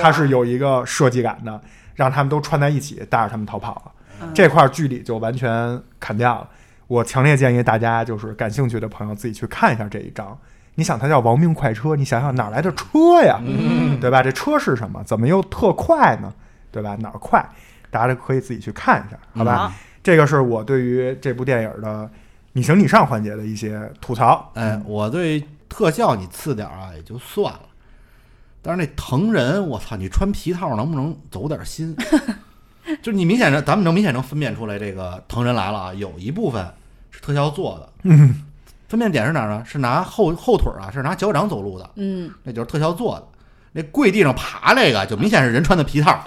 A: 它是有一个设计感的，
C: 嗯
A: 让他们都串在一起，带着他们逃跑了。这块儿剧里就完全砍掉了。我强烈建议大家就是感兴趣的朋友自己去看一下这一章。你想，它叫亡命快车，你想想哪儿来的车呀？
C: 嗯
A: 对吧？这车是什么？怎么又特快呢？对吧？哪儿快？大家可以自己去看一下，好吧？
C: 嗯
A: 这个是我对于这部电影的你行你上环节的一些吐槽。
C: 哎，我对特效你次点儿啊也就算了，但是那藤人，我操，你穿皮套能不能走点心？ 就是你明显的，咱们能明显能分辨出来，这个藤人来了啊，有一部分是特效做的。嗯，分辨点是哪儿呢？是拿后后腿儿啊，是拿脚掌走路的，
B: 嗯，
C: 那就是特效做的。那跪地上爬这个，就明显是人穿的皮套。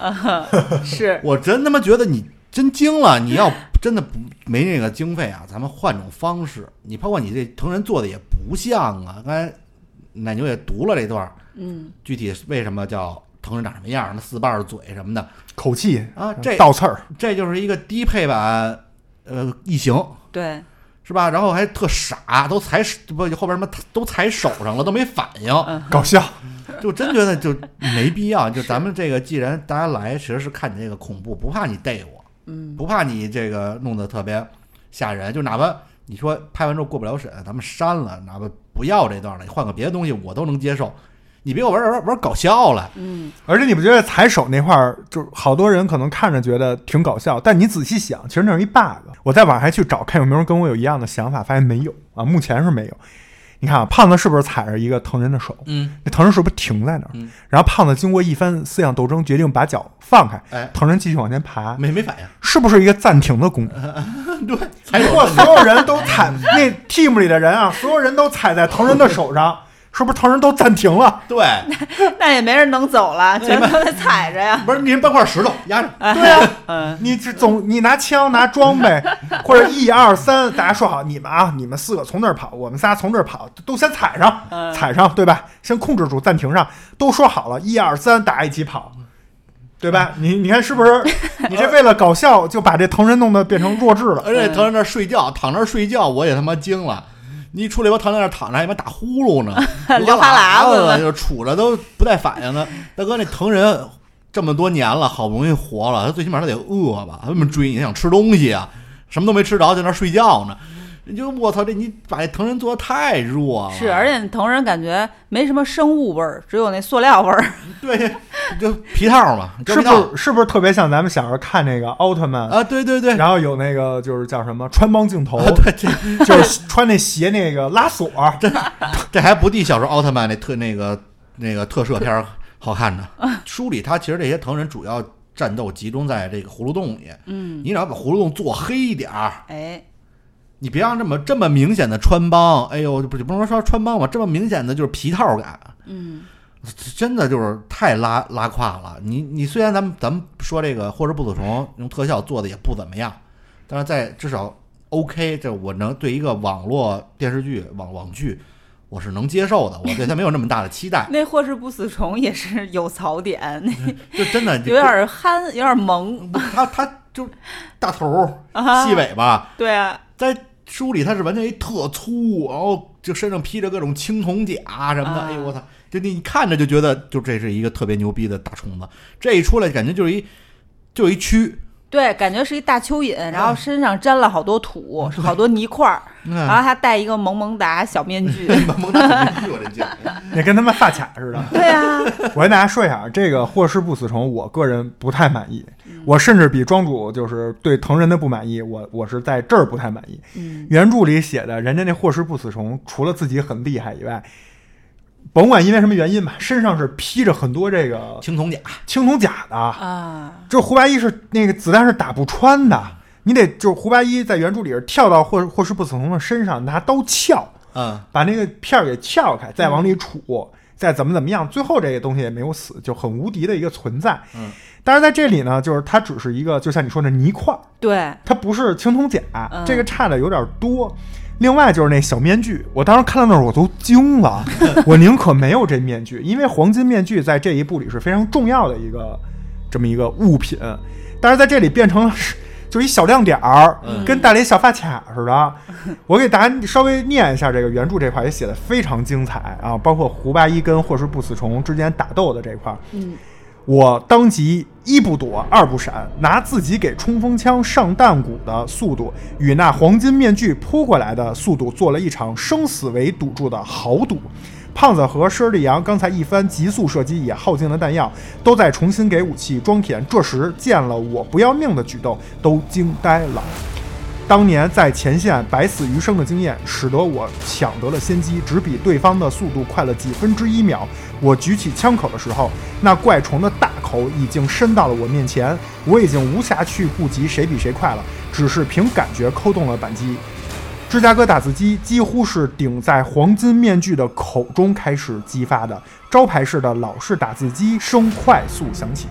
B: 是
C: 我真他妈觉得你真惊了！你要真的不没那个经费啊，咱们换种方式。你包括你这成人做的也不像啊。刚才奶牛也读了这段儿，
B: 嗯，
C: 具体为什么叫成人长什么样儿，什么四瓣儿嘴什么的
A: 口气
C: 啊？这
A: 倒刺儿，
C: 这就是一个低配版，呃，异形
B: 对，
C: 是吧？然后还特傻，都踩手不后边什么都踩手上了，都没反应。
A: 搞笑。
C: 就真觉得就没必要。就咱们这个，既然大家来，其实是看你这个恐怖，不怕你逮我，嗯，不怕你这个弄得特别吓人。就哪怕你说拍完之后过不了审，咱们删了，哪怕不要这段了，你换个别的东西，我都能接受。你别给我玩玩玩搞笑了，
B: 嗯，
A: 而且你不觉得踩手那块儿，就是好多人可能看着觉得挺搞笑，但你仔细想，其实那是一 bug。我在网上还去找看有没有人跟我有一样的想法，发现没有啊，目前是没有。你看啊，胖子是不是踩着一个藤人的手？
C: 嗯，
A: 那藤人是不是停在那儿？
C: 嗯
A: 然后胖子经过一番思想斗争，决定把脚放开，
C: 哎，
A: 藤人继续往前爬，
C: 没没反应，
A: 是不是一个暂停的功
C: 呃
A: 能？哎
C: 对，踩
A: 如
C: 手
A: 果所有人都踩，那 team 里的人啊，所有人都踩在藤人的手上，是不是藤人都暂停了？
C: 对，
B: 那也没人能走 了，全都得踩着呀。嗯
C: 不是你人搬块石头压着，
A: 对啊， 你这总你拿枪拿装备，或者一二三，大家说好，你们啊，你们四个从这儿跑，我们仨从这儿跑，都先踩上，踩上，对吧？先控制住，暂停上，都说好了，一二三，大家一起跑，对吧？你你看是不是？你这为了搞笑，就把这藤人弄得变成弱智了。
C: 而且躺在那儿睡觉，躺那儿睡觉，我也他妈惊了。你一出来，我躺在那儿躺着，还他妈打呼噜呢，
B: 流哈喇子
C: 了，
B: 了
C: 就杵着都不带反应的。大哥，那藤人这么多年了，好不容易活了，他最起码他得饿吧？他们追你，他想吃东西啊，什么都没吃着，在那儿睡觉呢。你就我操，这你把这藤人做的太
A: 哦
C: 弱了。
B: 是，而且藤人感觉没什么生物味儿，只有那塑料味儿。
C: 对，就皮套嘛，胶
A: 是
C: 皮
A: 不
C: 套
A: 是是不是特别像咱们小时候看那个奥特曼，
C: 啊？对对对，
A: 然后有那个就是叫什么穿帮镜头，
C: 啊 对这
A: 就是穿那鞋那个拉锁，
C: 这还不敌小时候奥特曼那特那个那个特摄片儿好看呢。 书里他其实这些藤人主要战斗集中在这个葫芦洞里，
B: 嗯，
C: 你只要把葫芦洞做黑一点儿，
B: 哎，
C: 你别让这么这么明显的穿帮，哎呦，不不能说穿帮吧，这么明显的就是皮套感，
B: 嗯，。
C: 真的就是太拉拉胯了。你你虽然咱们咱们说这个《或者不死虫》用特效做的也不怎么样，但是在至少 OK，这我能对一个网络电视剧网网剧。我是能接受的，我对它没有那么大的期待
B: 那霍氏不死虫也是有槽点， 那
C: 就真的
B: 有点儿憨，有点儿萌。啊
C: 不他他就大头儿细尾巴，
B: 对啊，
C: 在书里他是完全一特粗，然后就身上披着各种青铜甲什么的，
B: 啊
C: 哎呦我操！就你看着就觉得就这是一个特别牛逼的大虫子，这一出来感觉就是一就是一蛆，
B: 对，感觉是一大蚯蚓，
A: 嗯
B: 然后身上沾了好多土，好多泥块儿，
A: 嗯
B: 然
C: 啊，
B: 后他戴一个萌萌达小面 具。
C: 蒙蒙大腿，我这劲儿，
A: 那跟他妈发卡似的。
B: 对啊，
A: 我跟大家说一下，啊这个霍氏不死虫，我个人不太满意，
B: 嗯
A: 我甚至比庄主就是对藤人的不满意，我我是在这儿不太满意。
B: 嗯
A: 原著里写的，人家那霍氏不死虫，除了自己很厉害以外，甭管因为什么原因吧，身上是披着很多这个
C: 青铜甲，
A: 青铜甲的，
B: 啊，
A: 这胡八一是那个子弹是打不穿的，你得就是胡八一在原著里是跳到霍霍氏不死虫的身上拿刀撬，
C: 嗯，
A: 把那个片儿给撬开，再往里杵，再怎么怎么样，最后这个东西也没有死，就很无敌的一个存在。
C: 嗯，
A: 但是在这里呢，就是它只是一个，就像你说的泥块儿，
B: 对，
A: 它不是青铜甲，
B: 嗯
A: 这个差的有点多。另外就是那小面具，我当时看到那儿我都惊了，我宁可没有这面具，因为黄金面具在这一部里是非常重要的一个这么一个物品，但是在这里变成了是就一小亮点儿，跟戴了一小发卡似的。我给大家稍微念一下这个原著这块儿也写的非常精彩啊，包括胡八一跟霍氏不死虫之间打斗的这块儿，
B: 嗯
A: 我当即一不躲，二不闪，拿自己给冲锋枪上弹鼓的速度，与那黄金面具扑过来的速度做了一场生死为赌注的豪赌。胖子和施利阳刚才一番急速射击也耗尽了弹药，都在重新给武器装填。这时见了我不要命的举动，都惊呆了。当年在前线百死余生的经验，使得我抢得了先机，只比对方的速度快了几分之一秒。我举起枪口的时候，那怪虫的大口已经伸到了我面前，我已经无暇去顾及谁比谁快了，只是凭感觉扣动了扳机。芝加哥打字机几乎是顶在黄金面具的口中开始激发的，招牌式的老式打字机声快速响起。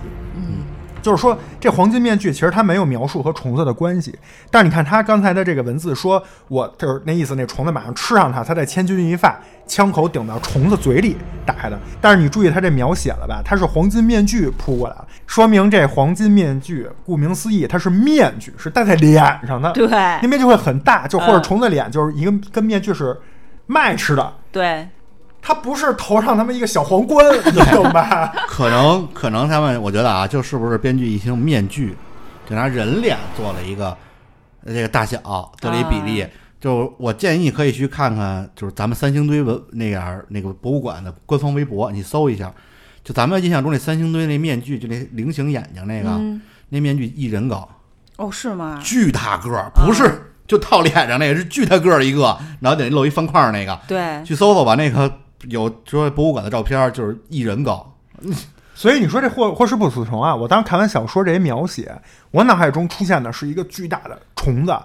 A: 就是说，这黄金面具其实它没有描述和虫子的关系，但是你看它刚才的这个文字说，我就是那意思，那虫子马上吃上它，它再千钧一发，枪口顶到虫子嘴里打开的。但是你注意它这描写了吧，它是黄金面具扑过来了，说明这黄金面具，顾名思义，它是面具，是戴在脸上的，
B: 对
A: 那面具会很大，就或者
B: 嗯
A: 虫子脸就是一个跟面具是 match 的。
B: 对，
A: 它不是头上他妈一个小皇 冠，你懂吧？
C: 可能可能他们，我觉得啊，就是不是编剧一听面具，就拿人脸做了一个呃这个大小，做了一比例。就我建议你可以去看看，就是咱们三星堆文那样儿那个博物馆的官方微博，你搜一下。就咱们印象中那三星堆那面具，就那菱形眼睛那个，那面具一人高，
E: 哦，是吗？
C: 巨大个儿，不是就套脸上那个，是巨大个儿一个，然后得露一方块儿那个。
E: 对，
C: 去搜搜吧，那个有说博物馆的照片儿，就是一人高。
A: 所以你说这霍霍氏不死虫啊，我当时看完小说这些描写，我脑海中出现的是一个巨大的虫子，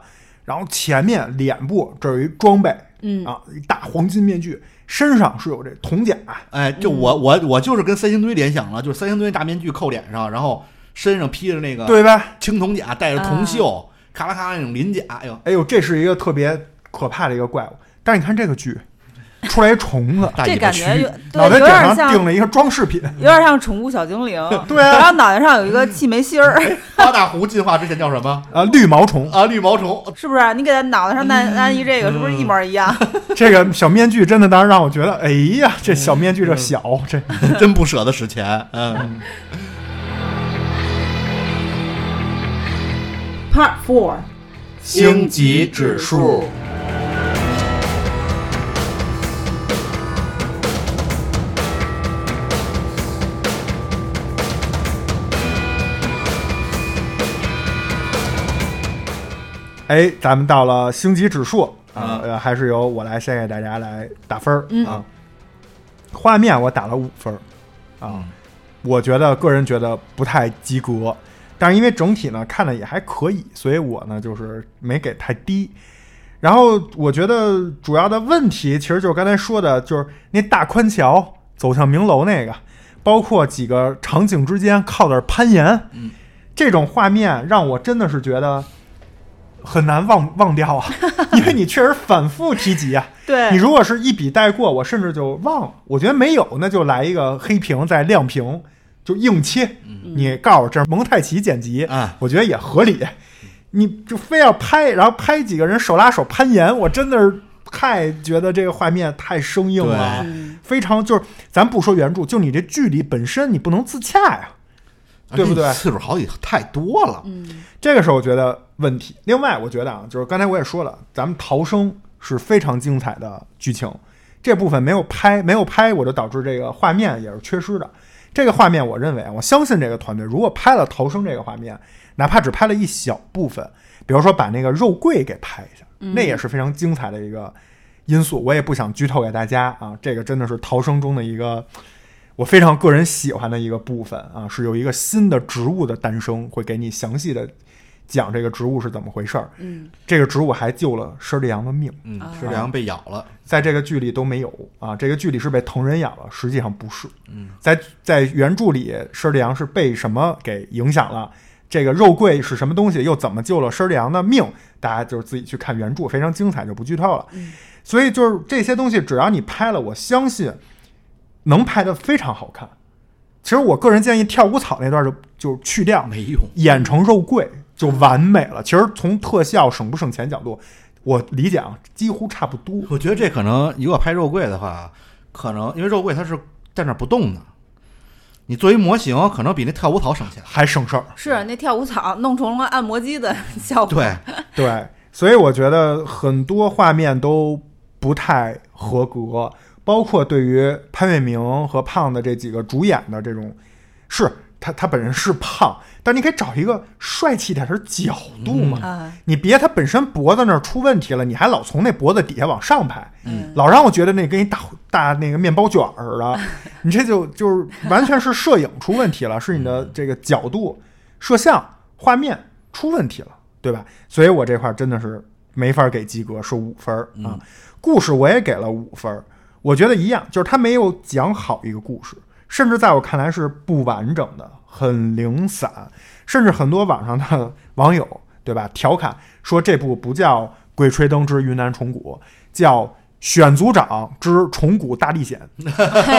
A: 然后前面脸部这儿有一装备，嗯啊，一大黄金面具，身上是有这铜甲，
C: 哎，就
B: 嗯
C: 我我我就是跟三星堆联想了，就是三星堆大面具扣脸上，然后身上披着那
B: 嗯
C: 个
A: 对吧？
C: 青铜甲，戴着铜锈，咔啦咔啦那种鳞甲，哎呦，，
A: 哎呦，这是一个特别可怕的一个怪物。但是你看这个剧，出来一虫子
C: 大
B: 这
C: 尾巴
B: 感觉
C: 须
B: 有，对
A: 脑袋
B: 有
A: 顶
B: 点
A: 上钉
B: 像
A: 了一个装饰品，
B: 有点像宠物小精灵，
A: 对啊
B: 然后脑袋上有一个气眉 芯儿，
C: 八大胡进化之前叫什么？
A: 啊，绿毛虫，
C: 啊，绿毛虫，
B: 是不是？你给它脑袋上安安
A: 嗯
B: 一这个，是不是一模一 样？
A: 这个小面具真的当时让我觉得，哎呀，这小面具这小，这
C: 真不舍得使钱。嗯，
B: Part Four，
C: 星级指数。
A: 哎，咱们到了星级指数啊
C: 嗯、
A: 呃还是由我来先给大家来打分儿、
B: 嗯
A: 啊。画面我打了五分儿啊、我觉得个人觉得不太及格，但是因为整体呢看的也还可以，所以我呢就是没给太低。然后我觉得主要的问题其实就是刚才说的，就是那大宽桥走向明楼那个，包括几个场景之间靠那儿攀岩，嗯，这种画面让我真的是觉得很难忘忘掉啊，因为你确实反复提及啊。你
B: 对，
A: 如果是一笔带过，我甚至就忘了。我觉得没有，那就来一个黑屏再亮屏，就硬切。你告诉我这是蒙太奇剪辑
C: 啊，
A: 我觉得也合理。你就非要拍，然后拍几个人手拉手攀岩，我真的是太觉得这个画面太生硬了啊
C: 对，
A: 非常就是咱不说原著，就你这距离本身你不能自洽呀、对不对
C: 而且次数好几太多了，
B: 嗯
A: 这个是我觉得问题。另外，我觉得啊，就是刚才我也说了，咱们逃生是非常精彩的剧情，这部分没有拍，没有拍，我就导致这个画面也是缺失的。这个画面，我认为啊，我相信这个团队如果拍了逃生这个画面，哪怕只拍了一小部分，比如说把那个肉桂给拍一下，那也是非常精彩的一个因素。我也不想剧透给大家啊，这个真的是逃生中的一个我非常个人喜欢的一个部分啊，是有一个新的植物的诞生，会给你详细的讲这个植物是怎么回事儿。嗯，这个植物还救了施利阳的命，
C: 嗯，
B: 啊
C: 是这样被咬了，
A: 在这个剧里都没有啊。这个剧里是被藤人咬了，实际上不是。嗯，在在原著里，施利阳是被什么给影响了？这个肉桂是什么东西？又怎么救了施利阳的命？大家就是自己去看原著，非常精彩，就不剧透了。所以就是这些东西，只要你拍了，我相信能拍得非常好看。其实我个人建议跳舞草那段就就去掉，
C: 没用。
A: 演成肉桂就完美了。其实从特效省不省钱角度，我理解啊，几乎差不多。
C: 我觉得这可能如果拍肉桂的话，可能因为肉桂它是在那儿不动的，你做一模型，可能比那跳舞草省钱。
A: 还省事儿。
B: 是那跳舞草弄成了按摩机的效果。
C: 对，
A: 对，所以我觉得很多画面都不太合格，包括对于潘粤明和胖的这几个主演的这种，是他他本人是胖，但你可以找一个帅气点的角度嘛，
B: 啊，
A: 你别他本身脖子那儿出问题了，你还老从那脖子底下往上拍，
B: 嗯
A: 老让我觉得那跟一大大那个面包卷儿似的，你这就就是完全是摄影出问题了，是你的这个角度、摄像、画面出问题了，对吧？所以我这块儿真的是没法给及格，是五分儿啊。故事我也给了五分儿，我觉得一样，就是他没有讲好一个故事，甚至在我看来是不完整的，很零散，甚至很多网上的网友对吧 调侃说这部不叫《鬼吹灯之云南虫谷》，叫《选组长之虫谷大历险》。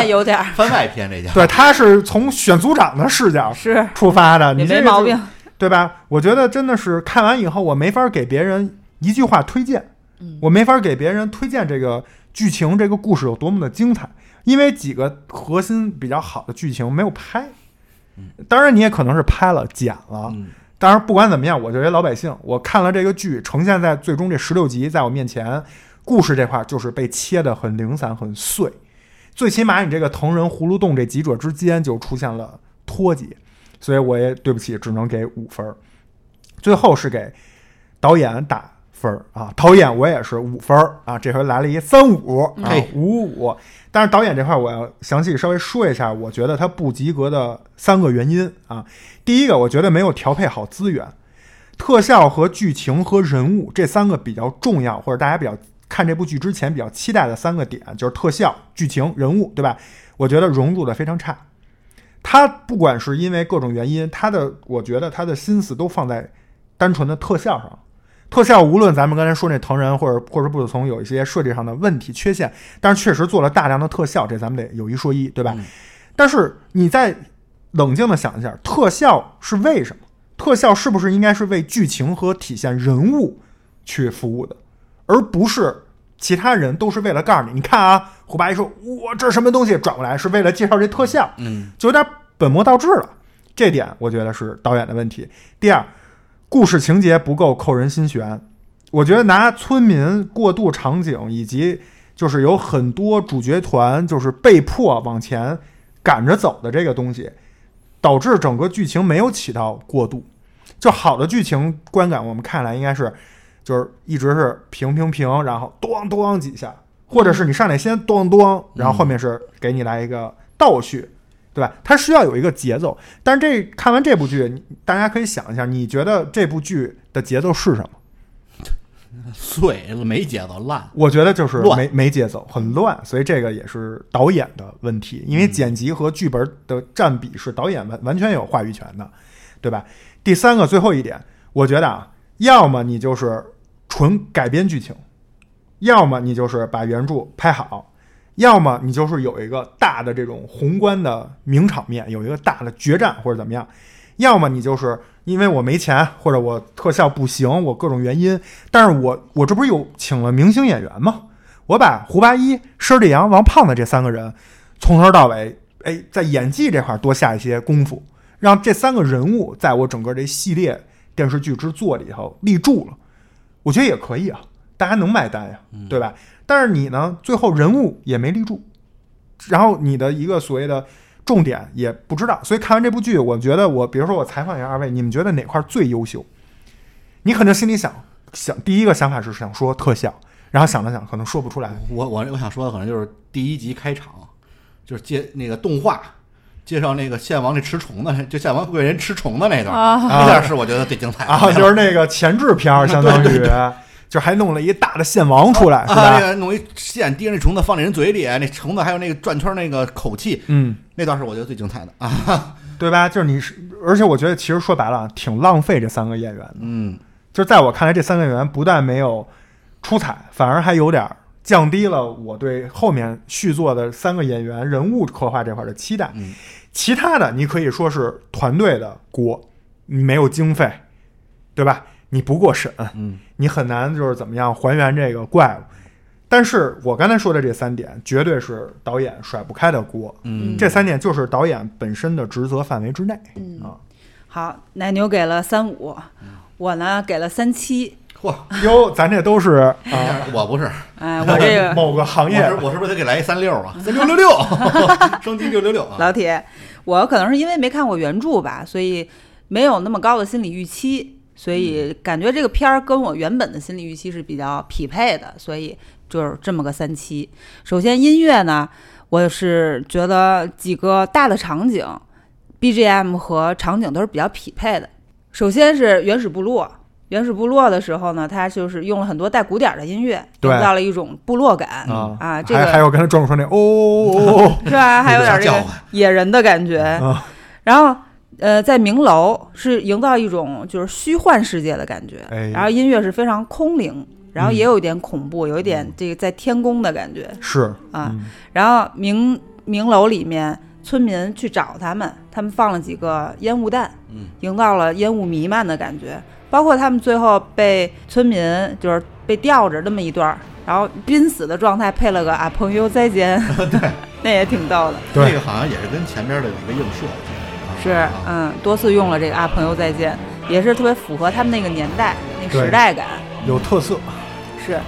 B: 有点儿
C: 番外篇这 家，
A: 对，他是从选组长的视角
B: 是
A: 出发的，你
B: 也
A: 这
B: 没
A: 个就
B: 毛病，
A: 对吧？我觉得真的是看完以后，我没法给别人一句话推荐，我没法给别人推荐这个剧情、这个故事有多么的精彩，因为几个核心比较好的剧情没有拍。当然，你也可能是拍了、剪了。
C: 嗯
A: 当然，不管怎么样，我作为老百姓，我看了这个剧，呈现在最终这十六集在我面前，故事这块儿就是被切得很零散、很碎。最起码你这个藤人葫芦洞这几者之间就出现了脱节，所以我也对不起，只能给五分儿。最后是给导演打分儿啊，导演我也是五分儿啊，这回来了一三五啊
C: 嘿
A: 五五，但是导演这块我要详细稍微说一下，我觉得他不及格的三个原因啊，第一个我觉得没有调配好资源，特效和剧情和人物这三个比较重要，或者大家比较看这部剧之前比较期待的三个点，就是特效、剧情、人物，对吧？我觉得融入的非常差。他不管是因为各种原因，他的我觉得他的心思都放在单纯的特效上。特效无论咱们刚才说那藤人或者或者布鲁从有一些设计上的问题缺陷，但是确实做了大量的特效，这咱们得有一说一，对吧？
C: 嗯
A: 但是你再冷静的想一下，特效是为什么？特效是不是应该是为剧情和体现人物去服务的，而不是其他人都是为了告诉你，你看啊，胡八一说我这是什么东西，转过来是为了介绍这特效，
C: 嗯，
A: 就有点本末倒置了。这点我觉得是导演的问题。第二，故事情节不够扣人心弦，我觉得拿村民过渡场景以及就是有很多主角团就是被迫往前赶着走的这个东西，导致整个剧情没有起到过渡。就好的剧情观感，我们看来应该是就是一直是平平平，然后咣咣几下，或者是你上来先咣咣，然后后面是给你来一个倒叙，对吧？它需要有一个节奏。但是这看完这部剧，你大家可以想一下，你觉得这部剧的节奏是什么？
C: 碎没节奏烂，
A: 我觉得就是
C: 乱
A: 没没节奏，很乱，所以这个也是导演的问题，因为剪辑和剧本的占比是导演完完全有话语权的，对吧？第三个最后一点，我觉得啊，要么你就是纯改编剧情，要么你就是把原著拍好，要么你就是有一个大的这种宏观的名场面，有一个大的决战或者怎么样，要么你就是因为我没钱或者我特效不行，我各种原因，但是我我这不是有请了明星演员吗？我把胡八一、施丽阳、王胖子这三个人从头到尾，哎，在演技这块多下一些功夫，让这三个人物在我整个这系列电视剧之作里头立住了，我觉得也可以啊，大家能买单呀，对吧？但是你呢，最后人物也没立住，然后你的一个所谓的重点也不知道，所以看完这部剧，我觉得我，比如说我采访一下二位，你们觉得哪块最优秀？你可能心里想想，第一个想法是想说特效，然后想了想，可能说不出来。
C: 我我我想说的可能就是第一集开场，就是介那个动画介绍那个献王那吃虫的，就献王贵人吃虫的那段，
B: 啊
C: 那段是我觉得最精彩的。
A: 然后啊就是那个前置片儿，相当于就还弄了一大的线王出来，是 吧？
C: 啊，那个弄一线滴着那虫子放那人嘴里，啊那虫子还有那个转圈那个口气，
A: 嗯，
C: 那段是我觉得最精彩的啊。
A: 对吧？就是你是，而且我觉得其实说白了，啊挺浪费这三个演员的。
C: 嗯，
A: 就是在我看来，这三个演员不但没有出彩，反而还有点儿降低了我对后面续作的三个演员人物刻画这块儿的期待。
C: 嗯
A: 其他的你可以说是团队的锅，你没有经费，对吧？你不过审，
C: 嗯
A: 你很难就是怎么样还原这个怪物。但是我刚才说的这三点，绝对是导演甩不开的锅。
C: 嗯，
A: 这三点就是导演本身的职责范围之内。
E: 嗯
A: 啊，
B: 好，奶牛给了三五，我呢给了三七。
C: 嚯，
A: 哟，咱这都 是啊，
C: 我不是，
B: 哎， 我这个
A: 某个行
C: 我
A: 业
C: 是我是不是得给来一三六啊？三六六 六，升级六六六啊！
B: 老铁，我可能是因为没看过原著吧，所以没有那么高的心理预期，所以
A: 嗯
B: 感觉这个片儿跟我原本的心理预期是比较匹配的，所以就是这么个三期。首先音乐呢，我是觉得几个大的场景，BGM 和场景都是比较匹配的。首先是原始部落。原始部落的时候呢，它就是用了很多带鼓点儿的音乐，营
A: 对
B: 造了一种部落感
A: 啊
B: 啊，这
A: 还还
B: 个
A: 有刚才庄主说那哦 哦
B: 是吧？还有点儿这
C: 叫
B: 个
C: 唤
B: 野人的感觉
A: 哦啊，
B: 然后呃，在明楼是营造一种就是虚幻世界的感觉，
A: 哎
B: 然后音乐是非常空灵，然后也
A: 嗯
B: 有一点恐怖，有一点这个在天宫的感觉
A: 是
B: 啊。
A: 嗯
B: 然后明明楼里面村民去找他们，他们放了几个烟雾弹，
C: 嗯，
B: 营造了烟雾弥漫的感觉。包括他们最后被村民就是被吊着那么一段儿，然后濒死的状态，配了个啊朋友 再见，
C: 对，
B: 那也挺逗的。
A: 对
C: 这个好像也是跟前面的有一个映射，啊
B: 是
C: 啊，
B: 嗯，多次用了这个啊，朋友再见，也是特别符合他们那个年代那个
A: 对
B: 时代感。
A: 有特色，
B: 是，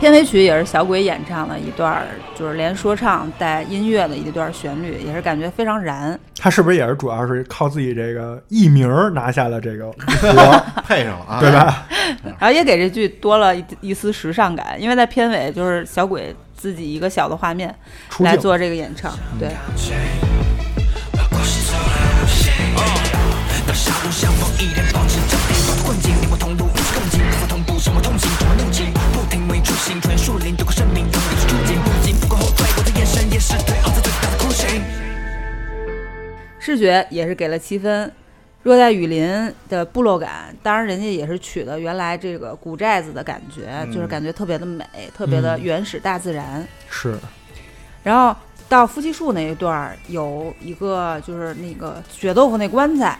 B: 片尾曲也是小鬼演唱的一段儿，就是连说唱带音乐的一段旋律，也是感觉非常燃。
A: 他是不是也是主要是靠自己这个艺名儿拿下了这个活，
C: 配上了啊，
A: 对？吧？
B: 然后也给这剧多了一一丝时尚感，因为在片尾就是小鬼自己一个小的画面
A: 出
B: 来
A: 镜
B: 做这个演唱，对。视觉也是给了七分。热带雨林的部落感，当然人家也是取的原来这个古寨子的感觉，就是感觉特别的美，特别的
A: 嗯
B: 原始大自然。
A: 是
B: 然后到夫妻树那一段儿，有一个就是那个血豆腐那棺材，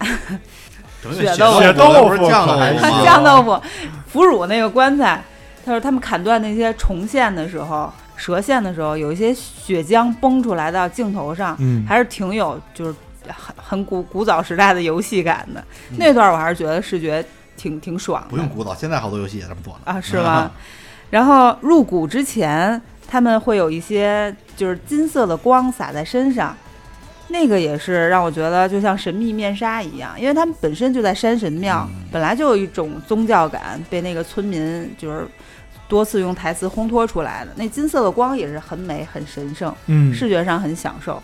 C: 整个
B: 血
C: 血
B: 豆腐
C: 豆不是
A: 血豆腐可
C: 酱豆腐
A: 还
C: 吗
A: 行？
B: 酱豆腐、腐乳那个棺材，他说他们砍断那些虫线的时候、蛇线的时候，有一些血浆崩出来到镜头上，
A: 嗯
B: 还是挺有就是很很古古早时代的游戏感的。那段儿我还是觉得视觉挺挺爽的，
C: 不用鼓捣，现在好多游戏也这么做呢。
B: 啊，是吗？然后入谷之前，他们会有一些就是金色的光洒在身上，那个也是让我觉得就像神秘面纱一样，因为他们本身就在山神庙，本来就有一种宗教感，被那个村民就是多次用台词烘托出来的。那金色的光也是很美、很神圣，
A: 嗯
B: 视觉上很享受。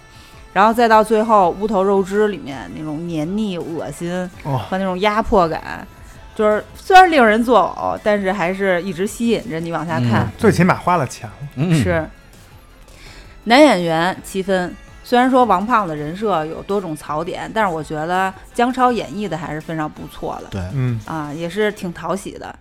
B: 然后再到最后乌头肉汁里面那种黏腻、恶心，
A: 哦，
B: 和那种压迫感，就是虽然令人作呕，但是还是一直吸引着你往下看。
A: 最起码花了钱了，
C: 嗯，
B: 是男演员七分，虽然说王胖子人设有多种槽点，但是我觉得姜超演绎的还是非常不错的
C: 对，
A: 嗯
B: 啊，也是挺讨喜的。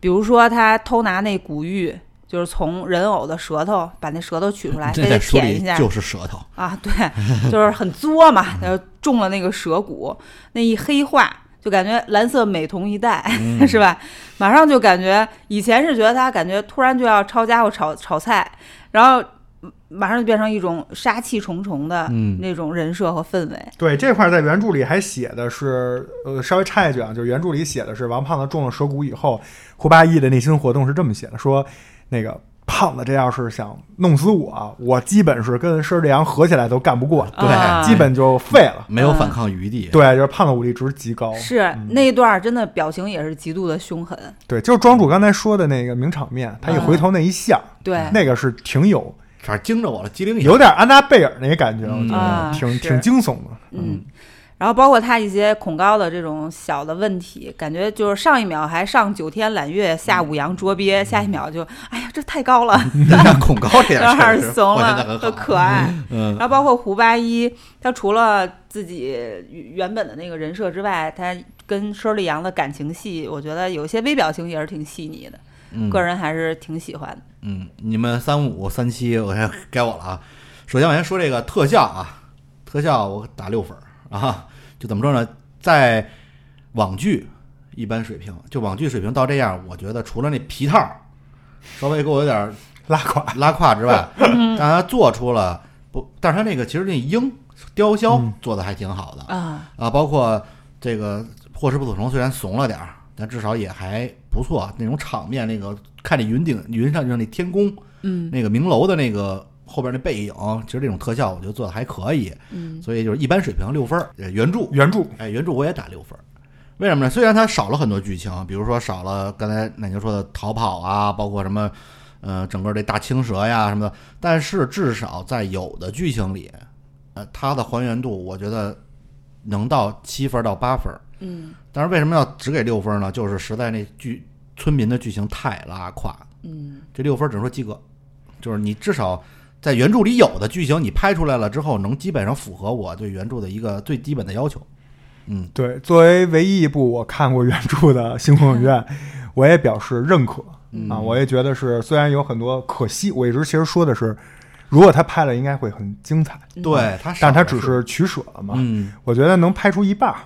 B: 比如说他偷拿那古玉，就是从人偶的舌头把那舌头取 出来，非
C: 这
B: 得
C: 在书
B: 舔
C: 里
B: 一下，
C: 就是舌头，
B: 啊，对， 就是很作嘛，他就中了那个蛇骨，那一黑化，就感觉蓝色美瞳一戴， 是吧？马上就感觉以前是觉得他感觉突然就要抄家伙炒炒菜，然后嗯马上就变成一种杀气重重的
C: 嗯
B: 那种人设和氛围。
A: 对，这块儿在原著里还写的是，呃，稍微插一句啊，就是原著里写的是王胖子中了蛇骨以后，胡八一的内心活动是这么写的，说那个胖子这要是想弄死我，啊我基本是跟施志阳合起来都干不过，
C: 对
B: 啊
A: 基本就废了。
C: 没有
B: 嗯
C: 反抗余地。
A: 对，就是胖子武力值极高。
B: 是那一段儿真的表情也是极度的凶狠，
A: 对，就是庄主刚才说的那个名场面，他一回
B: 嗯
A: 头那一下，
B: 对，
A: 那个是挺有
C: 反正惊着我了，机灵一下
A: 有点安娜贝尔那个感觉，我觉得、
B: 哎啊
A: 挺
B: 是
A: 挺惊悚的。
B: 嗯，然后包括他一些恐高的这种小的问题，感觉就是上一秒还上九天揽月、下
C: 嗯
B: 五洋捉鳖，下一秒就哎呀这太高了，
C: 恐高这
B: 有
C: 件事
B: 点
C: 儿
B: 儿
C: 嗯是
B: 怂
C: 我现在
B: 了，
C: 很
B: 特
C: 好
B: 可爱。
C: 嗯
B: 然后包括胡八一，他除了自己原本的那个人设之外，他跟佘丽阳的感情戏，我觉得有些微表情也是挺细腻的，
C: 嗯
B: 个人还是挺喜欢的。
C: 嗯，你们三五三七，我先该我了啊。首先我先说这个特效啊，特效我打六分儿啊，就怎么说呢，在网剧一般水平，就网剧水平到这样，我觉得除了那皮套稍微给我有点
A: 拉垮。
C: 拉胯之外，
B: 嗯
C: 但他做出了不，但是他那个其实那鹰雕鸮做的还挺好的、
B: 啊，
C: 啊，包括这个霍氏不吐虫虽然怂了点儿，但至少也还不错。那种场面，那个看那云顶云上就是那天宫，
B: 嗯
C: 那个明楼的那个后边那背影，其实这种特效我觉得做的还可以，
B: 嗯
C: 所以就是一般水平六分儿。呃原著
A: 原著
C: 哎，原著我也打六分儿。为什么呢？虽然它少了很多剧情，比如说少了刚才奶牛说的逃跑啊，包括什么，呃，整个这大青蛇呀什么的，但是至少在有的剧情里，呃，它的还原度我觉得能到七分到八分儿。
B: 嗯
C: 但是为什么要只给六分呢？就是实在那剧村民的剧情太拉胯，
B: 嗯
C: 这六分只能说及格，就是你至少在原著里有的剧情你拍出来了之后，能基本上符合我对原著的一个最基本的要求。嗯，
A: 对，作为唯一一部我看过原著的《星空影院》， 我也表示认可、
B: 嗯
A: 啊，我也觉得是，虽然有很多可惜，我一直其实说的是，如果他拍了，应该会很精彩，
C: 对他少
A: 但
C: 的，
A: 他只是取舍了嘛。
C: 嗯，
A: 我觉得能拍出一半儿，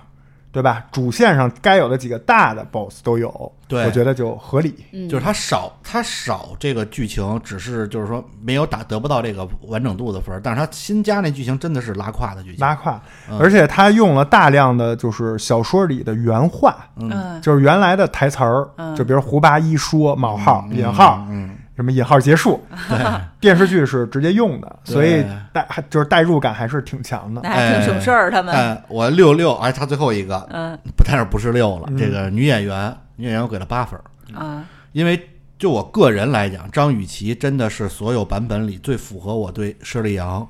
A: 对吧？主线上该有的几个大的 BOSS 都有，
C: 对
A: 我觉得就合理。
B: 嗯
C: 就是他少他少这个剧情，只是就是说没有打得不到这个完整度的分儿，但是他新加那剧情真的是拉胯的剧情，
A: 拉胯，
C: 嗯
A: 而且他用了大量的就是小说里的原话，
B: 嗯
A: 就是原来的台词儿，
B: 嗯
A: 就比如胡八一说冒号、
C: 嗯
A: 引号，
C: 嗯，
A: 什么引号结束，
C: 对，
A: 电视剧是直接用的，
C: 对
A: 所以代还就是代入感还是挺强的
B: 那。还挺省事儿，他们，
C: 但我六六，哎，他最后一个，
B: 嗯
C: 但是不是六了，
A: 嗯
C: 这个女演员，女演员我给了八分儿，
B: 啊，
C: 因为就我个人来讲，张雨绮真的是所有版本里最符合我对施丽阳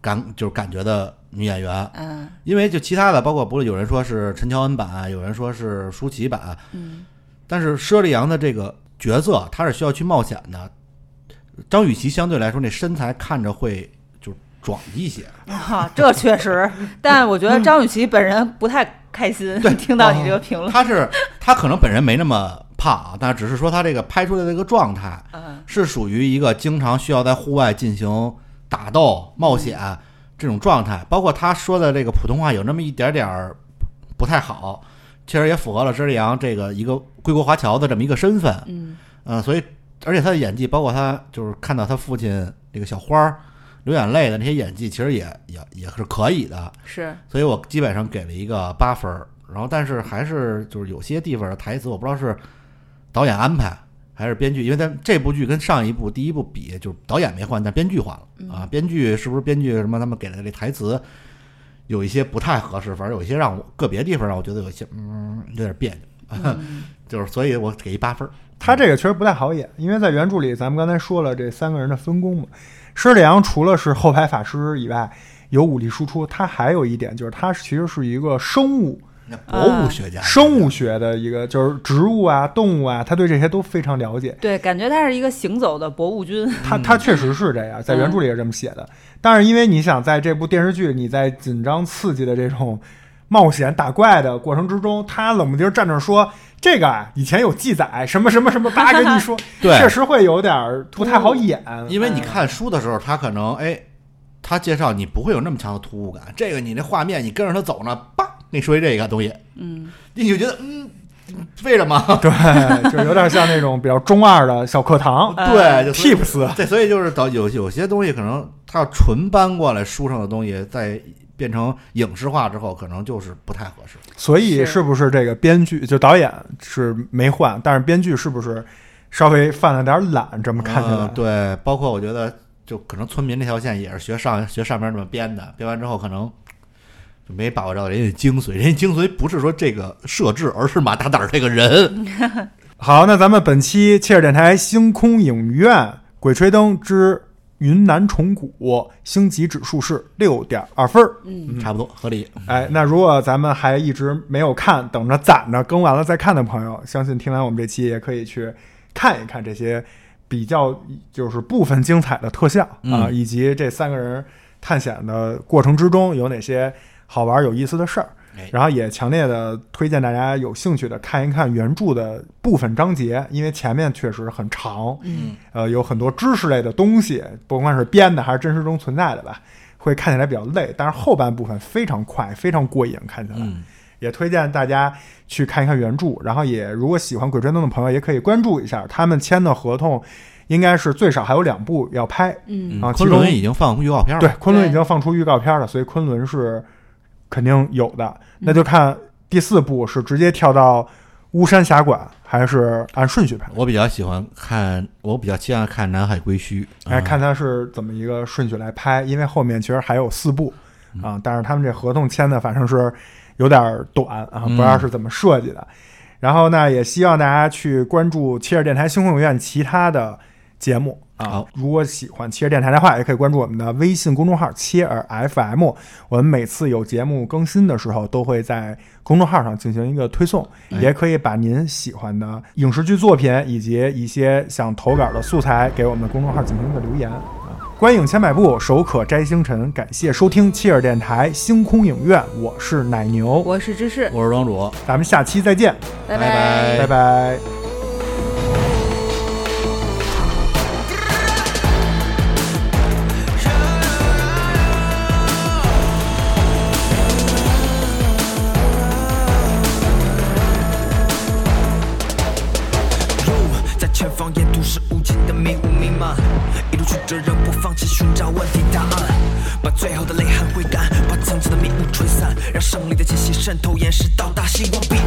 C: 感就是感觉的女演员，
B: 嗯
C: 因为就其他的，包括不是有人说是陈乔恩版，有人说是舒淇版，
B: 嗯
C: 但是佘丽阳的这个角色，她是需要去冒险的。张雨绮相对来说，那身材看着会就壮一些。
B: 啊，这确 实，但我觉得张雨绮本人不太开
E: 嗯
B: 心， 听到
E: 哦
B: 你这个评论，
C: 她是她可能本人没那么胖啊，但只是说她这个拍出来的这个状态
B: 嗯
C: 是属于一个经常需要在户外进行打斗、冒险这种状态。包括她说的这个普通话有那么一点点儿不太好，其实也符合了佘丽阳这个一个归国华侨的这么一个身份。
B: 嗯
C: 嗯，所以而且他的演技，包括他就是看到他父亲这个小花儿流眼泪的那些演技，其实也也也是可以的。
B: 是，
C: 所以我基本上给了一个八分儿，然后但是还是就是有些地方的台词，我不知道是导演安排还是编剧，因为他这部剧跟上一部第一部比，就是导演没换，但编剧换了啊，编剧是不是编剧什么他们给的这台词有一些不太合适，反正有一些让我个别地方让我觉得有一些嗯有点别扭。 就是，所以我给一八分儿。
A: 他这个确实不太好演，因为在原著里，咱们刚才说了这三个人的分工嘛。施里昂除了是后排法师以外，有武力输出，他还有一点就是他其实是一个生物
C: 那博物学家，
A: 生物学的一个，就是植物啊、动物啊，他对这些都非常了解。
B: 对，感觉他是一个行走的博物君，
A: 他他确实是这样，在原著里也这么写的。但是因为你想，在这部电视剧，你在紧张刺激的这种冒险打怪的过程之中，他冷不丁站那儿说这个啊，以前有记载，什么什么什么，叭跟你说，
C: 对
A: 确实会有点儿不太好演。
C: 因为你看书的时候，他可能哎，他介绍你不会有那么强的突兀感。这个你这画面，你跟着他走呢，叭，跟你说一这个东西，
B: 嗯
C: 你就觉得嗯，为什么？
A: 对， 就有点像那种比较中二的小课堂
C: 呃对，就所以
A: tips。
C: 对，所以就是导有有些东西可能他要纯搬过来书上的东西，再变成影视化之后，可能就是不太合适。
A: 所以
B: 是
A: 是不是这个编剧就导演是没换，但是编剧是不是稍微犯了点懒？这么看起来，
C: 嗯对，包括我觉得就可能村民这条线也是学上学上面那么编的，编完之后可能。就没把握到人家的精髓，人家精髓不是说这个设置，而是马大胆儿这个人。
A: 好，那咱们本期切尔电台星空影院《鬼吹灯之云南虫谷》星级指数是六点二分儿。
B: 嗯，
C: 差不多合理。
A: 哎，那如果咱们还一直没有看，等着攒着更完了再看的朋友，相信听完我们这期也可以去看一看这些比较就是部分精彩的特效啊、
C: 嗯
A: 以及这三个人探险的过程之中有哪些好玩有意思的事儿
C: 哎。
A: 然后也强烈的推荐大家有兴趣的看一看原著的部分章节，因为前面确实很长，
C: 嗯，
A: 呃，有很多知识类的东西，不管是编的还是真实中存在的吧，会看起来比较累，但是后半部分非常快，非常过瘾，看起来。
C: 嗯，
A: 也推荐大家去看一看原著。然后也如果喜欢《鬼吹灯》的朋友，也可以关注一下他们签的合同，应该是最少还有两部要拍。
B: 嗯，
A: 啊其
C: 昆仑
A: 中
C: 已经放预告片了，
A: 对，，昆仑已
B: 对
A: 经放出预告片了，所以昆仑是肯定有的。那
C: 嗯
A: 就看第四部是直接跳到巫山峡馆，还是按顺序拍？
C: 我比较喜欢看，我比较期待看《南海归墟》啊，
A: 哎，看他是怎么一个顺序来拍，因为后面其实还有四部
C: 嗯
A: 啊，但是他们这合同签的反正是有点儿短啊，不知道
C: 嗯
A: 是怎么设计的。然后呢，也希望大家去关注七十电台星空影院其他的节目啊
C: 好。
A: 如果喜欢七十电台的话，也可以关注我们的微信公众号“切尔 FM”。我们每次有节目更新的时候，都会在公众号上进行一个推送，
C: 哎
A: 也可以把您喜欢的影视剧作品以及一些想投稿的素材给我们的公众号进行一个留言啊。观影千百步，手可摘星辰。感谢收听切尔电台星空影院，我是奶牛，
E: 我是芝士，
C: 我是庄主，
A: 咱们下期再见，
E: 拜
C: 拜拜
A: 拜拜。
H: 路在前方，沿途是无尽的迷雾弥漫，一路曲折仍不放弃寻找问题答案，把最后的泪汗挥干，把层层的迷雾吹散，让胜利的气息渗透岩石到达希望彼